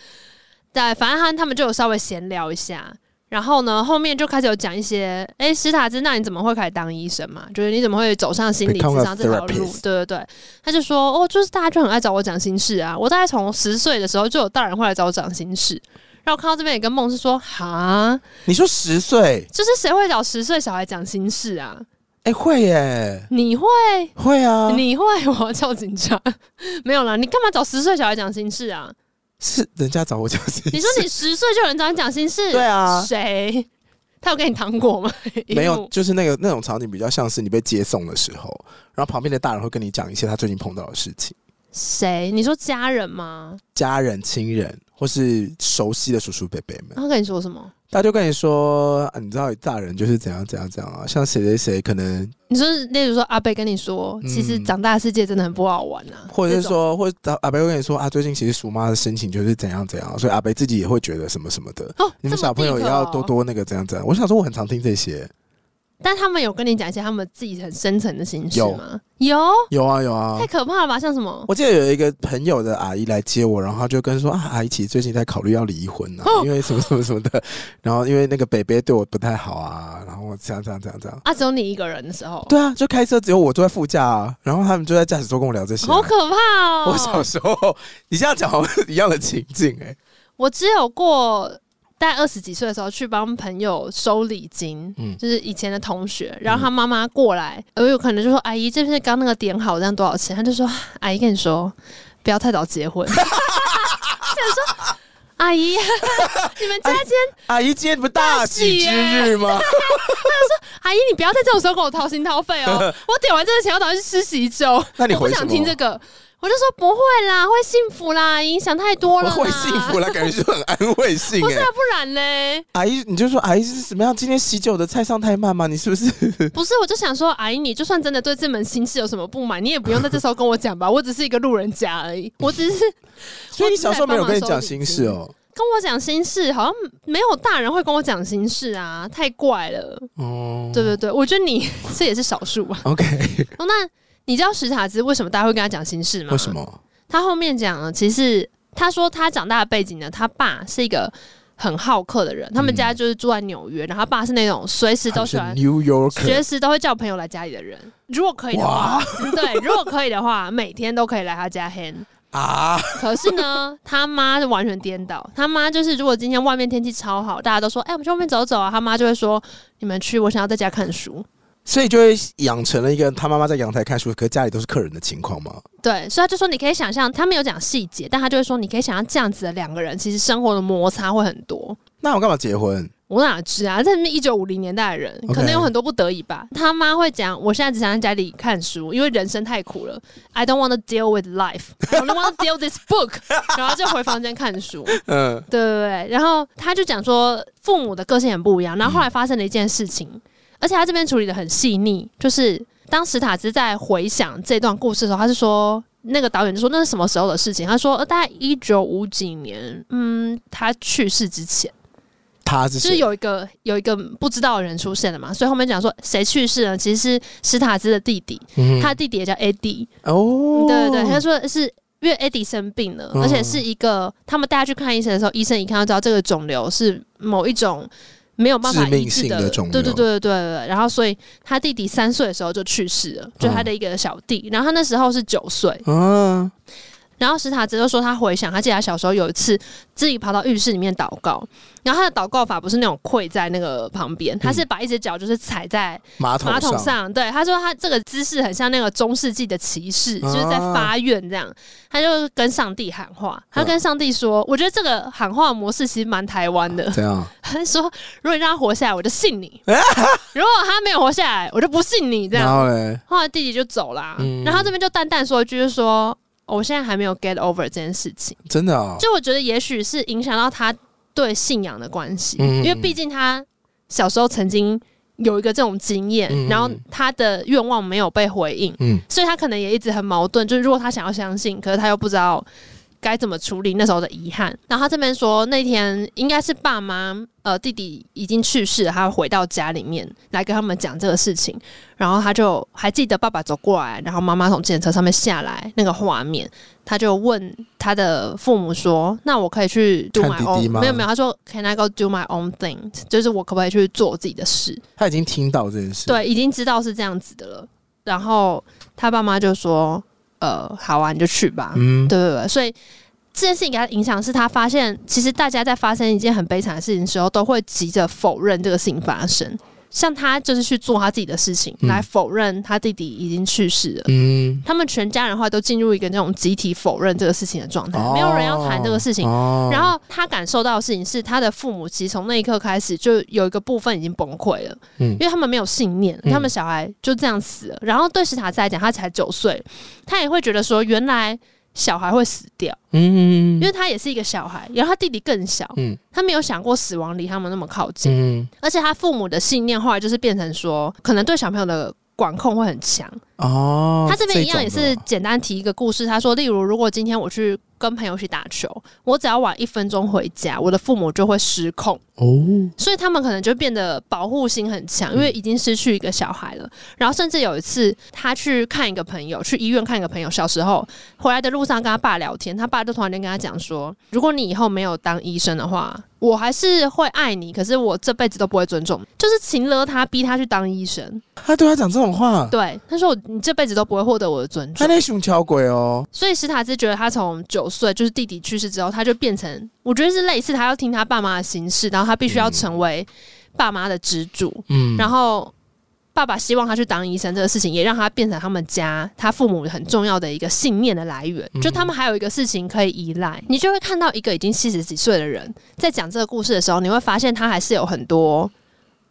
Speaker 2: 对，反正他他们就有稍微闲聊一下。然后呢，后面就开始有讲一些，哎，史塔兹，那你怎么会开始当医生嘛？就是你怎么会走上心理智
Speaker 1: Become a
Speaker 2: 商这条路？
Speaker 1: therapist
Speaker 2: 对对对，他就说，哦，就是大家就很爱找我讲心事啊。我大概从十岁的时候就有大人会来找我讲心事。然后看到这边也跟梦是说，哈，
Speaker 1: 你说十岁，
Speaker 2: 就是谁会找十岁小孩讲心事啊？
Speaker 1: 哎、会耶，
Speaker 2: 你会
Speaker 1: 会啊。
Speaker 2: 你会，我要叫警察。没有啦，你干嘛找十岁小孩讲心事啊？
Speaker 1: 是人家找我讲心事，
Speaker 2: 你说你十岁就有人找你讲心事，
Speaker 1: 对啊
Speaker 2: 谁？他有给你糖果吗？
Speaker 1: 没
Speaker 2: 一
Speaker 1: 有，
Speaker 2: 路，
Speaker 1: 就是那个那种场景比较像是你被接送的时候，然后旁边的大人会跟你讲一些他最近碰到的事情，
Speaker 2: 谁？你说家人吗？
Speaker 1: 家人、亲人或是熟悉的叔叔伯伯们，
Speaker 2: 他跟你说什么？
Speaker 1: 他就跟你说，啊、你知道大人就是怎样怎样怎样啊，像谁谁谁可能，
Speaker 2: 你说，例如说阿贝跟你说，
Speaker 1: 嗯
Speaker 2: 其实长大的世界真的很不好玩啊，
Speaker 1: 或者是
Speaker 2: 这种，
Speaker 1: 说，或者阿阿伯会跟你说啊，最近其实叔妈的心情就是怎样怎样，啊所以阿伯自己也会觉得什么什么的。
Speaker 2: 哦，
Speaker 1: 你们
Speaker 2: 这么
Speaker 1: 小朋友
Speaker 2: deep
Speaker 1: 也要
Speaker 2: 哦
Speaker 1: 多多那个怎样怎样。我想说，我很常听这些，
Speaker 2: 但他们有跟你讲一些他们自己很深层的心事
Speaker 1: 有
Speaker 2: 吗？有，
Speaker 1: 有啊有啊
Speaker 2: 太。可怕了吧？像什么？
Speaker 1: 我记得有一个朋友的阿姨来接我，然后她就跟说啊，阿姨其实最近在考虑要离婚呢、
Speaker 2: 哦
Speaker 1: 因为什么什么什么的， 然后因为那个北北对我不太好啊，然后我这样这样这样这样。
Speaker 2: 啊，只有你一个人的时候，
Speaker 1: 对啊，就开车只有我坐在副驾啊，然后他们就在驾驶座跟我聊这些啊、
Speaker 2: 好可怕哦！
Speaker 1: 我小时候，你这样讲好像一样的情境哎、
Speaker 2: 我只有过在二十几岁的时候去帮朋友收礼金，
Speaker 1: 嗯
Speaker 2: 就是以前的同学，然后他妈妈过来，我有可能就说：“阿姨，这边刚那个点好，这样多少钱？”他就说：“啊阿姨跟你说，不要太早 结婚。”想说。阿姨， 你们家今天，
Speaker 1: 阿姨今天不大喜之日吗？
Speaker 2: 啊阿姨，你不要在这种时候跟我掏心掏 肺哦！我点完这个钱，我打算去吃喜酒。
Speaker 1: 那你
Speaker 2: 我不
Speaker 1: 回什
Speaker 2: 想
Speaker 1: 么
Speaker 2: 听？这个，我就说不会啦，会幸福啦，影响太多了
Speaker 1: 我
Speaker 2: 啦，
Speaker 1: 会幸福了，感觉就很安慰性
Speaker 2: 不
Speaker 1: 哎、
Speaker 2: 是啊，不然嘞，
Speaker 1: 阿姨，你就说阿姨是怎么样？今天喜酒的菜上太慢吗？你是不 是？
Speaker 2: 不是，我就想说，阿姨，你就算真的对这门亲事有什么不满，你也不用在这时候跟我讲吧，我只是一个路人甲而已，我只是
Speaker 1: 所以你小时候没有跟你讲心事哦。
Speaker 2: 跟我讲心事，好像没有大人会跟我讲心事啊，太怪了，
Speaker 1: 哦，
Speaker 2: 对对对，我觉得你 这也是少数吧。
Speaker 1: OK，
Speaker 2: 哦，那你知道史塔兹为什么大家会跟他讲心事吗？
Speaker 1: 为什？么？
Speaker 2: 他后面讲了，其实他说他长大的背景呢，他爸是一个很好客的人，他们家就是住在纽约，然后他爸是那种随时都喜
Speaker 1: 嗯他
Speaker 2: 欢
Speaker 1: 们是 New
Speaker 2: 随
Speaker 1: Yorker，
Speaker 2: 时都会叫朋友来家里的人，如果可以的话，嗯对，如果可以的话，每天都可以来他家 hand。
Speaker 1: 啊，
Speaker 2: 可是呢，他妈就完全颠倒，他妈就是如果今天外面天气超好，大家都说，哎、我们去外面走走啊，他妈就会说，你们去，我想要在家看书。
Speaker 1: 所以就会养成了一个他妈妈在阳台看书，可是家里都是客人的情况嘛。
Speaker 2: 对，所以他就说，你可以想象，他没有讲细节，但他就会说，你可以想象这样子的两个人，其实生活的摩擦会很多。
Speaker 1: 那我干嘛结婚？
Speaker 2: 我哪知啊？这是一九五零年代的人，
Speaker 1: OK
Speaker 2: 可能有很多不得已吧。他妈会讲，我现在只想在家里看书，因为人生太苦了。I don't want to deal with life. I don't want to deal this book. 然后就回房间看书。
Speaker 1: 嗯，
Speaker 2: 对对对。然后他就讲说，父母的个性很不一样。然后后来发生了一件事情，而且他这边处理的很细腻，就是当史塔兹在回想这段故事的时候，他是说。那个导演就说那是什么时候的事情？他说，呃，大概一九五几年，嗯，他去世之前。
Speaker 1: 他是
Speaker 2: 就是
Speaker 1: 谁？
Speaker 2: 有一个有一个不知道的人出现了嘛，所以后面讲说谁去世呢？其实是史塔兹的弟弟，
Speaker 1: 嗯
Speaker 2: 他的弟弟也叫 AD，、
Speaker 1: 哦，
Speaker 2: 对对对，他说是因为 AD 生病了，
Speaker 1: 嗯
Speaker 2: 而且是一个他们带他去看医生的时候，医生一看就知道这个肿瘤是某一种。没有办法
Speaker 1: 致命
Speaker 2: 医治
Speaker 1: 性的肿瘤
Speaker 2: 对对对对对对。然后，所以他弟弟三岁的时候就去世了，就他的一个小弟。然后他那时候是九岁，
Speaker 1: 啊，
Speaker 2: 然后史塔兹就说他回想，他记得他小时候有一次自己跑到浴室里面祷告，然后他的祷告法不是那种跪在那个旁边，他是把一只脚就是踩在
Speaker 1: 马桶
Speaker 2: 马桶上。对，他说他这个姿势很像那个中世纪的骑士，
Speaker 1: 啊
Speaker 2: 就是在发愿这样。他就跟上帝喊话，他跟上帝说，我觉得这个喊话模式其实蛮台湾 的。
Speaker 1: 怎样？
Speaker 2: 他说，如果你让他活下来，我就信你；如果他没有活下来，我就不信你。这样
Speaker 1: 然，后嘞，
Speaker 2: 后来弟弟就走啦，
Speaker 1: 嗯
Speaker 2: 然后这边就淡淡说一句，就说、哦我现在还没有 get over 这件事情。
Speaker 1: 真的哦，
Speaker 2: 就我觉得也许是影响到他对信仰的关系，
Speaker 1: 嗯
Speaker 2: 因为毕竟他小时候曾经有一个这种经验，
Speaker 1: 嗯
Speaker 2: 然后他的愿望没有被回应，
Speaker 1: 嗯，
Speaker 2: 所以他可能也一直很矛盾。就是如果他想要相信，可是他又不知道。该怎么处理那时候的遗憾？然后他这边说，那天应该是爸妈呃弟弟已经去世了，他回到家里面来跟他们讲这个事情，然后他就还记得爸爸走过来，然后妈妈从自行车上面下来那个画面，他就问他的父母说：“那我可以去 do
Speaker 1: 看
Speaker 2: my
Speaker 1: 弟弟
Speaker 2: own
Speaker 1: 吗
Speaker 2: 没有没有，他说 Can I go do my own thing？就是我可不可以去做我自己的事？
Speaker 1: 他已经听到这件事，，
Speaker 2: 对，已经知道是这样子的了。然后他爸妈就说：呃，好啊，你就去吧。
Speaker 1: 嗯，
Speaker 2: 对对对，所以这件事情给他的影响是他发现，其实大家在发生一件很悲惨的事情的时候，都会急着否认这个事情发生。像他就是去做他自己的事情，
Speaker 1: 嗯
Speaker 2: 来否认他弟弟已经去世了。
Speaker 1: 嗯，
Speaker 2: 他们全家人的话都进入一个那种集体否认这个事情的状态，
Speaker 1: 哦
Speaker 2: 没有人要谈这个事情。
Speaker 1: 哦
Speaker 2: 然后他感受到的事情是，他的父母其实从那一刻开始就有一个部分已经崩溃了，
Speaker 1: 嗯
Speaker 2: 因为他们没有信念，
Speaker 1: 嗯
Speaker 2: 他们小孩就这样死了。然后对史塔兹来讲，他才九岁，他也会觉得说，原来小孩会死掉，
Speaker 1: 嗯，
Speaker 2: 因为他也是一个小孩，然后他弟弟更小，
Speaker 1: 嗯
Speaker 2: 他没有想过死亡离他们那么靠近，
Speaker 1: 嗯
Speaker 2: 而且他父母的信念后来就是变成说，可能对小朋友的。管控会很强，
Speaker 1: 哦，
Speaker 2: 他这边一样也
Speaker 1: 种的
Speaker 2: 是简单提一个故事。他说，例如如果今天我去跟朋友去打球，我只要晚一分钟回家，我的父母就会失控，
Speaker 1: 哦，
Speaker 2: 所以他们可能就变得保护心很
Speaker 1: 嗯
Speaker 2: 强，因为已经失去一个小孩了。然后甚至有一次，他去看一个朋友，去医院看一个朋友，小时候回来的路上跟他爸聊天，他爸就突然间跟他讲说：“如果你以后没有当医生的话，我还是会爱你，可是我这辈子都不会尊重你。”就是擒了他，逼他去当医生。
Speaker 1: 他对他讲这种话，
Speaker 2: 对，他说我：“你这辈子都不会获得我的尊
Speaker 1: 他
Speaker 2: 重。”
Speaker 1: 那熊敲鬼哦，
Speaker 2: 所以史塔兹觉得他从九岁就是弟弟去世之后，他就变成，我觉得是类似他要听他爸妈的行事，然后他必须要成为爸妈的支柱。
Speaker 1: 嗯，
Speaker 2: 然
Speaker 1: 后
Speaker 2: 后爸爸希望他去当医生这个事情，也让他变成他们家他父母很重要的一个信念的来源。
Speaker 1: 嗯
Speaker 2: 就他们还有一个事情可以依赖，你就会看到一个已经七十几岁的人在讲这个故事的时候，你会发现他还是有很多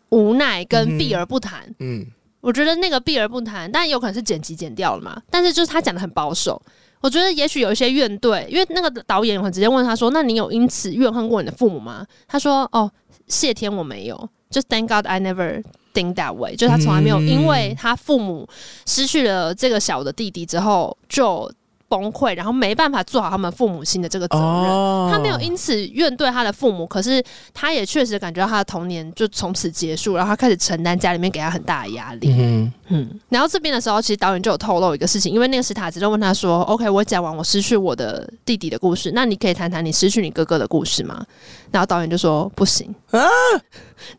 Speaker 2: 无奈跟避而不谈。
Speaker 1: 嗯
Speaker 2: 我觉得那个避而不谈，但有可能是剪辑剪掉了嘛。但是就是他讲的很保守，我觉得也许有一些怨怼，因为那个导演很直接问他说：“那你有因此怨恨过你的父母吗？”他说：“哦，谢天我没有，就 Thank God I never think that way。”就是他从来没有
Speaker 1: 嗯
Speaker 2: 因为他父母失去了这个小的弟弟之后就崩溃，然后没办法做好他们父母亲的这个责任。
Speaker 1: 哦，
Speaker 2: 他没有因此怨对他的父母，可是他也确实感觉到他的童年就从此结束，然后他开始承担家里面给他很大的压力。
Speaker 1: 嗯
Speaker 2: 嗯，然后这边的时候，其实导演就有透露一个事情，因为那个史塔兹就问他说：“OK，我讲完我失去我的弟弟的故事，那你可以谈谈你失去你哥哥的故事吗？”然后导演就说：“不行。”
Speaker 1: 啊
Speaker 2: 啊，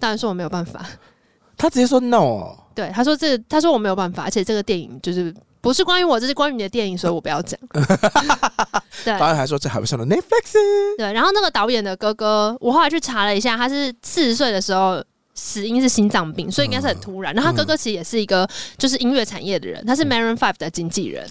Speaker 2: 导演说：“我没有办法。
Speaker 1: 哼，他直接说 no，哦”
Speaker 2: 对，他说：“这，他说我没有办法，而且这个电影就是不是关于我，这是关于你的电影，所以我不要讲。”对，
Speaker 1: 导演还说这还不上的 Netflix，
Speaker 2: 对，然后那个导演的哥哥，我后来去查了一下，他是四十岁的时候死因是心脏病，所以应该是很突然。然后他哥
Speaker 1: 嗯
Speaker 2: 哥其实也是一个就是音乐产业的人，他是 Maroon Five 的经纪人。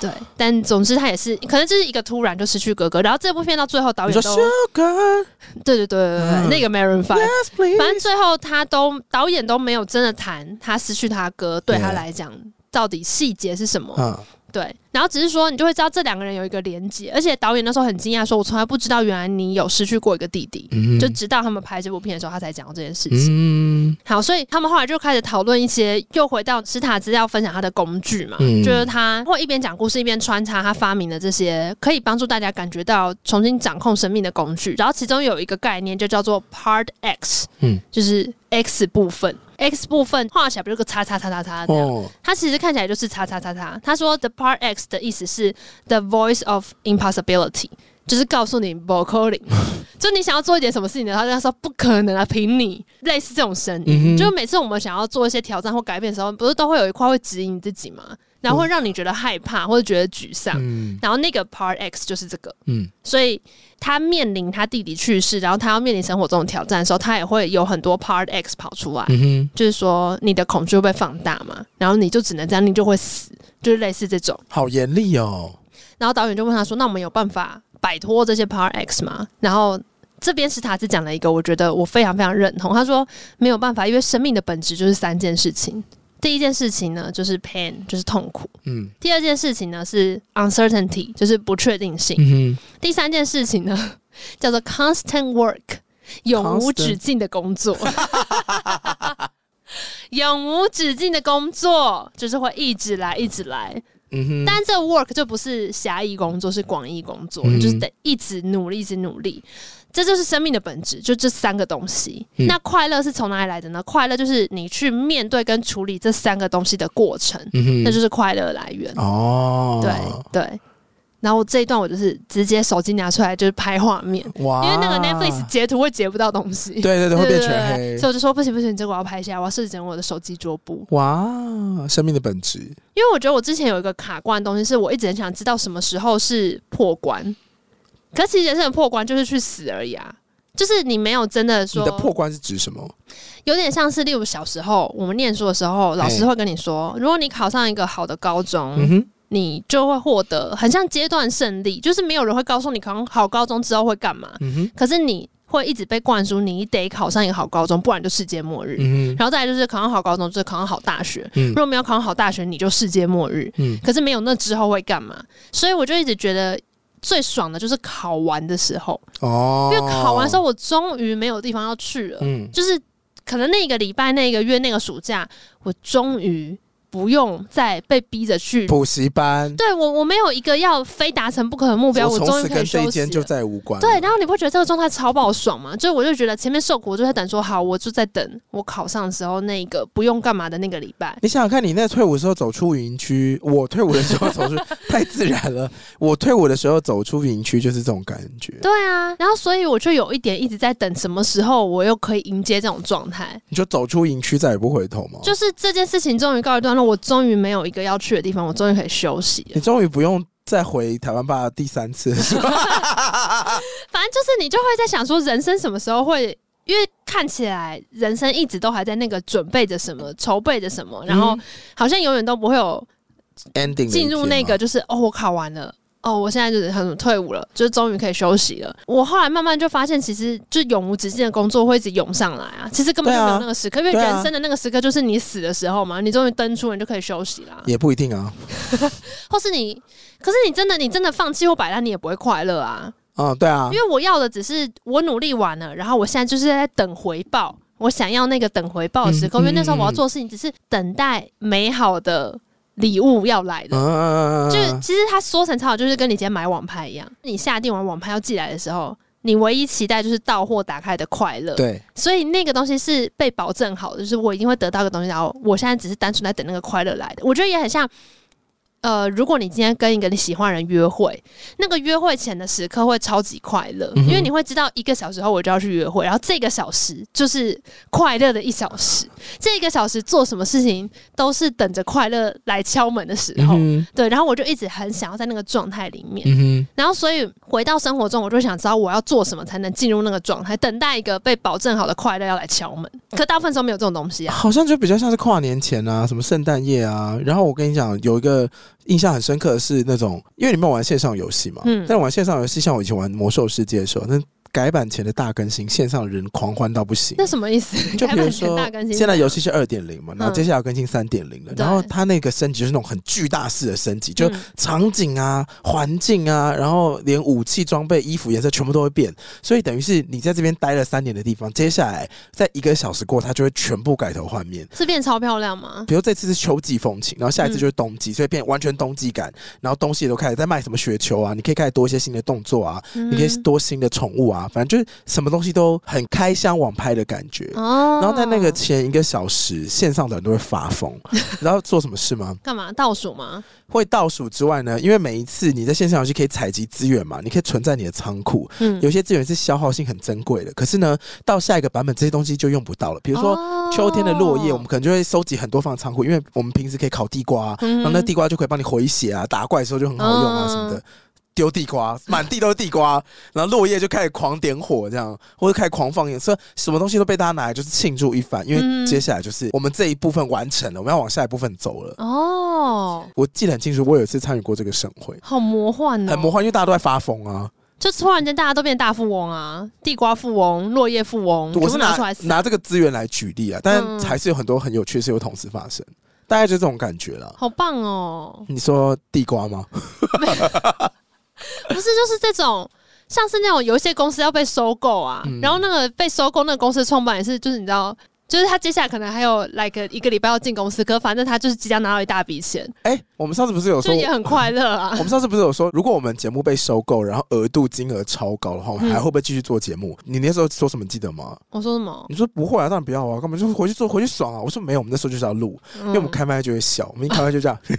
Speaker 2: 对，但总之他也是，可能就是一个突然就失去哥哥。然后这部片到最后导
Speaker 1: 你
Speaker 2: 演
Speaker 1: 说
Speaker 2: 都
Speaker 1: Sugar
Speaker 2: 对对对对对，
Speaker 1: 嗯
Speaker 2: 那个 Maroon Five，
Speaker 1: Yes Please，
Speaker 2: 反正最后他都导演都没有真的谈他失去他哥对他
Speaker 1: Yeah
Speaker 2: 来讲到底细节是什么。
Speaker 1: 嗯
Speaker 2: 对，然后只是说你就会知道这两个人有一个连接，而且导演那时候很惊讶，说我从来不知道原来你有失去过一个弟弟，
Speaker 1: 嗯
Speaker 2: 就直到他们拍这部片的时候，他才讲到这件事情。
Speaker 1: 嗯
Speaker 2: 好，所以他们后来就开始讨论一些，又回到史塔资料分享他的工具嘛，
Speaker 1: 嗯
Speaker 2: 就是他会一边讲故事一边穿插他发明的这些可以帮助大家感觉到重新掌控生命的工具。然后其中有一个概念就叫做 Part X，
Speaker 1: 嗯
Speaker 2: 就是 X 部分，X 部分画起来不就个叉叉叉叉叉这样。
Speaker 1: 哦
Speaker 2: 它其实看起来就是叉叉叉叉。他说 the part X 的意思是 the voice of impossibility，就是告诉你不 可能，就你想要做一点什么事情的时候，他就说不可能啊，凭你，类似这种声音。
Speaker 1: 嗯哼
Speaker 2: 就是每次我们想要做一些挑战或改变的时候，不是都会有一块会指引自己吗？然后会让你觉得害怕或者觉得沮丧。
Speaker 1: 嗯
Speaker 2: 然后那个 part X 就是这个，
Speaker 1: 嗯
Speaker 2: 所以他面临他弟弟去世，然后他要面临生活中的挑战的时候，他也会有很多 part X 跑出来。
Speaker 1: 嗯哼，
Speaker 2: 就是说你的恐惧会被放大嘛，然后你就只能这样，你就会死，就是类似这种。
Speaker 1: 好严厉哦，
Speaker 2: 然后导演就问他说：“那我们有办法摆脱这些 Part X 吗？”然后这边史塔兹讲了一个，我觉得我非常非常认同。他说：“没有办法，因为生命的本质就是三件事情。第一件事情呢，就是 pain，就是痛苦；
Speaker 1: 嗯
Speaker 2: 第二件事情呢是 uncertainty，就是不确定性；
Speaker 1: 嗯哼，
Speaker 2: 第三件事情呢 叫做 constant work，永无
Speaker 1: Constant
Speaker 2: 止境的 工作。永无止境的工作就是会一直来，一直来。
Speaker 1: 嗯哼，
Speaker 2: 但这 work 就不是狭义工作，是广义工作，
Speaker 1: 嗯
Speaker 2: 你就是得一直努力，一直努力。这就是生命的本质，就这三个东西。
Speaker 1: 嗯
Speaker 2: 那快乐是从哪里来的呢？快乐就是你去面对跟处理这三个东西的过程，
Speaker 1: 嗯哼，
Speaker 2: 那就是快乐的来源。
Speaker 1: 哦，
Speaker 2: 对对。然后我这一段我就是直接手机拿出来就是拍画面，
Speaker 1: 哇
Speaker 2: 因为那个 Netflix 截图会截不到东
Speaker 1: 啊
Speaker 2: 西，
Speaker 1: 对对对会变全
Speaker 2: 对对所以
Speaker 1: 黑，
Speaker 2: 我就说不行不行，这个我要拍下来，我要设计成我的手机桌布。
Speaker 1: 哇，生命的本质，
Speaker 2: 因为我觉得我之前有一个卡关的东西，是我一直很想知道什么时候是破关，可其实人生的破关就是去死而已啊。就是你没有真的
Speaker 1: 你
Speaker 2: 说
Speaker 1: 的破关是指什么？
Speaker 2: 有点像是，例如小时候我们念书的时候，老师
Speaker 1: 哎
Speaker 2: 会跟你说，如果你考上一个好的高中，
Speaker 1: 嗯哼，
Speaker 2: 你就会获得很像阶段胜利，就是没有人会告诉你考上好高中之后会干嘛，
Speaker 1: 嗯哼，
Speaker 2: 可是你会一直被灌输，你得考上一个好高中，不然就世界末日。
Speaker 1: 嗯哼，
Speaker 2: 然后再来就是考上好高中，就是考上好大学。
Speaker 1: 嗯
Speaker 2: 如果没有考上好大学，你就世界末日。
Speaker 1: 嗯，
Speaker 2: 可是没有那之后会干嘛？所以我就一直觉得最爽的就是考完的时候，
Speaker 1: 哦
Speaker 2: 因，为考完的时候，我终于没有地方要去了，
Speaker 1: 嗯，
Speaker 2: 就是可能那个礼拜、那个月、那个暑假，我终于不用再被逼着去。
Speaker 1: 补习班，
Speaker 2: 对我，我没有一个要非达成不可的目标，我
Speaker 1: 从
Speaker 2: 终于
Speaker 1: 此
Speaker 2: 可以
Speaker 1: 跟这
Speaker 2: 休
Speaker 1: 一
Speaker 2: 息
Speaker 1: 间就
Speaker 2: 了。
Speaker 1: 再无关了。
Speaker 2: 对，然后你不觉得这个状态超爆爽吗？就我就觉得前面受苦，我就在等说好，我就在等我考上的时候那个不用干嘛的那个礼拜。
Speaker 1: 你想想看，你那退伍的时候走出营 区，我退伍的时候走出 太自然了。我退伍的时候走出营区就是这种感觉，
Speaker 2: 对啊，然后所以我就有一点一直在等什么时候我又可以迎接这种状态，
Speaker 1: 你就走出营区再也不回头吗？
Speaker 2: 就是这件事情终于告一段落，我终于没有一个要去的地方，我终于可以休息了
Speaker 1: 你。终于不用再回台湾吧第三 次的时候，
Speaker 2: 反正就是你就会在想说，人生什么时候会？因为看起来人生一直都还在那个准备着什
Speaker 1: 嗯
Speaker 2: 么，筹备着什么，然后好像永远都不会有
Speaker 1: ending 的
Speaker 2: 进入
Speaker 1: 一天
Speaker 2: 那个
Speaker 1: 吗
Speaker 2: 就是哦，我考完了。哦，我现在就是很退伍了，就是终于可以休息了。我后来慢慢就发现，其实就永无止境的工作会一直涌上来啊，其实根本就没
Speaker 1: 对
Speaker 2: 有
Speaker 1: 啊
Speaker 2: 那个时刻，因为
Speaker 1: 对啊
Speaker 2: 人生的那个时刻就是你死的时候嘛，你终于登出，你就可以休息啦。
Speaker 1: 也不一定啊。
Speaker 2: 或是你，可是你真的你真的放弃或摆烂，你也不会快乐啊，
Speaker 1: 嗯，对啊
Speaker 2: 因，为我要的只是我努力完了，然后我现在就是在等回报，我想要那个等回报的时刻，
Speaker 1: 嗯
Speaker 2: 因为那时候我要
Speaker 1: 嗯嗯
Speaker 2: 做的事情只是等待美好的礼物要来
Speaker 1: 嗯。
Speaker 2: 的
Speaker 1: 嗯嗯嗯
Speaker 2: 就是
Speaker 1: 嗯，
Speaker 2: 其实它说成超好，就是跟你今天买网拍一样，你下定完网拍要寄来的时候，你唯一期待就是到货打开的快乐。，
Speaker 1: 对，
Speaker 2: 所以那个东西是被保证好的，就是我一定会得到一个东西，然后我现在只是单纯在等那个快乐来的。我觉得也很像。呃，如果你今天跟一个你喜欢的人约会，那个约会前的时刻会超级快乐，
Speaker 1: 嗯哼
Speaker 2: 因为你会知道一个小时后我就要去约会，然后这个小时就是快乐的一小时，这一个小时做什么事情都是等着快乐来敲门的时
Speaker 1: 嗯
Speaker 2: 候。
Speaker 1: 哼，
Speaker 2: 对，然后我就一直很想要在那个状态里面，
Speaker 1: 嗯哼，
Speaker 2: 然后所以回到生活中，我就想知道我要做什么才能进入那个状态，等待一个被保证好的快乐要来敲门。
Speaker 1: 嗯
Speaker 2: 可大部分时候没有这种东西啊，
Speaker 1: 好像就比较像是跨年前啊，什么圣诞夜啊。然后我跟你讲，有一个印象很深刻的是那种，因为你们有玩线上游戏嘛，
Speaker 2: 嗯
Speaker 1: 但玩线上游戏，像我以前玩魔兽世界的时候，那改版前的大更新，线上人狂欢到不行。
Speaker 2: 那什么意思？
Speaker 1: 就
Speaker 2: 改
Speaker 1: 比如
Speaker 2: 版前
Speaker 1: 说
Speaker 2: 大更，新，
Speaker 1: 现在游戏是二点零嘛，然后
Speaker 2: 嗯
Speaker 1: 接下来要更新三点零了，
Speaker 2: 对
Speaker 1: 然后它那个升级就是那种很巨大式的升级，就
Speaker 2: 嗯
Speaker 1: 场景啊、环境啊，然后连武器、装备、衣服颜色全部都会变，所以等于是你在这边待了三年的地方，接下来在一个小时过，它就会全部改头换面。
Speaker 2: 是变超漂亮吗？
Speaker 1: 比如这次是秋季风情，然后下
Speaker 2: 嗯
Speaker 1: 一次就是冬季，所以变完全冬季感。然后东西也都开始在卖什么雪球啊，你可以开始多一些新的动作啊，你
Speaker 2: 你
Speaker 1: 可以多新的宠物啊，反正就是什么东西都很开箱网拍的感觉。
Speaker 2: 哦，
Speaker 1: 然后在那个前一个小时，线上的人都会发 疯。然后做什么事吗？
Speaker 2: 干嘛倒数吗？
Speaker 1: 会倒数之外呢，因为每一次你在线上游戏可以采集资源嘛，你可以存在你的仓库。
Speaker 2: 嗯，
Speaker 1: 有些资源是消耗性很珍贵的，可是呢，到下一个版本这些东西就用不到了。比
Speaker 2: 比
Speaker 1: 如说秋天的落
Speaker 2: 哦
Speaker 1: 叶，我们可能就会收集很多放仓库，因为我们平时可以烤地瓜、啊，
Speaker 2: 嗯
Speaker 1: 然后那地瓜就可以帮你回血啊，打怪的时候就很好用啊
Speaker 2: 嗯
Speaker 1: 什么的。丢地瓜， 满地都是地瓜，然后落叶就开始狂点火，这样或者开始狂放颜色，什么东西都被大家拿来就是庆祝一番，因
Speaker 2: 嗯
Speaker 1: 为接下来就是我们这一部分完成了，我们要往下一部分走
Speaker 2: 嗯
Speaker 1: 了。
Speaker 2: 哦，
Speaker 1: 我记得很清楚，我有一次参与过这个盛会，
Speaker 2: 好魔幻哦，
Speaker 1: 很魔幻，因为大家都在发疯啊。
Speaker 2: 就突然间大家都变大富翁啊，地瓜富翁、落叶富翁，嗯全
Speaker 1: 我
Speaker 2: 部
Speaker 1: 是
Speaker 2: 拿
Speaker 1: 拿
Speaker 2: 出来撒
Speaker 1: 拿这个资源来举例啊，但
Speaker 2: 嗯
Speaker 1: 还是有很多很有趣的事有同时发生，大概就这种感觉了。
Speaker 2: 好棒哦！
Speaker 1: 你说地瓜吗？
Speaker 2: 不是，就是这种，像是那种有一些公司要被收购啊，
Speaker 1: 嗯
Speaker 2: 然后那个被收购那个公司的创办也是，就是你知道，就是他接下来可能还有 like 一个礼拜要进公司，可反正他就是即将拿到一大笔钱，
Speaker 1: 哎、我们上次不是有
Speaker 2: 就
Speaker 1: 说，
Speaker 2: 也很快乐啊
Speaker 1: 我。们上次不是有说，如果我们节目被收购，然后额度金额超高的话，我们
Speaker 2: 嗯
Speaker 1: 还会不会继续做节目？你那时候说什么记得吗？
Speaker 2: 我说什么？
Speaker 1: 你说不会啊，当然不要啊，干嘛就回去做，回去爽啊！我说没有，我们那时候就是要录，
Speaker 2: 嗯
Speaker 1: 因为我们开麦就会笑，我们一开麦就这样，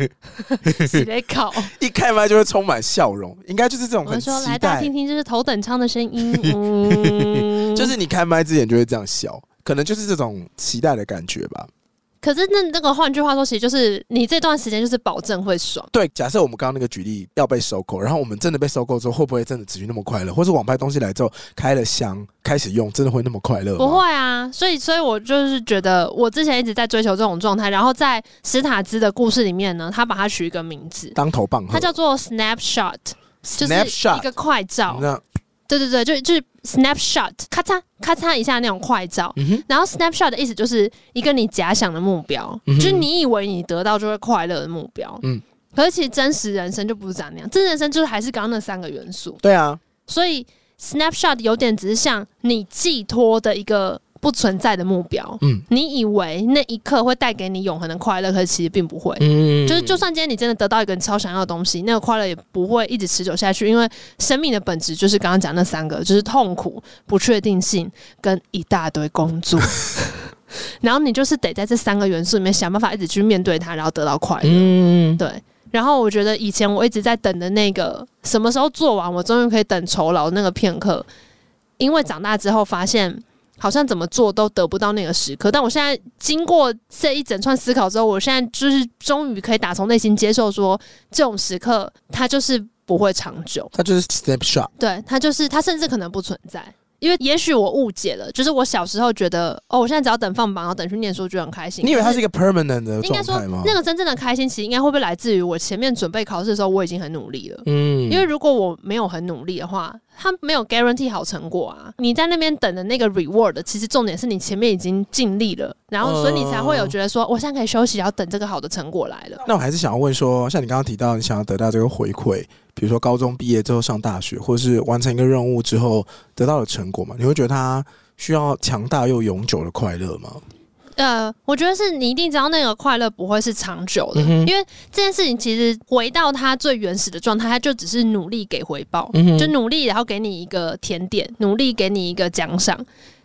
Speaker 2: 始在考，
Speaker 1: 一开麦就会充满笑容，应该就是这种
Speaker 2: 我
Speaker 1: 很
Speaker 2: 们
Speaker 1: 期
Speaker 2: 说来大家
Speaker 1: 待
Speaker 2: 听，听，就是头等舱的声音， 嗯
Speaker 1: 就是你开麦之前就会这样笑，可能就是这种期待的感觉吧。
Speaker 2: 可是那那个换句话说，其实就是你这段时间就是保证会爽。
Speaker 1: 对，假设我们刚刚那个举例要被收购，然后我们真的被收购之后，会不会真的持续那么快乐？或是网拍东西来之后开了箱开始用，真的会那么快乐吗？
Speaker 2: 不会啊，所以所以我就是觉得，我之前一直在追求这种状态。然后在史塔兹的故事里面呢，他把它取一个名字，
Speaker 1: 当头棒喝，
Speaker 2: 它叫做 snapshot，就是一
Speaker 1: 嗯 snapshot。嗯
Speaker 2: 个快照。
Speaker 1: 那
Speaker 2: 对对对，就就是 snapshot，咔嚓咔嚓一下那种快照。
Speaker 1: 嗯哼，
Speaker 2: 然后 snapshot 的意思就是一个你假想的目标，
Speaker 1: 嗯哼
Speaker 2: 就是你以为你得到就会快乐的目标。
Speaker 1: 嗯
Speaker 2: 嗯，可是其实真实人生就不是长那样，真实人生就是还是刚刚那三个元素，
Speaker 1: 对啊，
Speaker 2: 所以 snapshot 有点只是像你寄托的一个不存在的目标。
Speaker 1: 嗯
Speaker 2: 你以为那一刻会带给你永恒的快乐，可是其实并不会。
Speaker 1: 嗯，
Speaker 2: 就是，就算今天你真的得到一个你超想要的东西，那个快乐也不会一直持久下去，因为生命的本质就是刚刚讲那三个，就是痛苦、不确定性跟一大堆 工作。然后你就是得在这三个元素里面想办法一直去面对它，然后得到快乐。
Speaker 1: 嗯，
Speaker 2: 对。然后我觉得以前我一直在等的那个什么时候做完，我终于可以等酬劳那个片刻，因为长大之后发现。好像怎么做都得不到那个时刻，但我现在经过这一整串思考之后，我现在就是终于可以打从内心接受说，这种时刻它就是不会长久，
Speaker 1: 它就是 snapshot。
Speaker 2: 对它就是它甚至可能不存在，因为也许我误解了，就是我小时候觉得哦，我现在只要等放榜，然后等去念书就很开心。
Speaker 1: 你以为它
Speaker 2: 可
Speaker 1: 是一个 permanent 的
Speaker 2: 应该
Speaker 1: 状
Speaker 2: 说
Speaker 1: 态吗？
Speaker 2: 那个真正的开心，其实应该会不会来自于我前面准备考试的时候我已经很努力了。
Speaker 1: 嗯
Speaker 2: 因为如果我没有很努力的话，他没有 guarantee 好成果啊。你在那边等的那个 reward，其实重点是你前面已经尽力了，然后所以你才会有
Speaker 1: 嗯
Speaker 2: 觉得说，我现在可以休息，然后等这个好的成果来了。
Speaker 1: 那我还是想要问说，像你刚刚提到，你想要得到这个回馈，比如说高中毕业之后上大学，或是完成一个任务之后得到的成果嘛？你会觉得它需要强大又永久的快乐吗？
Speaker 2: 呃，我觉得是你一定知道那个快乐不会是长久的，
Speaker 1: 嗯哼
Speaker 2: 因为这件事情其实回到它最原始的状态，它就只是努力给回报。
Speaker 1: 嗯
Speaker 2: 就努力，然后给你一个甜点，努力给你一个奖赏。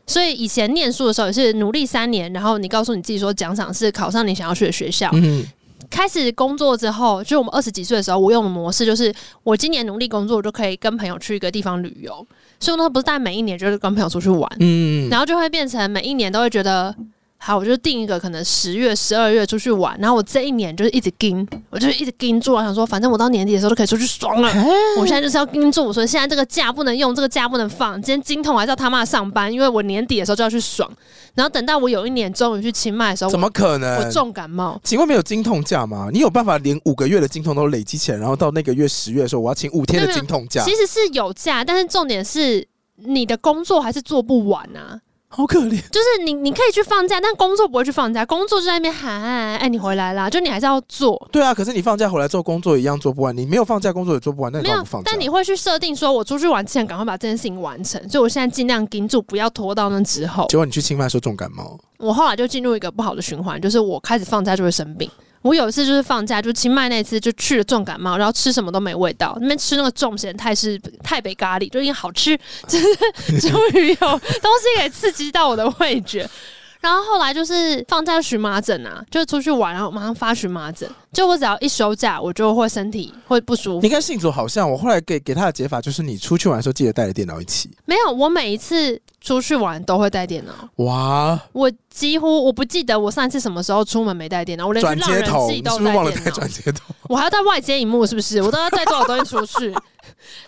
Speaker 2: 所以以前念书的时候也是努力三年，然后你告诉你自己说奖赏是考上你想要去的学校。
Speaker 1: 嗯
Speaker 2: 开始工作之后，就我们二十几岁的时候，我用的模式就是我今年努力工作，我就可以跟朋友去一个地方旅游。所以我那时候不是但每一年就是跟朋友出去玩，
Speaker 1: 嗯
Speaker 2: 然后就会变成每一年都会觉得。好，我就定一个可能十月、十二月出去玩，然后我这一年就是一直盯，我就是一直盯住，我想说，反正我到年底的时候都可以出去爽了。我现在就是要盯住，所以现在这个假不能用，这个假不能放。今天金童还是要他妈上班，因为我年底的时候就要去爽。然后等到我有一年终于去清迈的时候，
Speaker 1: 怎么可能？
Speaker 2: 我我重感冒，
Speaker 1: 请问没有经痛假吗？你有办法连五个月的经痛都累积起来，然后到那个月十月的时候，我要请五天的经痛假，
Speaker 2: 其实是有假，但是重点是你的工作还是做不完啊。
Speaker 1: 好可怜。
Speaker 2: 就是你你可以去放假，但工作不会去放假，工作就在那边喊哎、你回来啦，就你还是要做。
Speaker 1: 对啊，可是你放假回来之后，工作一样做不完，你没有放假，工作也做不完，那你
Speaker 2: 没
Speaker 1: 干嘛
Speaker 2: 有
Speaker 1: 不放，假？
Speaker 2: 但你会去设定说，我出去玩之前赶快把这件事情完成，所以我现在尽量盯住，不要拖到那之后。
Speaker 1: 结果你去清迈的时候重感冒，
Speaker 2: 我后来就进入一个不好的循环，就是我开始放假就会生病。我有一次就是放假，就清迈那次就去了重感冒，然后吃什么都没味道，那边吃那个重咸泰式泰北咖喱，就因为好吃，就是 终于有东西给刺激到我的味觉。 然后后来就是放假荨麻疹啊，就出去玩，然后马上发荨麻疹。就我只要一休假，我就会身体会不舒服
Speaker 1: 你。跟信主好像。我后来给给他的解法就是，你出去玩的时候记得带着电脑一起。
Speaker 2: 没有，我每一次出去玩都会带电脑。
Speaker 1: 哇，
Speaker 2: 我几乎我不记得我上一次什么时候出门没带电脑，我连
Speaker 1: 转
Speaker 2: 去让
Speaker 1: 接
Speaker 2: 人
Speaker 1: 头，
Speaker 2: 记
Speaker 1: 你是
Speaker 2: 都
Speaker 1: 不是忘了
Speaker 2: 带
Speaker 1: 带
Speaker 2: 电脑
Speaker 1: 转，接头？
Speaker 2: 我还要带外接荧幕，是不是？我都要带多少东西出去？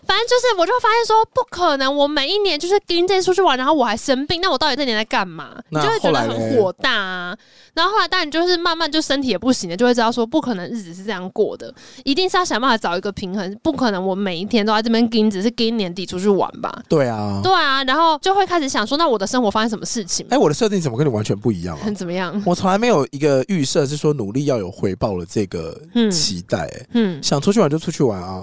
Speaker 2: 反正就是，我就发现说不可能，我每一年就是跟这些出去玩，然后我还生病，那我到底这年在干嘛？你
Speaker 1: 那
Speaker 2: 就会觉得
Speaker 1: 后来
Speaker 2: 很
Speaker 1: 嘞
Speaker 2: 火大啊。然后后来，当然就是慢慢就身体也不行了，就会知道说不可能日子是这样过的，一定是要想办法找一个平衡，不可能我每一天都在这边跟，只是跟年底出去玩吧。
Speaker 1: 对啊。
Speaker 2: 对啊，然后就会开始想说，那我的生活发生什么事情？嗯
Speaker 1: 哎、我的设定怎么跟你完全不一样啊？
Speaker 2: 怎么样？
Speaker 1: 我从来没有一个预设是说努力要有回报的这个
Speaker 2: 嗯
Speaker 1: 期待、哎
Speaker 2: 嗯，
Speaker 1: 想出去玩就出去玩啊，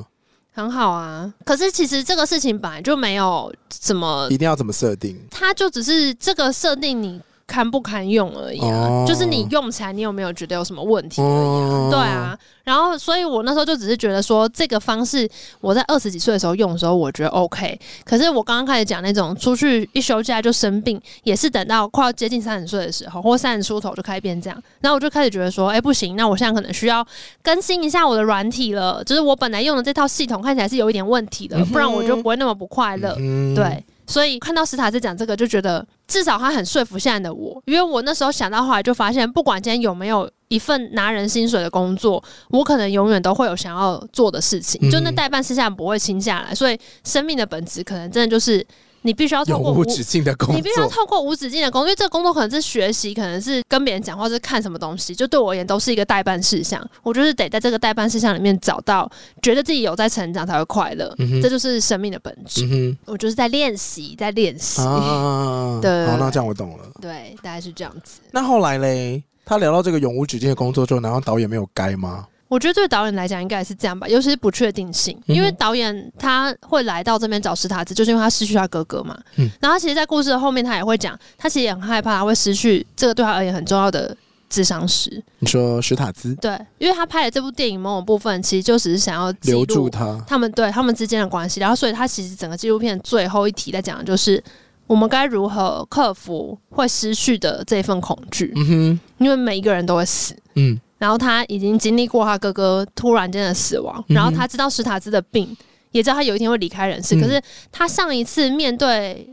Speaker 2: 很好啊。可是其实这个事情本来就没有怎么，
Speaker 1: 一定要怎么设定？
Speaker 2: 它就只是这个设定你堪不堪用而已啊。
Speaker 1: 哦
Speaker 2: 就是你用起来，你有没有觉得有什么问题？
Speaker 1: 哦
Speaker 2: 对，啊，然后所以我那时候就只是觉得说，这个方式我在二十几岁的时候用的时候，我觉得 OK。可是我刚刚开始讲那种出去一休假就生病，也是等到快要接近三十岁的时候，或三十出头就开始变这样。然后我就开始觉得说，哎、不行，那我现在可能需要更新一下我的软体了，就是我本来用的这套系统看起来是有一点问题的，不然我就不会那么不快乐。
Speaker 1: 嗯
Speaker 2: 对，所以看到史塔在讲这个，就觉得至少他很说服现在的我，因为我那时候想到后来就发现，不管今天有没有一份拿人薪水的工作，我可能永远都会有想要做的事情，
Speaker 1: 嗯
Speaker 2: 就那代办事项不会轻下来，所以生命的本质可能真的就是你必须要透
Speaker 1: 永
Speaker 2: 过
Speaker 1: 无止境的工
Speaker 2: 你必须要
Speaker 1: 作，
Speaker 2: 透过无止境的工作，因为这个工作可能是学习，可能是跟别人讲话，或是看什么东西，就对我而言都是一个代办事项。我就是得在这个代办事项里面找到，觉得自己有在成长才会快乐，
Speaker 1: 嗯哼
Speaker 2: 这就是生命的本质。
Speaker 1: 嗯
Speaker 2: 我就是在练习，在练习，
Speaker 1: 哼 啊，
Speaker 2: 对
Speaker 1: 好，那这样我懂了。
Speaker 2: 对，大概是这样子。
Speaker 1: 那后来嘞，他聊到这个永无止境的工作之后，难道导演没有该吗？
Speaker 2: 我觉得对导演来讲应该也是这样吧，尤其是不确定性，因为
Speaker 1: 嗯哼
Speaker 2: 导演他会来到这边找史塔兹，就是因为他失去他哥哥嘛。
Speaker 1: 嗯
Speaker 2: 然后他其实，在故事的后面，他也会讲，他其实也很害怕他会失去这个对他而言很重要的智商师。
Speaker 1: 你说史塔兹
Speaker 2: 对，因为他拍的这部电影某种部分，其实就只是想要记
Speaker 1: 留
Speaker 2: 录
Speaker 1: 住他，
Speaker 2: 他们对他们之间的关系。然后，所以他其实整个纪录片最后一题在讲的就是我们该如何克服会失去的这份恐惧，
Speaker 1: 嗯哼，
Speaker 2: 因为每一个人都会死。
Speaker 1: 嗯
Speaker 2: 然后他已经经历过他哥哥突然间的死亡，
Speaker 1: 嗯哼
Speaker 2: 然后他知道史塔兹的病，也知道他有一天会离开人世。
Speaker 1: 嗯
Speaker 2: 可是他上一次面对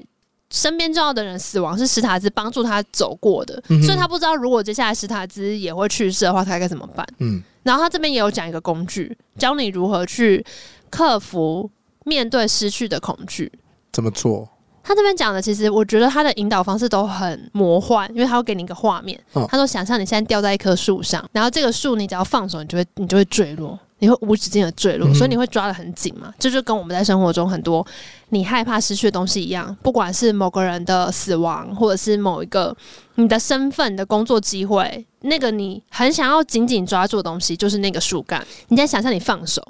Speaker 2: 身边重要的人死亡，是史塔兹帮助他走过的，
Speaker 1: 嗯哼
Speaker 2: 所以他不知道如果接下来史塔兹也会去世的话，他该怎么办。
Speaker 1: 嗯
Speaker 2: 然后他这边也有讲一个工具，教你如何去克服面对失去的恐惧。
Speaker 1: 怎么做？
Speaker 2: 他这边讲的，其实我觉得他的引导方式都很魔幻，因为他会给你一个画面，
Speaker 1: 嗯
Speaker 2: 他说想象你现在吊在一棵树上，然后这个树你只要放手，你就会你就会坠落，你会无止境的坠落，
Speaker 1: 嗯
Speaker 2: 所以你会抓得很紧嘛。这就跟我们在生活中很多你害怕失去的东西一样，不管是某个人的死亡，或者是某一个你的身份、你的工作机会，那个你很想要紧紧抓住的东西，就是那个树干。你现在想象你放手，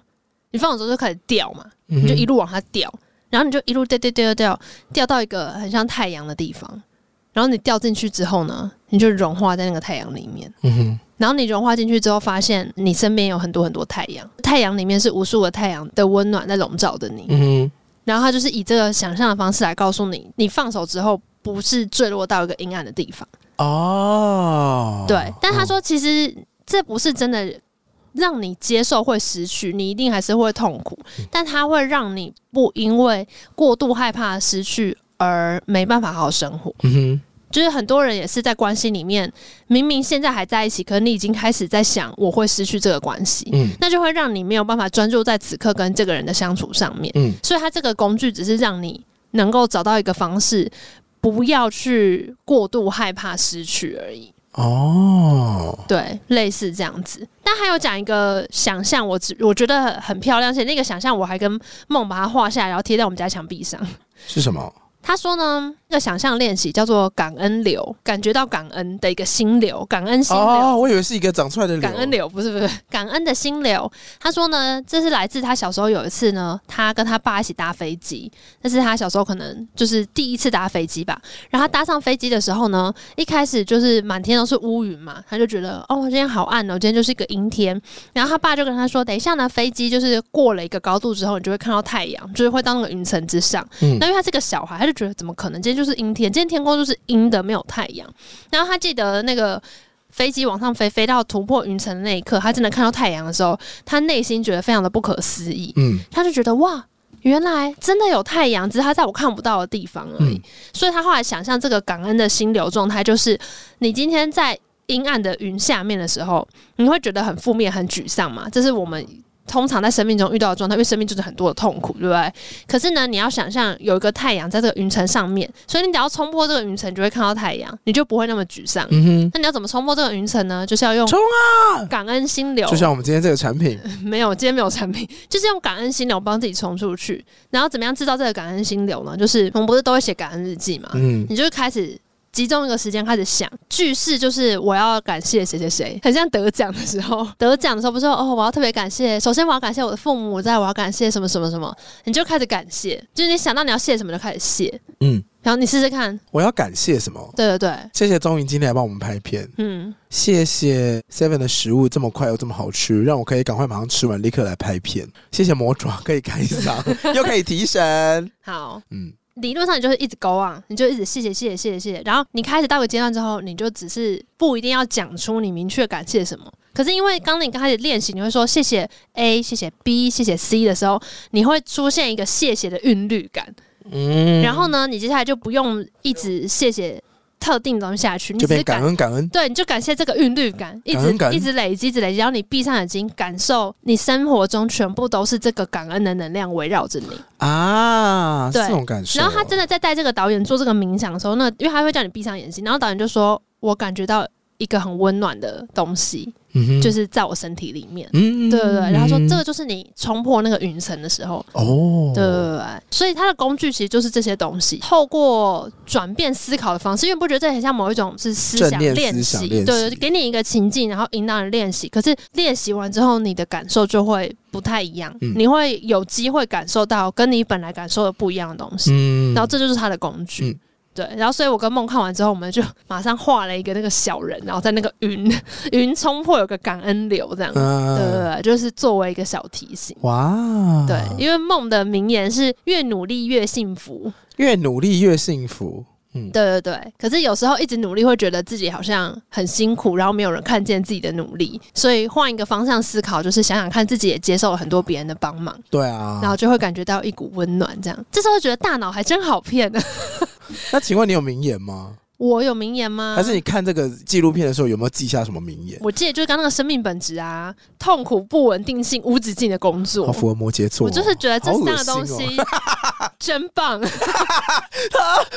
Speaker 2: 你放手之后就开始掉嘛，
Speaker 1: 你
Speaker 2: 你就一路往下掉，然后你就一路掉掉掉掉掉，掉到一个很像太阳的地方，然后你掉进去之后呢，你就融化在那个太阳里面。
Speaker 1: 嗯哼，
Speaker 2: 然后你融化进去之后，发现你身边有很多很多太阳，太阳里面是无数个太阳的温暖在笼罩着你。
Speaker 1: 嗯哼，
Speaker 2: 然后他就是以这个想象的方式来告诉你，你放手之后不是坠落到一个阴暗的地方。
Speaker 1: 哦，
Speaker 2: 对，但他
Speaker 1: 哦，
Speaker 2: 说其实这不是真的让你接受会失去，你一定还是会痛苦，
Speaker 1: 嗯
Speaker 2: 但它会让你不因为过度害怕失去而没办法好好生活。
Speaker 1: 嗯哼，
Speaker 2: 就是很多人也是在关系里面，明明现在还在一起，可你已经开始在想我会失去这个关系，
Speaker 1: 嗯
Speaker 2: 那就会让你没有办法专注在此刻跟这个人的相处上面。
Speaker 1: 嗯
Speaker 2: 所以它这个工具只是让你能够找到一个方式，不要去过度害怕失去而已。
Speaker 1: 嗯哦，
Speaker 2: 对，类似这样子。但还有讲一个想象，我只我觉得很很漂亮，而且那个想象我还跟梦把它画下来，然后贴在我们家墙壁上。
Speaker 1: 是什么？
Speaker 2: 他说呢，那个想象练习叫做感恩流，感觉到感恩的一个心流，感恩心流。
Speaker 1: 哦，我以为是一个长出来的
Speaker 2: 感恩
Speaker 1: 柳，
Speaker 2: 流不是不是 感恩的心流。他说呢，这是来自他小时候有一次呢，他跟他爸一起搭飞机，那是他小时候可能就是第一次搭飞机吧。然后他搭上飞机的时候呢，一开始就是满天都是乌云嘛，他就觉得哦，今天好暗哦，今天就是一个阴天。然后他爸就跟他说，等一下呢，飞机就是过了一个高度之后，你就会看到太阳，就是会到那个云层之上。
Speaker 1: 嗯
Speaker 2: 那因为他是个小孩，他就觉得怎么可能？今天就是阴天，今天天空就是阴的，没有太阳。然后他记得那个飞机往上飞，飞到突破云层的那一刻，他真的看到太阳的时候，他内心觉得非常的不可思议，
Speaker 1: 嗯
Speaker 2: 他就觉得哇。原来真的有太阳，只是它在我看不到的地方而已。
Speaker 1: 嗯
Speaker 2: 所以他后来想象这个感恩的心流状态，就是你今天在阴暗的云下面的时候，你会觉得很负面、很沮丧嘛？这是我们通常在生命中遇到的状态，因为生命就是很多的痛苦，对不对？可是呢，你要想象有一个太阳在这个云层上面，所以你只要冲破这个云层，就会看到太阳，你就不会那么沮丧。
Speaker 1: 嗯
Speaker 2: 那你要怎么冲破这个云层呢？就是要用
Speaker 1: 冲啊
Speaker 2: 感恩心流，
Speaker 1: 哼，就像我们今天这个产 品，
Speaker 2: 没有，今天没有产品， 就是用感恩心流帮自己冲出去。然后怎么样制造这个感恩心流呢？就是我们不是都会写感恩日记嘛？
Speaker 1: 嗯，
Speaker 2: 你就开始集中一个时间开始想句式，就是我要感谢谁谁谁，很像得奖的时候， 得奖的时候不是说哦，我要特别感谢，首先我要感谢我的父母，再来我要感谢什么什么什么，你就开始感谢，就是你想到你要谢什么就开始谢，
Speaker 1: 嗯，
Speaker 2: 然后你试试看，
Speaker 1: 我要感谢什么？
Speaker 2: 对对对，
Speaker 1: 谢谢钟莹今天来帮我们拍片，
Speaker 2: 嗯，
Speaker 1: 谢谢 Seven 的食物这么快又这么好吃，让我可以赶快马上吃完，立刻来拍片。谢谢魔爪可以开 嗓，又可以提神。
Speaker 2: 好。
Speaker 1: 嗯，
Speaker 2: 理论上你就是一直 go on，你就一直谢谢谢谢谢谢谢谢，然后你开始到一个阶段之后，你就只是不一定要讲出你明确感谢什么。可是因为刚你刚开始练习，你会说谢
Speaker 1: 嗯
Speaker 2: 谢 A，谢谢 B，谢谢 C 的时候，你会出现一个谢谢的韵律感，
Speaker 1: 嗯
Speaker 2: 然后呢，你接下来就不用一直谢谢特定的东西下去，你
Speaker 1: 就
Speaker 2: 只
Speaker 1: 变
Speaker 2: 是
Speaker 1: 感
Speaker 2: 感。
Speaker 1: 恩感恩，
Speaker 2: 对，你就感谢这个韵律感，一
Speaker 1: 感
Speaker 2: 直
Speaker 1: 恩感
Speaker 2: 一直累积，一直累积，然后你闭上眼睛，感受你生活中全部都是这个感恩的能量围绕着你。
Speaker 1: 啊，
Speaker 2: 对
Speaker 1: 这种感受。
Speaker 2: 然后他真
Speaker 1: 的，
Speaker 2: 的在带这个导演做这个冥想的时候，那因为他会叫你闭上眼睛，然后导演就说：“我感觉到一个很温暖的东西，
Speaker 1: 嗯哼
Speaker 2: 就，是在我身体里面。”
Speaker 1: 嗯
Speaker 2: 对对对，然后说
Speaker 1: 嗯
Speaker 2: 这个就是你冲破那个云层的时候，
Speaker 1: 哦，
Speaker 2: 对对对对，所以它的工具其实就是这些东西，透过转变思考的方式，因为不觉得这很像某一种是思想
Speaker 1: 正念
Speaker 2: 练
Speaker 1: 思
Speaker 2: 习，
Speaker 1: 想
Speaker 2: 对
Speaker 1: 练习
Speaker 2: 对，对给你一个情境，然后引导你练习。可是练习完之后，你的感受就会不太一样，
Speaker 1: 嗯
Speaker 2: 你会有机会感受到跟你本来感受的不一样的东西，
Speaker 1: 嗯
Speaker 2: 然后这就是它的工具。
Speaker 1: 嗯
Speaker 2: 对，然后所以我跟梦看完之后，我们就马上画了一个那个小人，然后在那个云 云冲破有个感恩流这样，对
Speaker 1: 嗯，
Speaker 2: 对对，就是作为一个小提醒。
Speaker 1: 哇，
Speaker 2: 对，因为梦的名言是越努力越幸福。
Speaker 1: 越努力越幸福。嗯，
Speaker 2: 对对对，可是有时候一直努力会觉得自己好像很辛苦，然后没有人看见自己的努力，所以换一个方向思考，就是想想看自己也接受了很多别人的帮忙，
Speaker 1: 对啊。
Speaker 2: 然后就会感觉到一股温暖。这样，这时候觉得大脑还真好骗呢。啊
Speaker 1: 那请问你有名言吗？
Speaker 2: 我有名言吗
Speaker 1: 还？是你看这个纪录片的时候有没有记下什么名言？
Speaker 2: 我记得就是刚刚那个生命本质啊，痛苦、不稳定性、无止境的工
Speaker 1: 好
Speaker 2: 作。
Speaker 1: 符合摩羯座哦，
Speaker 2: 我就是觉得这
Speaker 1: 好恶
Speaker 2: 三个东
Speaker 1: 心
Speaker 2: 西
Speaker 1: 哦
Speaker 2: 真 棒。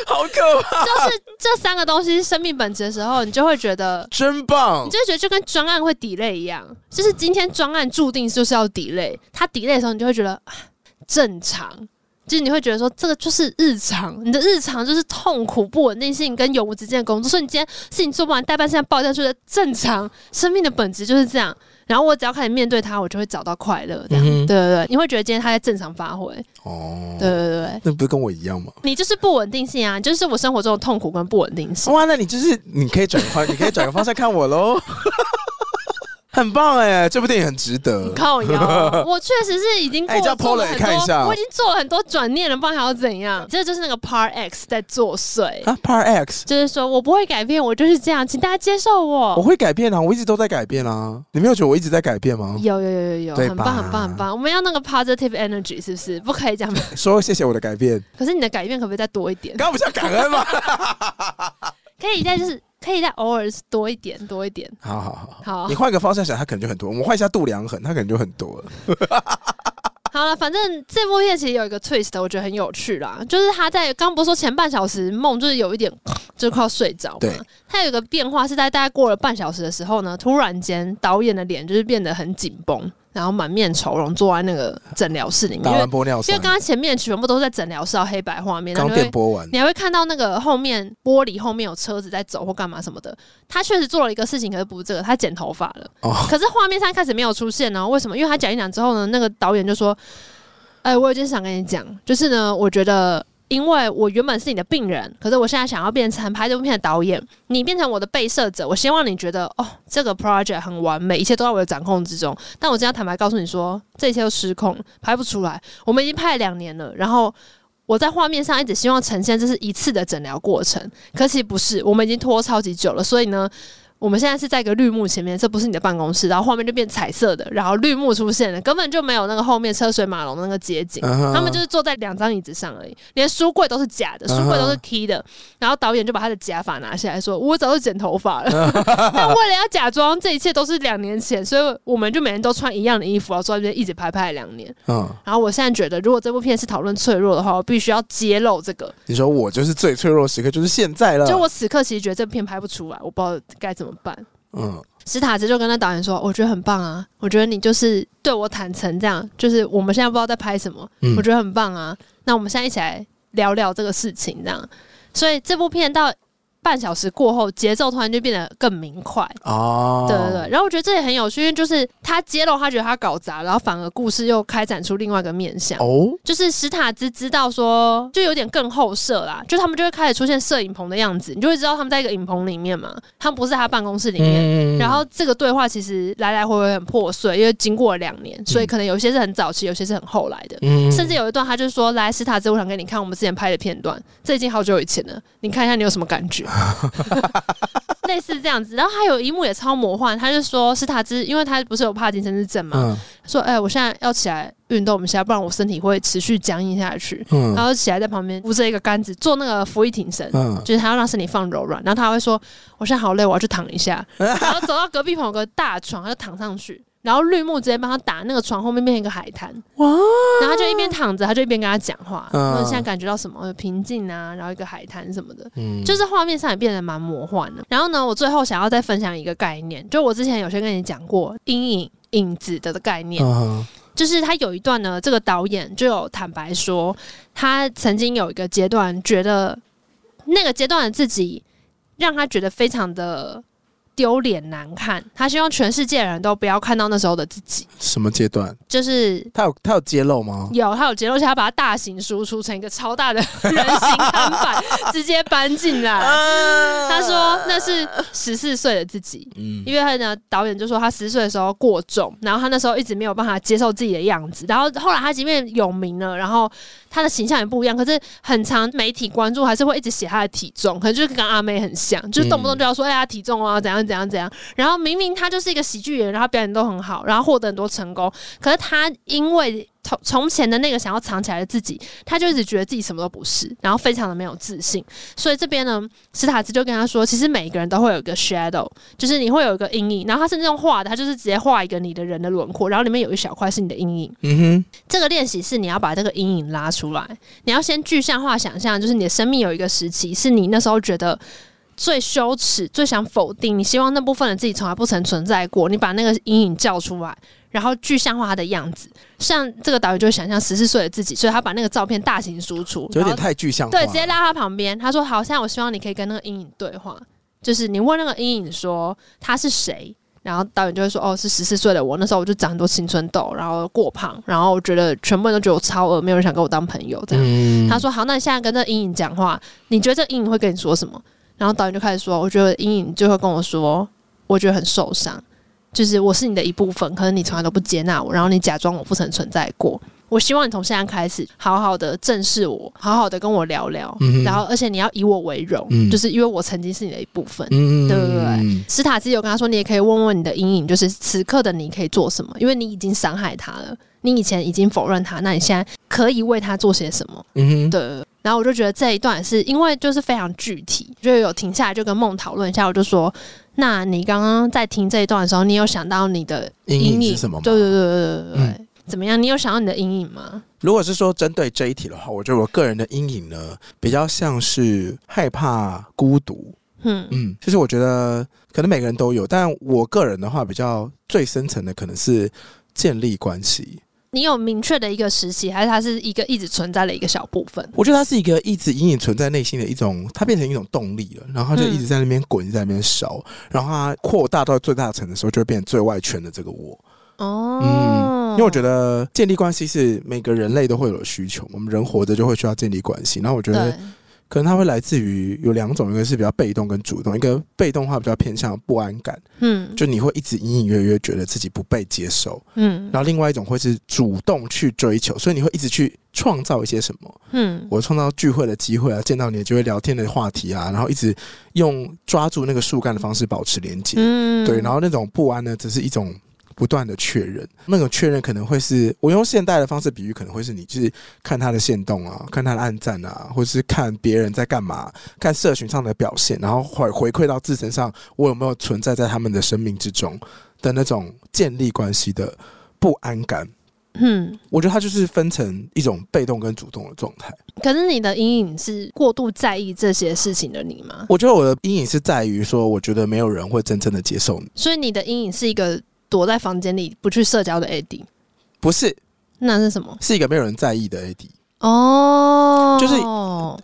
Speaker 1: 好可怕，
Speaker 2: 就是这三个东西是生命本质的时候，你就会觉得，
Speaker 1: 真棒
Speaker 2: 你！就会觉得就跟专案会 delay 一样，就是今天专案注定就是要 delay，它 delay 的时候，你就会觉得啊正常。就是你会觉得说，这个就是日常，你的日常就是痛苦、不稳定性跟永无止境的工作。所以你今天事情做不完，代办现在爆掉，觉得正常。生命的本质就是这样。然后我只要开始面对它，我就会找到快乐。这
Speaker 1: 嗯
Speaker 2: 样，
Speaker 1: 哼
Speaker 2: 对对对，你会觉得今天他在正常发挥。
Speaker 1: 哦，
Speaker 2: 对对对，
Speaker 1: 那不是跟我一样吗？
Speaker 2: 你就是不稳定性啊，你就是我生活中的痛苦跟不稳定性。
Speaker 1: 哇，那你就是你可以转换， 你可以转个方向看我喽， 很棒哎，这部电影很值得。
Speaker 2: 靠腰，我确实是已经过
Speaker 1: 哎叫
Speaker 2: 做
Speaker 1: Paula
Speaker 2: 了
Speaker 1: 也
Speaker 2: 很
Speaker 1: 看一下
Speaker 2: 多，我已经做了很多转念了，不然还要怎样？这就是那个 Part X 在作祟，
Speaker 1: 啊，Part X，
Speaker 2: 就是说我不会改变，我就是这样，请大家接受
Speaker 1: 我
Speaker 2: 我。
Speaker 1: 会改变啊，我一直都在改变啊，你没有觉得我一直在改变吗？
Speaker 2: 有有有有有，
Speaker 1: 对
Speaker 2: 很
Speaker 1: 吧
Speaker 2: 棒很棒很棒！我们要那个 positive energy 是不是？不可 以这样。
Speaker 1: 说谢谢我的改变，
Speaker 2: 可是你的改变可不可以再多一点？
Speaker 1: 刚刚不是要感恩 吗？
Speaker 2: 可以再就是可以再偶尔多一点多一点。
Speaker 1: 好好好。
Speaker 2: 好啊
Speaker 1: 你，换个方向想，它可能就很多。我们换一下度量衡，它可能就很多了。
Speaker 2: 好了，反正这部片其实有一个 twist，我觉得很有趣啦，就是他在刚不是说前半小时梦就是有一点就是快要睡着嘛
Speaker 1: 对，
Speaker 2: 他有一个变化是在大概过了半小时的时候呢，突然间导演的脸就是变得很紧绷，然后满面愁容坐在那个诊疗室里面，
Speaker 1: 打
Speaker 2: 因为
Speaker 1: 完玻尿
Speaker 2: 因
Speaker 1: 酸
Speaker 2: 为，刚刚前面全部都是在诊疗室要黑白画面，然
Speaker 1: 刚
Speaker 2: 后你会
Speaker 1: 电波完，
Speaker 2: 你还会看到那个后面玻璃后面有车子在走或干嘛什么的。他确实做了一个事情，可是不是这个，他剪头发了。
Speaker 1: 哦
Speaker 2: 可是画面上开始没有出现哦呢，为什么？因为他讲一讲之后呢，那个导演就说：“哎、我有件事想跟你讲，就是呢，我觉得。”因为我原本是你的病人，可是我现在想要变成拍这部片的导演，你变成我的被摄者。我希望你觉得哦，这个 project 很完美，一切都在我的掌控之中。但我今天要坦白告诉你说，这一切都失控，拍不出来。我们已经拍了两年了，然后我在画面上一直希望呈现这是一次的诊疗过程，可其实不是，我们已经拖超级久了，所以呢。我们现在是在一个绿幕前面，这不是你的办公室，然后画面就变彩色的，然后绿幕出现了，根本就没有那个后面车水马龙的那个街景，
Speaker 1: 嗯哼
Speaker 2: 他们就是坐在两张椅子上而已，连书柜都是假的，
Speaker 1: 嗯
Speaker 2: 书
Speaker 1: 哼
Speaker 2: 柜都是 key 的，然后导演就把他的假发拿下来说：“我早就剪头发了。” 但为了要假装这一切都是两年前，所以我们就每人都穿一样的衣服，然后坐在那边一直拍拍了两年。
Speaker 1: 嗯，
Speaker 2: 然后我现在觉得，如果这部片是讨论脆弱的话，我必须要揭露这个。
Speaker 1: 你说我就是最脆弱的时刻，就是现在了。
Speaker 2: 就我此刻其实觉得这部片拍不出来，我不知道该怎么办。
Speaker 1: 嗯，
Speaker 2: 史塔兹就跟那导演说：“我觉得很棒啊，我觉得你就是对我坦诚，这样就是我们现在不知道在拍什么，
Speaker 1: 嗯
Speaker 2: 我觉得很棒啊。那我们现在一起来聊聊这个事情，这样。所以这部片到半小时过后，节奏突然就变得更明快，
Speaker 1: 哦，
Speaker 2: 对对对，然后我觉得这也很有趣，因为就是他揭露他觉得他搞砸，然后反而故事又开展出另外一个面向。
Speaker 1: 哦，
Speaker 2: 就是史塔兹知道说，就有点更后设啦，就他们就会开始出现摄影棚的样子，你就会知道他们在一个影棚里面嘛，他们不是在他办公室里面。
Speaker 1: 嗯
Speaker 2: 然后这个对话其实来来回回很破碎，因为经过了两年，所以可能有些是很早期，有些是很后来的。
Speaker 1: 嗯
Speaker 2: 甚至有一段，他就说：“来，史塔兹，我想给你看我们之 前拍的片段，这已经好久以前了，你看一下你有什么感觉。”类似这样子。然后还有一幕也超魔幻，他就说是他之，因为他不是有帕金森氏症嘛，
Speaker 1: 嗯
Speaker 2: 说哎、我现在要起来运动一下，不然我身体会持续僵硬下去。然
Speaker 1: 嗯
Speaker 2: 后起来在旁边扶着一个杆子做那个俯卧挺身，
Speaker 1: 嗯，
Speaker 2: 就是他要让身体放柔软。然后他会说：“我现在好累，我要去躺一 下。”然后走到隔壁棚有个大床，他就躺上去。然后绿幕直接帮他打那个床后面变成一个海滩，
Speaker 1: 哇，
Speaker 2: 然后他就一边躺着，他就一边跟他讲话。
Speaker 1: 嗯
Speaker 2: 嗯，现在感觉到什么呃平静啊，然后一个海滩什么的，
Speaker 1: 嗯
Speaker 2: 就是画面上也变得蛮魔幻的。然后呢，我最后想要再分享一个概念，就我之前有先跟你讲过阴影影子的概念，
Speaker 1: 嗯
Speaker 2: 就是他有一段呢，这个导演就有坦白说，他曾经有一个阶段觉得那个阶段的自己让他觉得非常的丢脸难看，他希望全世界的人都不要看到那时候的自己，
Speaker 1: 什么阶段？
Speaker 2: 就是。
Speaker 1: 他有他有揭露吗？
Speaker 2: 有，他有揭露，而且他把它大型输出成一个超大的人形看板，直接搬进来。他说那是十四岁的自己，
Speaker 1: 嗯
Speaker 2: 因为他呢，导演就说他十岁的时候过重，然后他那时候一直没有办法接受自己的样子，然后后来他即便有名了，然后他的形象也不一样，可是很长媒体关注还是会一直写他的体重，可能就是跟阿妹很像，就是动不动就要说、哎呀体重啊怎样怎样怎样，然后明明他就是一个喜剧演员，然后表演都很好，然后获得很多成功，可是他因为从从前的那个想要藏起来的自己，他就一直觉得自己什么都不是，然后非常的没有自信，所以这边呢，史塔兹就跟他说，其实每一个人都会有一个 shadow，就是你会有一个阴影，然后他甚至用画的，他就是直接画一个你的人的轮廓，然后里面有一小块是你的阴影。
Speaker 1: 嗯
Speaker 2: 这个练习是你要把这个阴影拉出来，你要先具象化想象，就是你的生命有一个时期是你那时候觉得。最羞耻、最想否定，你希望那部分的自己从来不曾存在过。你把那个阴影叫出来，然后具象化它的样子。像这个导演就会想象十四岁的自己，所以他把那个照片大型输出，
Speaker 1: 哼，有
Speaker 2: 然后
Speaker 1: 点太具象化
Speaker 2: 对，
Speaker 1: 了，
Speaker 2: 直接拉他旁边。他说：“好，现在我希望你可以跟那个阴影对话，就是你问那个阴影说他是谁。”然后导演就会说：“哦，是十四岁的我，那时候我就长很多青春痘，然后过胖，然后我觉得全部人都觉得我超恶，没有人想跟我当朋友。”这样，
Speaker 1: 嗯
Speaker 2: 他说：“好，那你现在跟这阴影讲话，你觉得这阴影会跟你说什么？”然后导演就开始说：“我觉得阴影就会跟我说，我觉得很受伤，就是我是你的一部分，可是你从来都不接纳我，然后你假装我不曾存在过。我希望你从现在开始，好好的正视我，好好的跟我聊聊，
Speaker 1: 嗯哼
Speaker 2: 然后而且你要以我为荣，
Speaker 1: 嗯
Speaker 2: 就是因为我曾经是你的一部分。
Speaker 1: 嗯
Speaker 2: 对对对史塔兹有跟他说，你也可以问问你的阴影，就是此刻的你可以做什么，因为你已经伤害他了，你以前已经否认他，那你现在可以为他做些什么？
Speaker 1: 嗯哼，
Speaker 2: 对，然后我就觉得这一段是因为就是非常具体，就有停下来就跟梦讨论一下，我就说，那你刚刚在听这一段的时候，你有想到你的
Speaker 1: 阴
Speaker 2: 阴
Speaker 1: 影
Speaker 2: 影
Speaker 1: 是什么吗？
Speaker 2: 对对对对对对对
Speaker 1: 嗯
Speaker 2: 怎么样？你有想到你的阴影吗？
Speaker 1: 如果是说针对这一题的话，我觉得我个人的阴影呢，比较像是害怕孤独。
Speaker 2: 嗯
Speaker 1: 嗯，就是我觉得可能每个人都有，但我个人的话，比较最深层的可能是建立关系。
Speaker 2: 你有明确的一个时期，还是它是一个一直存在的一个小部分？
Speaker 1: 我觉得它是一个一直隐隐存在内心的一种，它变成一种动力了，然后它就
Speaker 2: 嗯
Speaker 1: 一直在那边滚，一直在那边烧，然后它扩大到最大层的时候，就会变成最外圈的这个我。
Speaker 2: 哦，
Speaker 1: 嗯，因为我觉得建立关系是每个人类都会有的需求，我们人活着就会需要建立关系。然后我觉得
Speaker 2: 对，
Speaker 1: 可能它会来自于有两种，一个是比较被动跟主动，一个被动的话比较偏向不安感，
Speaker 2: 嗯
Speaker 1: 就你会一直隐隐约约觉得自己不被接受。
Speaker 2: 嗯
Speaker 1: 然后另外一种会是主动去追求，所以你会一直去创造一些什么。
Speaker 2: 嗯
Speaker 1: 我创造聚会的机会啊，见到你就会聊天的话题啊，然后一直用抓住那个树干的方式保持连接。
Speaker 2: 嗯
Speaker 1: 对，然后那种不安呢，只是一种不断的确认，那种确认可能会是我用现代的方式比喻，可能会是你就是看他的线动啊，看他的暗赞啊，或者是看别人在干嘛，看社群上的表现，然后回回馈到自身上，我有没有存在在他们的生命之中的那种建立关系的不安感。
Speaker 2: 嗯，
Speaker 1: 我觉得它就是分成一种被动跟主动的状态。
Speaker 2: 可是你的阴影是过度在意这些事情的你吗？
Speaker 1: 我觉得我的阴影是在于说，我觉得没有人会真正的接受你。
Speaker 2: 所以你的阴影是一个躲在房间里不去社交的 AD，
Speaker 1: 不是，
Speaker 2: 那是什么？
Speaker 1: 是一个没有人在意的 AD。
Speaker 2: 哦，
Speaker 1: 就是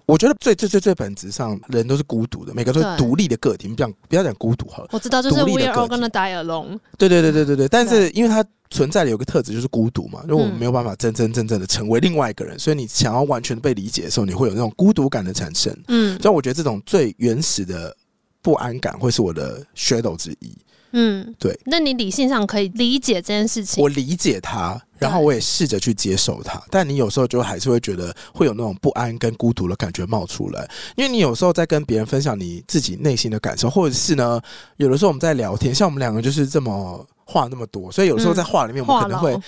Speaker 1: 我觉得最最最最本质上，人都是孤独的，每个都是
Speaker 2: 对
Speaker 1: 独立的个体。你不讲不要讲孤独好了，
Speaker 2: 我知道，就是
Speaker 1: 独立
Speaker 2: we
Speaker 1: 的
Speaker 2: are all
Speaker 1: 个体
Speaker 2: gonna die alone。
Speaker 1: 对对对对对对。但是因为它存在的有个特质就是孤独嘛，因为我们没有办法真真正正的成为另外一个人，所以你想要完全被理解的时候，你会有那种孤独感的产生。
Speaker 2: 嗯
Speaker 1: 所以我觉得这种最原始的。不安感会是我的 shadow 之一。
Speaker 2: 嗯，
Speaker 1: 对。
Speaker 2: 那你理性上可以理解这件事情
Speaker 1: 我，理解它，然后我也试着去接受它，但你有时候就还是会觉得会有那种不安跟孤独的感觉冒出来，因为你有时候在跟别人分享你自己内心的感受，或者是呢，有的时候我们在聊天，像我们两个就是这么话那么多，所以有时候在话里面我们
Speaker 2: 嗯话
Speaker 1: 可能会、
Speaker 2: 痨。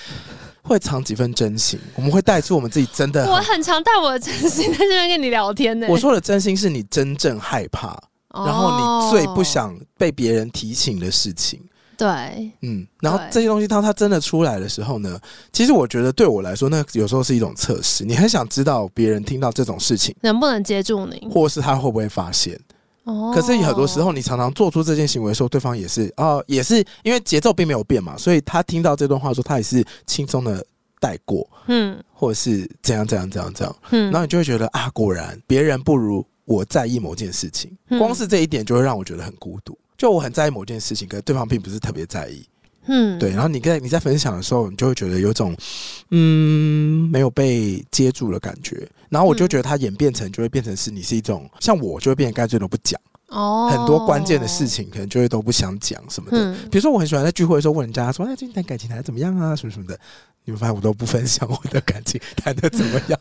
Speaker 1: 会藏几分真心，我们会带出我们自己真的
Speaker 2: 我
Speaker 1: 很。
Speaker 2: 很常带我的真心在这边跟你聊天呢、
Speaker 1: 呃我说的真心是你真正害怕，
Speaker 2: 哦，
Speaker 1: 然后你最不想被别人提醒的事情。
Speaker 2: 对，
Speaker 1: 嗯，然后
Speaker 2: 对
Speaker 1: 这些东西当它真的出来的时候呢，其实我觉得对我来说，那有时候是一种测试。你很想知道别人听到这种事情，
Speaker 2: 能不能接住你？
Speaker 1: 或是他会不会发现。
Speaker 2: 嗯哦，
Speaker 1: 可是很多时候，你常常做出这件行为的时候，对方也是啊、也是因为节奏并没有变嘛，所以他听到这段话的时候，他也是轻松的带过，
Speaker 2: 嗯
Speaker 1: 或者是怎样怎样怎样怎样。
Speaker 2: 嗯，
Speaker 1: 然后你就会觉得啊，果然别人不如我在意某件事情，
Speaker 2: 嗯
Speaker 1: 光是这一点就会让我觉得很孤独。就我很在意某件事情，可是对方并不是特别在意，
Speaker 2: 嗯
Speaker 1: 对。然后你在你在分享的时候，你就会觉得有种嗯没有被接住的感觉。然后
Speaker 2: 嗯
Speaker 1: 我就觉得它演变成就会变成是你是一种像我就会变得干脆都不讲，
Speaker 2: 哦，
Speaker 1: 很多关键的事，情可能就会都不想讲什么的。
Speaker 2: 嗯，
Speaker 1: 比如说我很喜欢在聚会的时候问人家说：“哎，最近谈感情谈的怎么样啊？什么什么的。”你们发现我都不分享我的感情谈的怎么 样，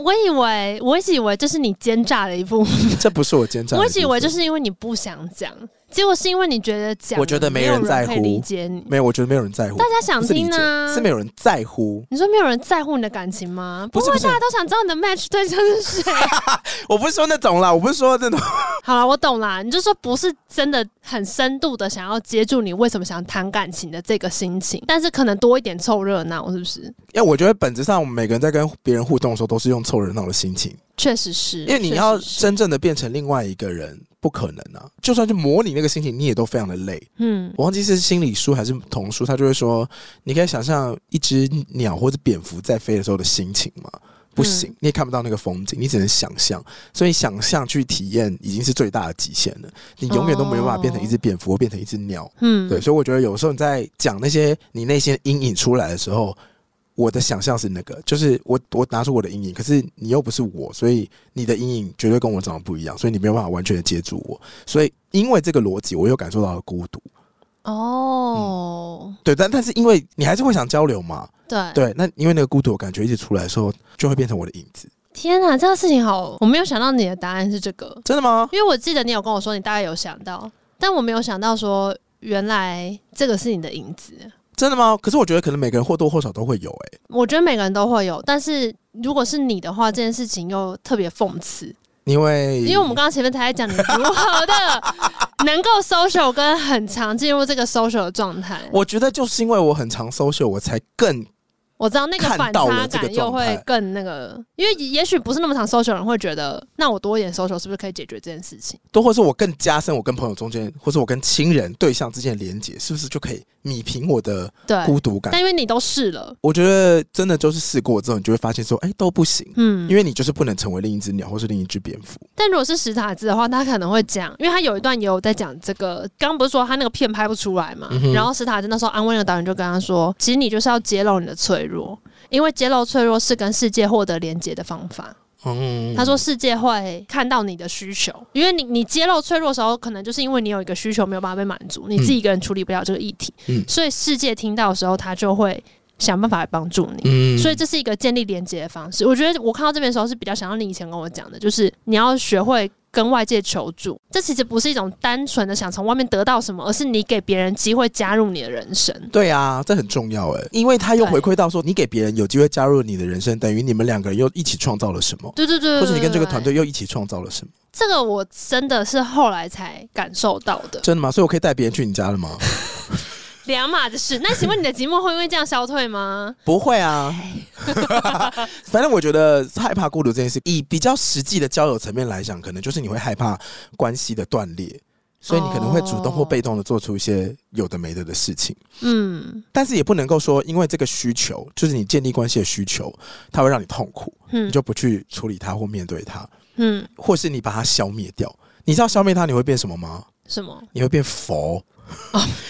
Speaker 2: 我以为我一直以为这是你奸诈的一部分，
Speaker 1: 这不是我今天这样。
Speaker 2: 我一直以为就是因为你不想讲，结果是因为你觉得讲了，
Speaker 1: 我觉得没
Speaker 2: 没有
Speaker 1: 人在
Speaker 2: 可以
Speaker 1: 乎
Speaker 2: 理解你，
Speaker 1: 没有，我觉得没有人在乎。
Speaker 2: 大家想
Speaker 1: 不是理
Speaker 2: 听
Speaker 1: 解
Speaker 2: 啊，
Speaker 1: 是没有人在乎。
Speaker 2: 你说没有人在乎你的感情吗？
Speaker 1: 不是
Speaker 2: 会，
Speaker 1: 不是
Speaker 2: 大家都想知道你的 match 对象是谁。
Speaker 1: 我不是说那种啦，我不是说那种。
Speaker 2: 好了，我懂啦，你就说不是真的很深度的想要接住你为什么想谈感情的这个心情，但是可能多一点凑热闹，是不是？
Speaker 1: 因为我觉得本质上，我们每个人在跟别人互动的时候，都是用凑热闹的心情。
Speaker 2: 确实是，
Speaker 1: 因为你要
Speaker 2: 确实是
Speaker 1: 真正的变成另外一个人，不可能啊！就算去模拟那个心情，你也都非常的累。
Speaker 2: 嗯
Speaker 1: 我忘记是心理书还是童书，他就会说，你可以想象一只鸟或者蝙蝠在飞的时候的心情吗？不
Speaker 2: 嗯
Speaker 1: 行，你也看不到那个风景，你只能想象。所以想象去体验已经是最大的极限了。你永远都没有办法变成一只蝙蝠，或变成一只鸟，
Speaker 2: 嗯，
Speaker 1: 对，所以我觉得有时候你在讲那些你内心的阴影出来的时候，我的想象是那个，就是我我拿出我的阴影，可是你又不是我，所以你的阴影绝对跟我长得不一样，所以你没有办法完全的接住我。所以因为这个逻辑，我又感受到了孤独。
Speaker 2: 哦，
Speaker 1: 对，但但是因为你还是会想交流嘛，
Speaker 2: 对
Speaker 1: 嗯对，那因为那个孤独的感觉一直出来的时候，就会变成我的影子。
Speaker 2: 天啊哪，这个事情好，我没有想到你的答案是这个，
Speaker 1: 真的吗？
Speaker 2: 因为我记得你有跟我说你大概有想到，但我没有想到说原来这个是你的影子。
Speaker 1: 真的吗？可是我觉得可能每个人或多或少都会有、欸，
Speaker 2: 我觉得每个人都会有，但是如果是你的话，这件事情又特别讽刺，
Speaker 1: 因为
Speaker 2: 因为我们刚刚前面才在讲你如何的 能够 social 跟很常进入这个 social 的状态。我
Speaker 1: 我觉得就是因为我很常 social，我才更
Speaker 2: 知道那个反
Speaker 1: 看到
Speaker 2: 差
Speaker 1: 了这个
Speaker 2: 感又
Speaker 1: 状
Speaker 2: 会
Speaker 1: 态
Speaker 2: 更那个，因为也许不是那么常 social 的人会觉得，那我多一点 social 是不是可以解决这件事情？
Speaker 1: 都或是我更加深我跟朋友中间，或是我跟亲人对象之间的连接，是不是就可以弥平我的
Speaker 2: 对，
Speaker 1: 孤独
Speaker 2: 但
Speaker 1: 感？
Speaker 2: 因为你都试了，
Speaker 1: 我觉得真的就是试过之后，你就会发现说，哎、都不行，
Speaker 2: 嗯，
Speaker 1: 因为你就是不能成为另一只鸟或是另一只蝙蝠。
Speaker 2: 但如果是史塔兹的话，他可能会讲，因为他有一段也有在讲这个，刚刚不是说他那个片拍不出来嘛，
Speaker 1: 嗯哼
Speaker 2: 然后史塔兹那时候安慰那个导演就跟他说，其实你就是要揭露你的脆弱，因为揭露脆弱是跟世界获得连接的方法。
Speaker 1: 嗯，
Speaker 2: 他说世界会看到你的需求，因为你你揭露脆弱的时候，可能就是因为你有一个需求没有办法被满足，你自己一个人处理不了这个议题，
Speaker 1: 嗯
Speaker 2: 所以世界听到的时候，他就会想办法来帮助你。
Speaker 1: 嗯
Speaker 2: 所以这是一个建立连接的方式。我觉得我看到这边的时候是比较想要你以前跟我讲的，就是你要学会跟外界求助。这其实不是一种单纯的想从外面得到什么，而是你给别人机会加入你的人生。
Speaker 1: 对啊，这很重要哎、因为他又
Speaker 2: 对
Speaker 1: 回馈到说，你给别人有机会加入你的人生，等于你们两个人又一起创造了什么，
Speaker 2: 对对对
Speaker 1: 或者你跟这个
Speaker 2: 对
Speaker 1: 团队又一起创造了什么，
Speaker 2: 这个我真的是后来才感受到的
Speaker 1: 真的吗？所以我可以带别人去你家了吗？
Speaker 2: 两码子事。那请问你的寂寞会因为这样消退吗？
Speaker 1: 不会 啊，反正我觉得害怕孤独这件事，以比较实际的交友层面来讲，可能就是你会害怕关系的断裂，所以你可能会主动或被动的做出一些有的没的的事情。
Speaker 2: 嗯
Speaker 1: 但是也不能够说，因为这个需求，就是你建立关系的需求，它会让你痛苦，你
Speaker 2: 嗯
Speaker 1: 就不去处理它或面对它，
Speaker 2: 嗯，
Speaker 1: 或是你把它消灭掉。你知道消灭它你会变什么吗？
Speaker 2: 什么？
Speaker 1: 你会变佛，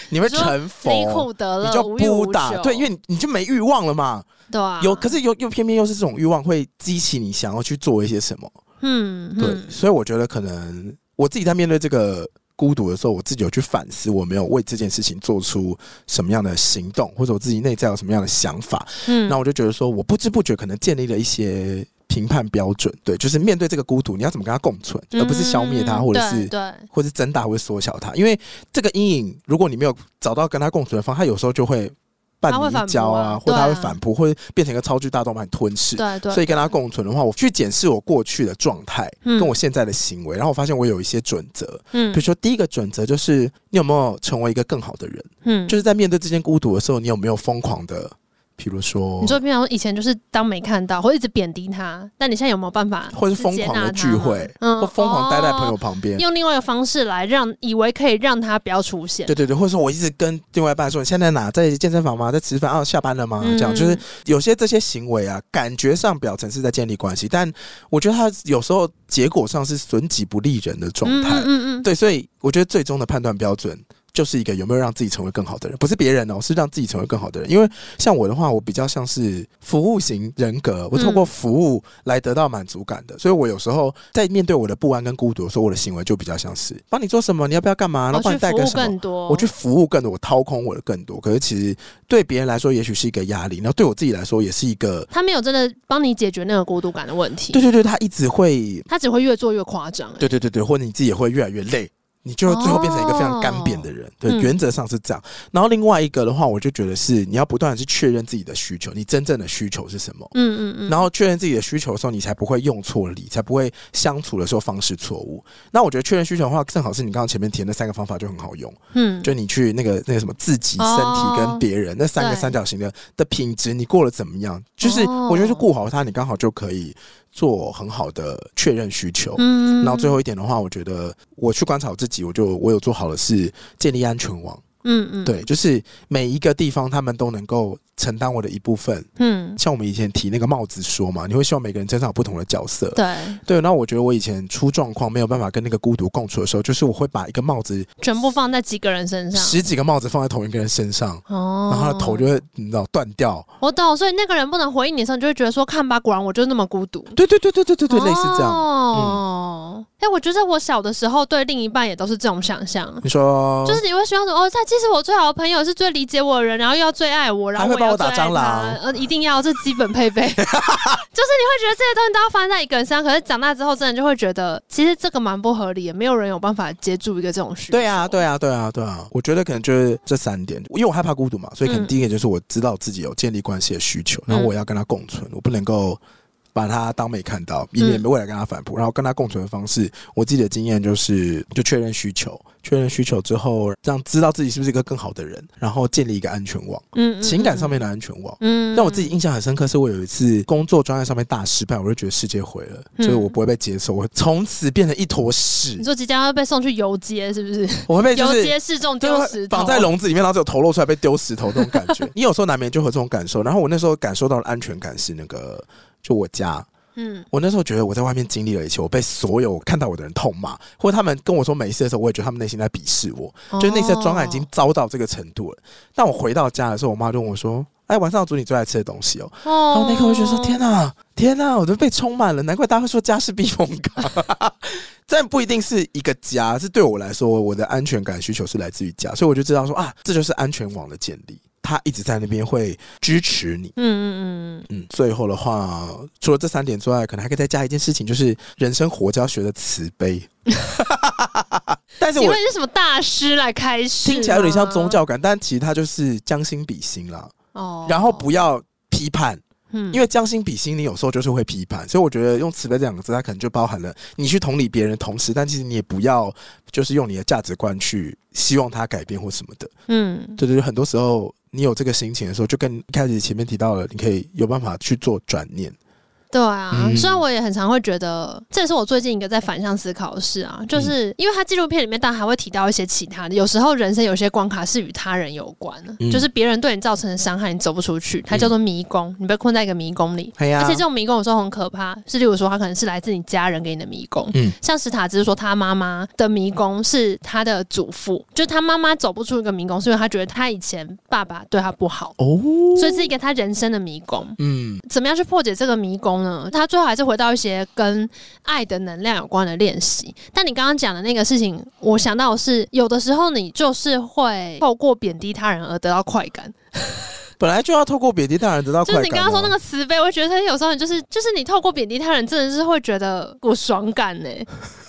Speaker 1: 你会
Speaker 2: 哦你说
Speaker 1: 成
Speaker 2: 离
Speaker 1: 佛，
Speaker 2: 苦得乐，
Speaker 1: 你就
Speaker 2: 无欲无
Speaker 1: 不打，
Speaker 2: 求
Speaker 1: 对，因为你你就没欲望了嘛。
Speaker 2: 对啊，
Speaker 1: 有，可
Speaker 2: 是
Speaker 1: 是又又偏偏又是这种欲望会激起你想要去做一些什么，
Speaker 2: 嗯
Speaker 1: 对，
Speaker 2: 嗯
Speaker 1: 所以我觉得可能。我自己在面对这个孤独的时候，我自己有去反思，我没有为这件事情做出什么样的行动，或者我自己内在有什么样的想法。
Speaker 2: 嗯
Speaker 1: 那我就觉得说，我不知不觉可能建立了一些评判标准，对，就是面对这个孤独，你要怎么跟它共存，而不是消灭它，
Speaker 2: 嗯
Speaker 1: 或者
Speaker 2: 对
Speaker 1: 是
Speaker 2: 对，
Speaker 1: 或是增大，或是缩小它。因为这个阴影，如果你没有找到跟它共存的方法，它有时候就会半
Speaker 2: 它会
Speaker 1: 你一
Speaker 2: 反
Speaker 1: 跤
Speaker 2: 驳
Speaker 1: 啊，
Speaker 2: 啊
Speaker 1: 或者它会
Speaker 2: 对啊
Speaker 1: 反扑，或者变成一个超巨大动脉吞噬。
Speaker 2: 对啊对，
Speaker 1: 所以跟他共存的话，我去检视我过去的状态，
Speaker 2: 嗯
Speaker 1: 跟我现在的行为，然后我发现我有一些准则。比
Speaker 2: 嗯
Speaker 1: 如说，第一个准则就是你有没有成为一个更好的人，
Speaker 2: 嗯，
Speaker 1: 就是在面对这件孤独的时候，你有没有疯狂的，比如说
Speaker 2: 你，说，比方说以前就是当没看到，或一直贬低他，但你现在有没有办法，
Speaker 1: 或是疯狂的聚会，
Speaker 2: 嗯
Speaker 1: 或疯狂待在朋友
Speaker 2: 哦
Speaker 1: 旁边。
Speaker 2: 用另外一个方式来让以为可以让他不要出现，
Speaker 1: 对对对，或者说我一直跟另外一半说你现在在哪，在健身房吗？在吃饭啊？下班了吗？
Speaker 2: 嗯
Speaker 1: 这样就是有些这些行为啊，感觉上表层是在建立关系，但我觉得他有时候结果上是损己不利人的状态。
Speaker 2: 嗯嗯嗯，
Speaker 1: 对，所以我觉得最终的判断标准就是一个有没有让自己成为更好的人，不是别人哦，是让自己成为更好的人。因为像我的话，我比较像是服务型人格，我
Speaker 2: 嗯
Speaker 1: 透过服务来得到满足感的，所以我有时候在面对我的不安跟孤独的时候，我的行为就比较像是帮你做什么，你要不要干嘛，然后
Speaker 2: 我
Speaker 1: 帮
Speaker 2: 哦去
Speaker 1: 你带
Speaker 2: 服
Speaker 1: 个
Speaker 2: 务
Speaker 1: 什么
Speaker 2: 更。多，
Speaker 1: 我去服务更多，我掏空我的更多。可是其实对别人来说，也许是一个压力，然后对我自己来说，也是一个。
Speaker 2: 他没有真的帮你解决那个孤独感的问题，
Speaker 1: 对对对，他一直会
Speaker 2: 他只会越做越夸张、欸
Speaker 1: 对对对对，或者你自己也会越来越累，你就最后变成一个非常干瘪的人。对，
Speaker 2: 嗯
Speaker 1: 原则上是这样。然后另外一个的话，我就觉得是你要不断的去确认自己的需求，你真正的需求是什么。
Speaker 2: 嗯嗯嗯，
Speaker 1: 然后确认自己的需求的时候，你才不会用错理，才不会相处的时候方式错误。那我觉得确认需求的话，正好是你刚刚前面提的那三个方法就很好用，
Speaker 2: 嗯，
Speaker 1: 就你去那个那个什么自己、身体跟别人、那三个
Speaker 2: 哦对
Speaker 1: 三角形的的品质，你过得怎么样？就是
Speaker 2: 哦
Speaker 1: 我觉得是顾好它，你刚好就可以做很好的确认需求。
Speaker 2: 嗯，
Speaker 1: 然后最后一点的话，我觉得我去观察我自己，我就我有做好的是建立安全网。
Speaker 2: 嗯嗯，
Speaker 1: 对，就是每一个地方他们都能够承担我的一部分。
Speaker 2: 嗯
Speaker 1: 像我们以前提那个帽子说嘛，你会希望每个人身上有不同的角色。
Speaker 2: 对，
Speaker 1: 对，那我觉得我以前出状况没有办法跟那个孤独共处的时候，就是我会把一个帽子
Speaker 2: 全部放在几个人身上。
Speaker 1: 十几个帽子放在同一个人身上，
Speaker 2: 哦，
Speaker 1: 然后他的头就会你知道断掉。
Speaker 2: 我懂，所以那个人不能回应你的时候，你就会觉得说，看吧，果然我就那么孤独，
Speaker 1: 对对对对对对对，类似这样。嗯
Speaker 2: 哦，哎、我觉得我小的时候对另一半也都是这种想象，
Speaker 1: 你说
Speaker 2: 就是你会希望说，哦，他既是我最好的朋友，是最理解我的人，然后又要最爱我，然后
Speaker 1: 还会
Speaker 2: 我
Speaker 1: 帮
Speaker 2: 也
Speaker 1: 我
Speaker 2: 要
Speaker 1: 打
Speaker 2: 最爱他
Speaker 1: 蟑螂
Speaker 2: 呃，一定要，这基本配备。就是 你会觉得这些东西都要发生在一个人身上，可是长大之后，真的就会觉得，其实这个蛮不合理的，没有人有办法接住一个这种需求。
Speaker 1: 对啊，对啊，对啊，对啊！我觉得可能就是这三点，因为我害怕孤独嘛，所以可能
Speaker 2: 嗯
Speaker 1: 第一个就是我知道自己有建立关系的需求，然后
Speaker 2: 嗯
Speaker 1: 我要跟他共存，我不能够把他当没看到，以
Speaker 2: 嗯
Speaker 1: 免未来跟他反扑。然后跟他共存的方式，我自己的经验就是就确认需求，确认需求之后，让知道自己是不是一个更好的人，然后建立一个安全网，
Speaker 2: 嗯，嗯嗯
Speaker 1: 情感上面的安全网。
Speaker 2: 嗯，嗯
Speaker 1: 让我自己印象很深刻，是我有一次工作专案上面大失败，我就觉得世界毁了，
Speaker 2: 嗯
Speaker 1: 所以我不会被接受，我从此变成一坨屎
Speaker 2: 你，说即将要被送去游街，是 不是？
Speaker 1: 我会被哎就
Speaker 2: 游
Speaker 1: 是
Speaker 2: 街示众
Speaker 1: 就
Speaker 2: 丢
Speaker 1: 会
Speaker 2: 石头，
Speaker 1: 绑在笼子里面，然后只有头露出来被丢石头那种感觉。 你有时候难免就会有这种感受。然后我那时候感受到的安全感是那个，就我家。
Speaker 2: 嗯，
Speaker 1: 我那时候觉得我在外面经历了一切，我被所有看到我的人痛骂，或者他们跟我说没事的时候，我也觉得他们内心在鄙视我，就是那些
Speaker 2: 哦
Speaker 1: 装案已经糟到这个程度了。但我回到家的时候，我妈就问我说：“哎，晚上要煮你最爱吃的东西哦。”然
Speaker 2: 哦
Speaker 1: 后那一刻我就觉得说：“天啊哪、天哪、我都被充满了，难怪大家会说家是避风港。 但不一定是一个家，是对我来说，我的安全感需求是来自于家，所以我就知道说啊，这就是安全网的建立，他一直在那边会支持你。
Speaker 2: 嗯嗯嗯，
Speaker 1: 嗯，最后的话，除了这三点之外，可能还可以再加一件事情，就是人生活就要学的慈悲。 但是
Speaker 2: 请
Speaker 1: 我
Speaker 2: 问是什么大师来开始？
Speaker 1: 听起来有点像宗，教感，但其实它就是将心比心啦，
Speaker 2: 哦
Speaker 1: 然后不要批判。
Speaker 2: 嗯
Speaker 1: 因
Speaker 2: 为
Speaker 1: 为将心比心，你有时候就是会批判，所以我觉得用慈悲这两个字，它可能就包含了你去同理别人的同时，但其实你也不要就是用你的价值观去希望他改变或什么的。
Speaker 2: 嗯
Speaker 1: 对对对，很多时候你有这个心情的时候，就跟一开始前面提到了，你可以有办法去做转念。
Speaker 2: 对啊，
Speaker 1: 嗯
Speaker 2: 虽然我也很常会觉得，这也是我最近一个在反向思考的事
Speaker 1: 嗯
Speaker 2: 啊，就是因为他纪录片里面当然还会提到一些其他的，有时候人生有些关卡是与他人有关的，
Speaker 1: 嗯
Speaker 2: 就是别人对你造成的伤害，你走不出去，它叫做迷宫，你被困在一个迷宫里。
Speaker 1: 哎呀
Speaker 2: 而且这种迷宫有时候很可怕，是例如说，它可能是来自你家人给你的迷宫，
Speaker 1: 嗯
Speaker 2: 像史塔兹说，他妈妈的迷宫是他的祖父，就是他妈妈走不出一个迷宫，是因为他觉得他以前爸爸对他不好，
Speaker 1: 哦，
Speaker 2: 所以是一个他人生的迷宫。
Speaker 1: 嗯
Speaker 2: 怎么样去破解这个迷宫中呢，他最后还是回到一些跟爱的能量有关的练习。但你刚刚讲的那个事情，我想到的是，有的时候你就是会透过贬低他人而得到快感。
Speaker 1: 本来就要透过贬低他人得到
Speaker 2: 就
Speaker 1: 快感啊。
Speaker 2: 是你刚刚说那个慈悲，我觉得有时候你就是就是你透过贬低他人，真的是会觉得有爽感呢、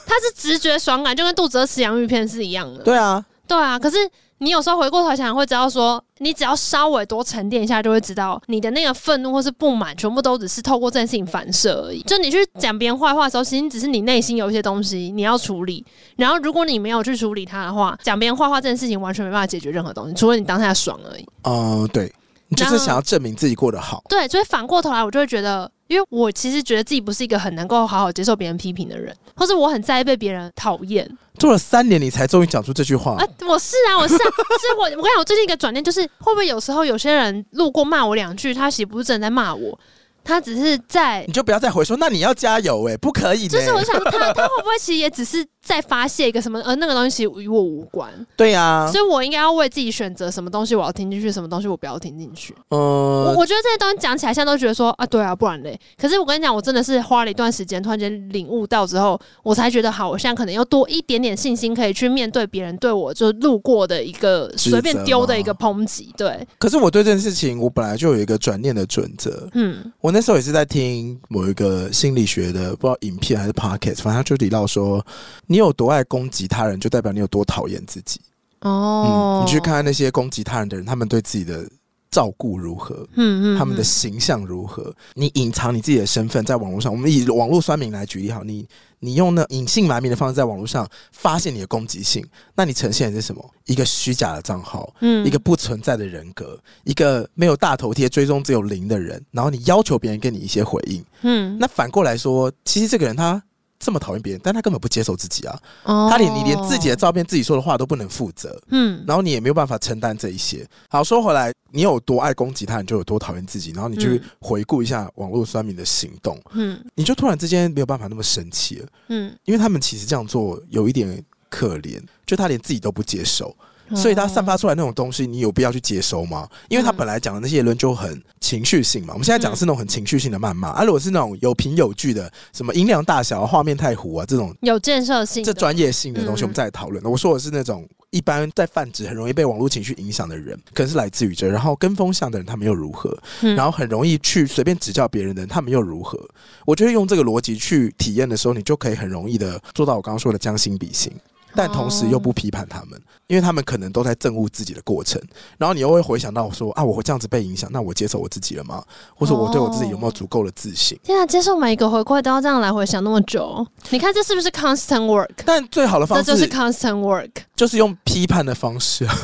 Speaker 2: 他是直觉爽感，就跟肚子饿吃洋芋片是一样的。
Speaker 1: 对啊，
Speaker 2: 对啊，可是你有时候回过头想，会知道说，你只要稍微多沉淀一下，就会知道你的那个愤怒或是不满，全部都只是透过这件事情反射而已。就你去讲别人坏话的时候，其实你只是你内心有一些东西你要处理，然后如果你没有去处理它的话，讲别人坏话这件事情完全没办法解决任何东西，除非你当下爽而已。
Speaker 1: 嗯、对，你就是想要证明自己过得好。
Speaker 2: 对，所以反过头来，我就会觉得，因为我其实觉得自己不是一个很能够好好接受别人批评的人，或是我很在意被别人讨厌。
Speaker 1: 做了三年，你才终于讲出这句话。
Speaker 2: 啊，我是啊， 我是啊，是我。我跟你讲，我最近一个转念就是，会不会有时候有些人路过骂我两句，他其实不是真的在骂我，他只是在
Speaker 1: 你，就不要再回说，那你要加油哎、不可以呢、
Speaker 2: 就是我想说他他会不会其实也只是在发泄一个什么，呃而那个东西其实与我无关，
Speaker 1: 对呀、
Speaker 2: 所以我应该要为自己选择什么东西我要听进去，什么东西我不要听进去。
Speaker 1: 嗯、
Speaker 2: 我我觉得这些东西讲起来，现在都觉得说啊，对啊，不然嘞。可是我跟你讲，我真的是花了一段时间，突然间领悟到之后，我才觉得好，我现在可能要多一点点信心，可以去面对别人对我就路过的一个
Speaker 1: 指责
Speaker 2: 随便丢的一个
Speaker 1: 吗
Speaker 2: 抨击。对，
Speaker 1: 可是我对这件事情，我本来就有一个转念的准则。
Speaker 2: 嗯
Speaker 1: 我那时候也是在听某一个心理学的，不知道影片还是 podcast，反正他就提到说，你有多爱攻击他人，就代表你有多讨厌自己。
Speaker 2: 哦
Speaker 1: 嗯，你去看看那些攻击他人的人，他们对自己的照顾如何，
Speaker 2: 嗯，嗯嗯，
Speaker 1: 他们的形象如何，你隐藏你自己的身份在网络上，我们以网络酸民来举例好，你你用那隐姓埋名的方式在网络上发现你的攻击性，那你呈现的是什么？一个虚假的账号，
Speaker 2: 嗯
Speaker 1: 一个不存在的人格，一个没有大头贴、追踪只有零的人，然后你要求别人给你一些回应。
Speaker 2: 嗯，
Speaker 1: 那反过来说，其实这个人他这么讨厌别人，但他根本不接受自己啊，
Speaker 2: 哦
Speaker 1: 他连你连自己的照片、自己说的话都不能负责，
Speaker 2: 嗯
Speaker 1: 然后你也没有办法承担这一些。好，说回来，你有多爱攻击他，你就有多讨厌自己，然后你去
Speaker 2: 嗯
Speaker 1: 回顾一下网络酸民的行动，
Speaker 2: 嗯
Speaker 1: 你就突然之间没有办法那么生气了，
Speaker 2: 嗯，
Speaker 1: 因为他们其实这样做有一点可怜，就他连自己都不接受。所以他散
Speaker 2: 哦
Speaker 1: 发出来那种东西，你有必要去接收吗？因为他
Speaker 2: 嗯
Speaker 1: 本来讲的那些言论就很情绪性嘛。我们现在讲的是那种很情绪性的谩骂，啊而、如果是那种有凭有据的，什么音量大小啊、画面太糊啊这种
Speaker 2: 有建设性
Speaker 1: 这
Speaker 2: 的，
Speaker 1: 专业性的东西，
Speaker 2: 嗯
Speaker 1: 我们再来讨论。我说的是那种一般在泛指很容易被网络情绪影响的人，可能是来自于这，然后跟风向的人他们又如何？
Speaker 2: 嗯
Speaker 1: 然后很容易去随便指教别人的人他们又如何？我觉得用这个逻辑去体验的时候，你就可以很容易的做到我刚刚说的将心比心。但同时又不批判他们，因为他们可能都在憎恶自己的过程，然后你又会回想到说啊，我这样子被影响，那我接受我自己了吗？或者我对我自己有没有足够的自信？
Speaker 2: 天啊，接受每一个回馈都要这样来回想那么久，你看这是不是 constant work？
Speaker 1: 但最好的
Speaker 2: 这
Speaker 1: 方
Speaker 2: 就是
Speaker 1: 式
Speaker 2: constant work。
Speaker 1: 就是用批判的方式啊，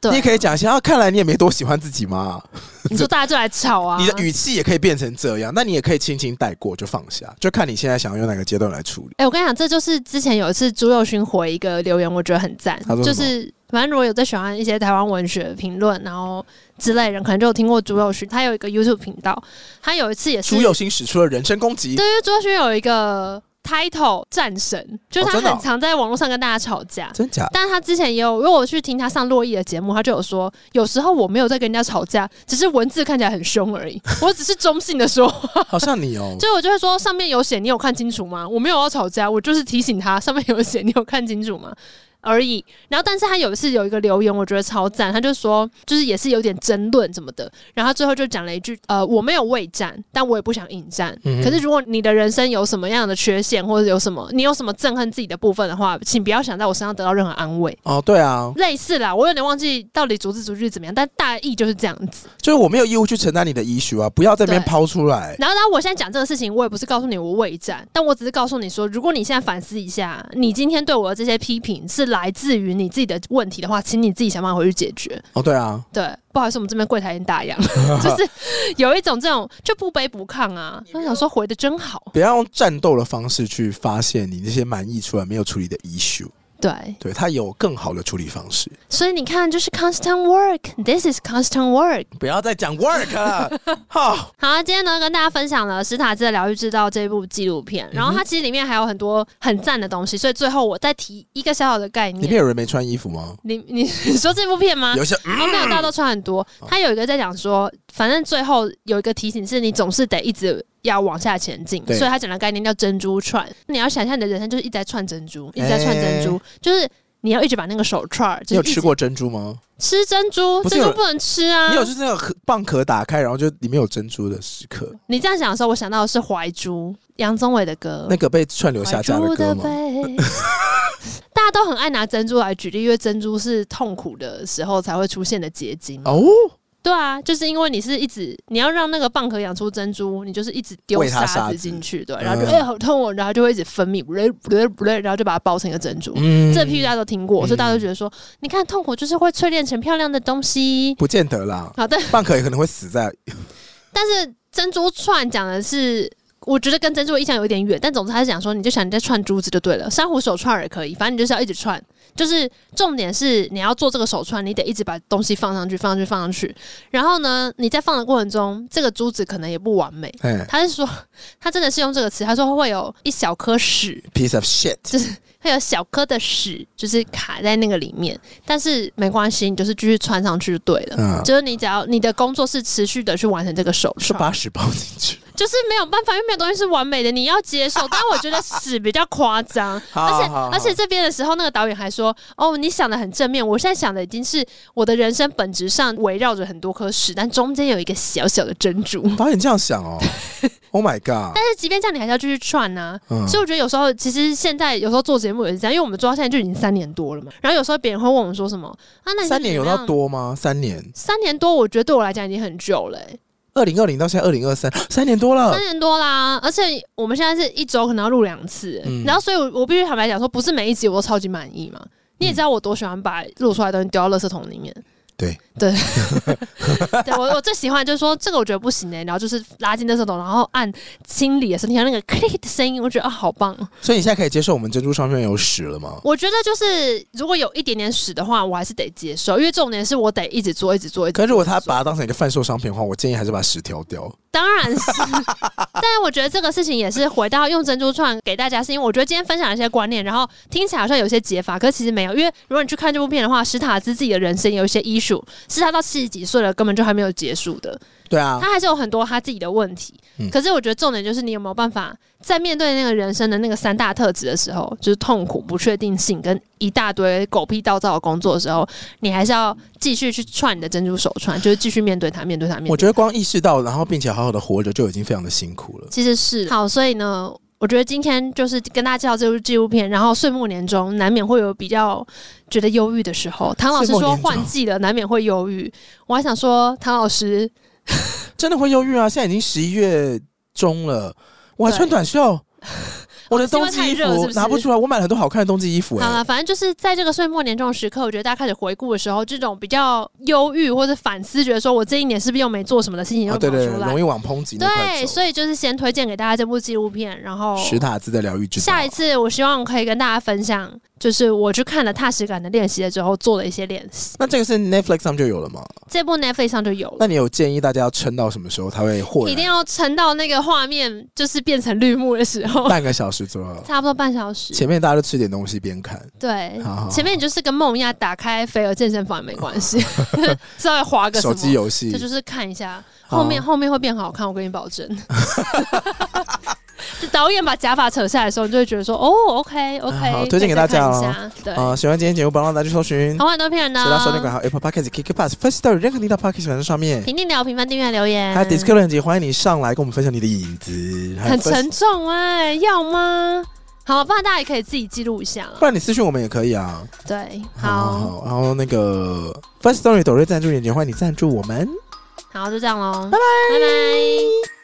Speaker 2: 对
Speaker 1: 你也可以讲一下，啊看来你也没多喜欢自己嘛，
Speaker 2: 你说大家就来吵啊！
Speaker 1: 你的语气也可以变成这样，那你也可以轻轻带过，就放下，就看你现在想要用哪个阶段来处理。
Speaker 2: 哎、我跟你讲，这就是之前有一次朱佑勋回一个留言，我觉得很赞
Speaker 1: 他说，
Speaker 2: 就
Speaker 1: 什么
Speaker 2: 是反正如果有在喜欢一些台湾文学评论，然后之类的人，可能就有听过朱佑勋，他有一个 YouTube 频道，他有一次也是
Speaker 1: 朱佑新使出了人身攻击
Speaker 2: 对，，因为朱佑勋有一个 title 战神，就是
Speaker 1: 哦
Speaker 2: 他
Speaker 1: 真的哦
Speaker 2: 很常在网络上跟大家吵架。
Speaker 1: 真 假？
Speaker 2: 但他之前也有，因为我去听他上洛毅的节目，他就有说，有时候我没有在跟人家吵架，只是文字看起来很凶而已，我只是中性的说
Speaker 1: 好像你哦，
Speaker 2: 所以我就会说，上面有写，你有看清楚吗？我没有要吵架，我就是提醒他上 面有写，你有看清楚吗？而已。然后，但是他有一次有一个留言，我觉得超赞，他就说，就是也是有点争论什么的。然后他最后就讲了一句，呃，我没有畏战，但我也不想引战。
Speaker 1: 嗯哼
Speaker 2: 可是如果你的人生有什么样的缺陷，或者有什么你有什么憎恨自己的部分的话，请不要想在我身上得到任何安慰。
Speaker 1: 哦，对啊，
Speaker 2: 类似啦，我有点忘记到底逐字逐句怎么样，但大意就是这样子。
Speaker 1: 就是我没有义务去承担你的医学啊，不要在那边
Speaker 2: 对
Speaker 1: 抛出 来。
Speaker 2: 然后，然后我现在讲这个事情，我也不是告诉你我畏战，但我只是告诉你说，如果你现在反思一下，你今天对我的这些批评是来自于你自己的问题的话，请你自己想办法回去解决。
Speaker 1: 哦，对啊，
Speaker 2: 对，不好意思，我们这边柜台已经打烊， 就是有一种这种就不卑不亢啊。我想说回的真好，
Speaker 1: 不要用战斗的方式去发现你那些满意出来没有处理的 issue，
Speaker 2: 对，
Speaker 1: 对他有更好的处理方式。
Speaker 2: 所以你看，就是 constant work，this is constant work。
Speaker 1: 不要再讲 work 啊 了，哈，
Speaker 2: 好，今天呢跟大家分享了史塔兹的《疗愈之道》这部纪录片，然后它其实里面还有很多很赞的东西，所以最后我再提一个小小的概
Speaker 1: 里
Speaker 2: 念
Speaker 1: 面。有人没穿衣服吗？
Speaker 2: 你你 你说这部片吗？
Speaker 1: 有哦一些嗯
Speaker 2: 哦，没有，大家都穿很多。他有一个在讲说，反正最后有一个提醒是，你总是得一直要往下前进，
Speaker 1: 对
Speaker 2: 所以他讲的概念叫珍珠串。你要想象你的人生就是一直在串珍珠，一直在串珍珠，就是你要一直把那个手串儿，
Speaker 1: 哎你
Speaker 2: 就
Speaker 1: 有
Speaker 2: 是一
Speaker 1: 吃
Speaker 2: 直
Speaker 1: 过珍珠吗？
Speaker 2: 吃珍珠，
Speaker 1: 不是
Speaker 2: 珍
Speaker 1: 有
Speaker 2: 珠不能吃啊。
Speaker 1: 你有就是那个壳蚌壳打开，然后就里面有珍珠的时刻，
Speaker 2: 你这样想的时候，我想到的是怀珠，杨宗纬的歌，
Speaker 1: 那个被串流下
Speaker 2: 怀
Speaker 1: 架
Speaker 2: 珠
Speaker 1: 的歌
Speaker 2: 嗯的
Speaker 1: 吗？
Speaker 2: 杯。 大家都很爱拿珍珠来举例，因为珍珠是痛苦的时候才会出现的结晶。
Speaker 1: 哦，
Speaker 2: 对啊，就是因为你是一直你要让那个蚌壳养出珍珠，你就是一直丢
Speaker 1: 喂它沙
Speaker 2: 沙
Speaker 1: 子
Speaker 2: 子进去，对，然后就
Speaker 1: 嗯
Speaker 2: 哎、好痛哦，然后就会一直分泌，不对不对不对，然后就把它包成一个珍珠。
Speaker 1: 嗯
Speaker 2: 这批大啊家都听过，所以大家都觉得说，你看痛苦就是会淬炼成漂亮的东西。
Speaker 1: 不见得啦，
Speaker 2: 好的，
Speaker 1: 蚌壳也可能会死在
Speaker 2: 但是珍珠串讲的是，我觉得跟珍珠的意象有一点远，但总之他是讲说，你就想你在串珠子就对了，珊瑚手串儿也可以，反正你就是要一直串。就是重点是你要做这个手串，你得一直把东西放上去，放上去，放上去。然后呢，你在放的过程中，这个珠子可能也不完美。
Speaker 1: 哎
Speaker 2: 他是说，他真的是用这个词，他说会有一小颗屎，
Speaker 1: piece of shit。
Speaker 2: 会有小颗的屎，就是卡在那个里面。但是没关系，你就是继续穿上去就对了。
Speaker 1: 嗯，
Speaker 2: 就是你只要你的工作是持续的去完成这个手
Speaker 1: 是
Speaker 2: 串，
Speaker 1: 把屎包进去，
Speaker 2: 就是没有办法，因为没有东西是完美的，你要接受。但我觉得屎比较夸 张，
Speaker 1: 而
Speaker 2: 而且而且这边的时候，那个导演还说：“哦，你想的很正面，我现在想的已经是我的人生本质上围绕着很多颗屎，但中间有一个小小的 珍珠。
Speaker 1: 导演这样想 哦，Oh my god！
Speaker 2: 但是即便这样，你还是要继续串呐、
Speaker 1: 嗯
Speaker 2: 所以我觉得有时候，其实现在有时候做节目也是这样，因为我们做到现在就已经三年多了嘛。然后有时候别人会问我们说什么啊？那你
Speaker 1: 三年有
Speaker 2: 到
Speaker 1: 到？多吗？三年，
Speaker 2: 三年多，我觉得对我来讲已经很久了欸、
Speaker 1: 二零二零到现在二零二三，三年多了
Speaker 2: 三。年多啦。而且我们现在是一周可能要录两次欸、
Speaker 1: 嗯
Speaker 2: 然后所以我我必须坦白讲说，不是每一集我都超级满意嘛。
Speaker 1: 嗯
Speaker 2: 你也知道我多喜欢把录出来的东西丢到垃圾桶里面。
Speaker 1: 对
Speaker 2: 对， 对我我最喜欢就是说这个我觉得不行哎、然后就是拉进垃圾桶，然后按清理的时候听到那个 click 的声音，我觉得啊好棒哦，
Speaker 1: 所以你现在可以接受我们珍珠上面有屎了吗？
Speaker 2: 我觉得就是如果有一点点屎的话，我还是得接受，因为重点是我得一直做，一直做，一直做。
Speaker 1: 可是如果他把它当成一个贩售商品的话，我建议还是把屎挑掉。
Speaker 2: 当然是，但是我觉得这个事情也是回到用珍珠串给大家，是因为我觉得今天分享一些观念，然后听起来好像有些解法，可是其实没有，因为如果你去看这部片的话，史塔兹自己的人生有一些医术，是他到七十几岁了根本就还没有结束的，
Speaker 1: 对啊，
Speaker 2: 他还是有很多他自己的问题。
Speaker 1: 嗯
Speaker 2: 可是我觉得重点就是你有没有办法在面对那个人生的那个三大特质的时候，就是痛苦、不确定性跟一大堆狗屁倒灶的工作的时候，你还是要继续去串你的珍珠手串，就是继续面对它，面对它，面对它
Speaker 1: 我觉得光意识到，然后并且好好的活着，就已经非常的辛苦了。
Speaker 2: 其实是好，所以呢，我觉得今天就是跟大家介绍这部纪录片，然后岁末年终难免会有比较觉得忧郁的时候。唐老师
Speaker 1: 岁末
Speaker 2: 说
Speaker 1: 年终
Speaker 2: 换季了，难免会忧郁。我还想说，唐老师
Speaker 1: 真的会忧郁啊！现在已经十一月中了，我还穿短袖，我的冬季衣
Speaker 2: 哦是因为太热是
Speaker 1: 服
Speaker 2: 不是
Speaker 1: 拿不出来，我买了很多好看的冬季衣服、
Speaker 2: 好
Speaker 1: 哎，
Speaker 2: 了，反正就是在这个岁末年终的时刻，我觉得大家开始回顾的时候，这种比较忧郁或者反思，觉得说我这一年是不是又没做什么的事情又
Speaker 1: 哦，
Speaker 2: 跑出
Speaker 1: 对
Speaker 2: 来。
Speaker 1: 对，对容易往抨击那块
Speaker 2: 对，
Speaker 1: 走。
Speaker 2: 所以就是先推荐给大家这部纪录片，然后
Speaker 1: 史塔兹的疗愈之道
Speaker 2: 下一次我希望可以跟大家分享，就是我去看了踏实感的练习了之后做的一些练习。
Speaker 1: 那这个是 Netflix 上就有了吗？
Speaker 2: 这部 Netflix 上就有了
Speaker 1: 那。你有建议大家要撑到什么时候它会豁
Speaker 2: 一定
Speaker 1: 然？
Speaker 2: 要撑到那个画面就是变成绿幕的时 候，
Speaker 1: 半个小时左 右，
Speaker 2: 差不多半小时。
Speaker 1: 前面大家都吃点东西边看。
Speaker 2: 对
Speaker 1: 好好，好
Speaker 2: 前面你就是跟梦一样，打开菲尔健身房也没关 系，稍微划个什
Speaker 1: 手
Speaker 2: 么
Speaker 1: 机游
Speaker 2: 这
Speaker 1: 戏
Speaker 2: 就是看一下
Speaker 1: 好
Speaker 2: 后面后面会变好看，我跟你保证。 就导演把假发扯下来的时候，你就会觉得说，哦，OK
Speaker 1: 啊
Speaker 2: OK，
Speaker 1: 好推荐给大家哦
Speaker 2: 对，
Speaker 1: 啊、喜欢今天节目，帮大家去搜寻
Speaker 2: 好，玩的片呢哦
Speaker 1: 其，他收听管道 Apple Podcast、KK Pass、First Story 任何地道 Podcast 平台上面，
Speaker 2: 评定聊、评分、订阅、留言
Speaker 1: 还，有 Discord 链接，欢迎你上来跟我们分享你的影子。还有
Speaker 2: 很
Speaker 1: First-
Speaker 2: 沉重哎，要吗？好，不然大家也可以自己记录一下啊啦
Speaker 1: 不。然你私讯我们也可以啊。
Speaker 2: 对，
Speaker 1: 好，
Speaker 2: 好
Speaker 1: 好然后那个 First Story 抖音赞助链接，欢迎你赞助我们。
Speaker 2: 好，就这样喽，拜拜，拜拜。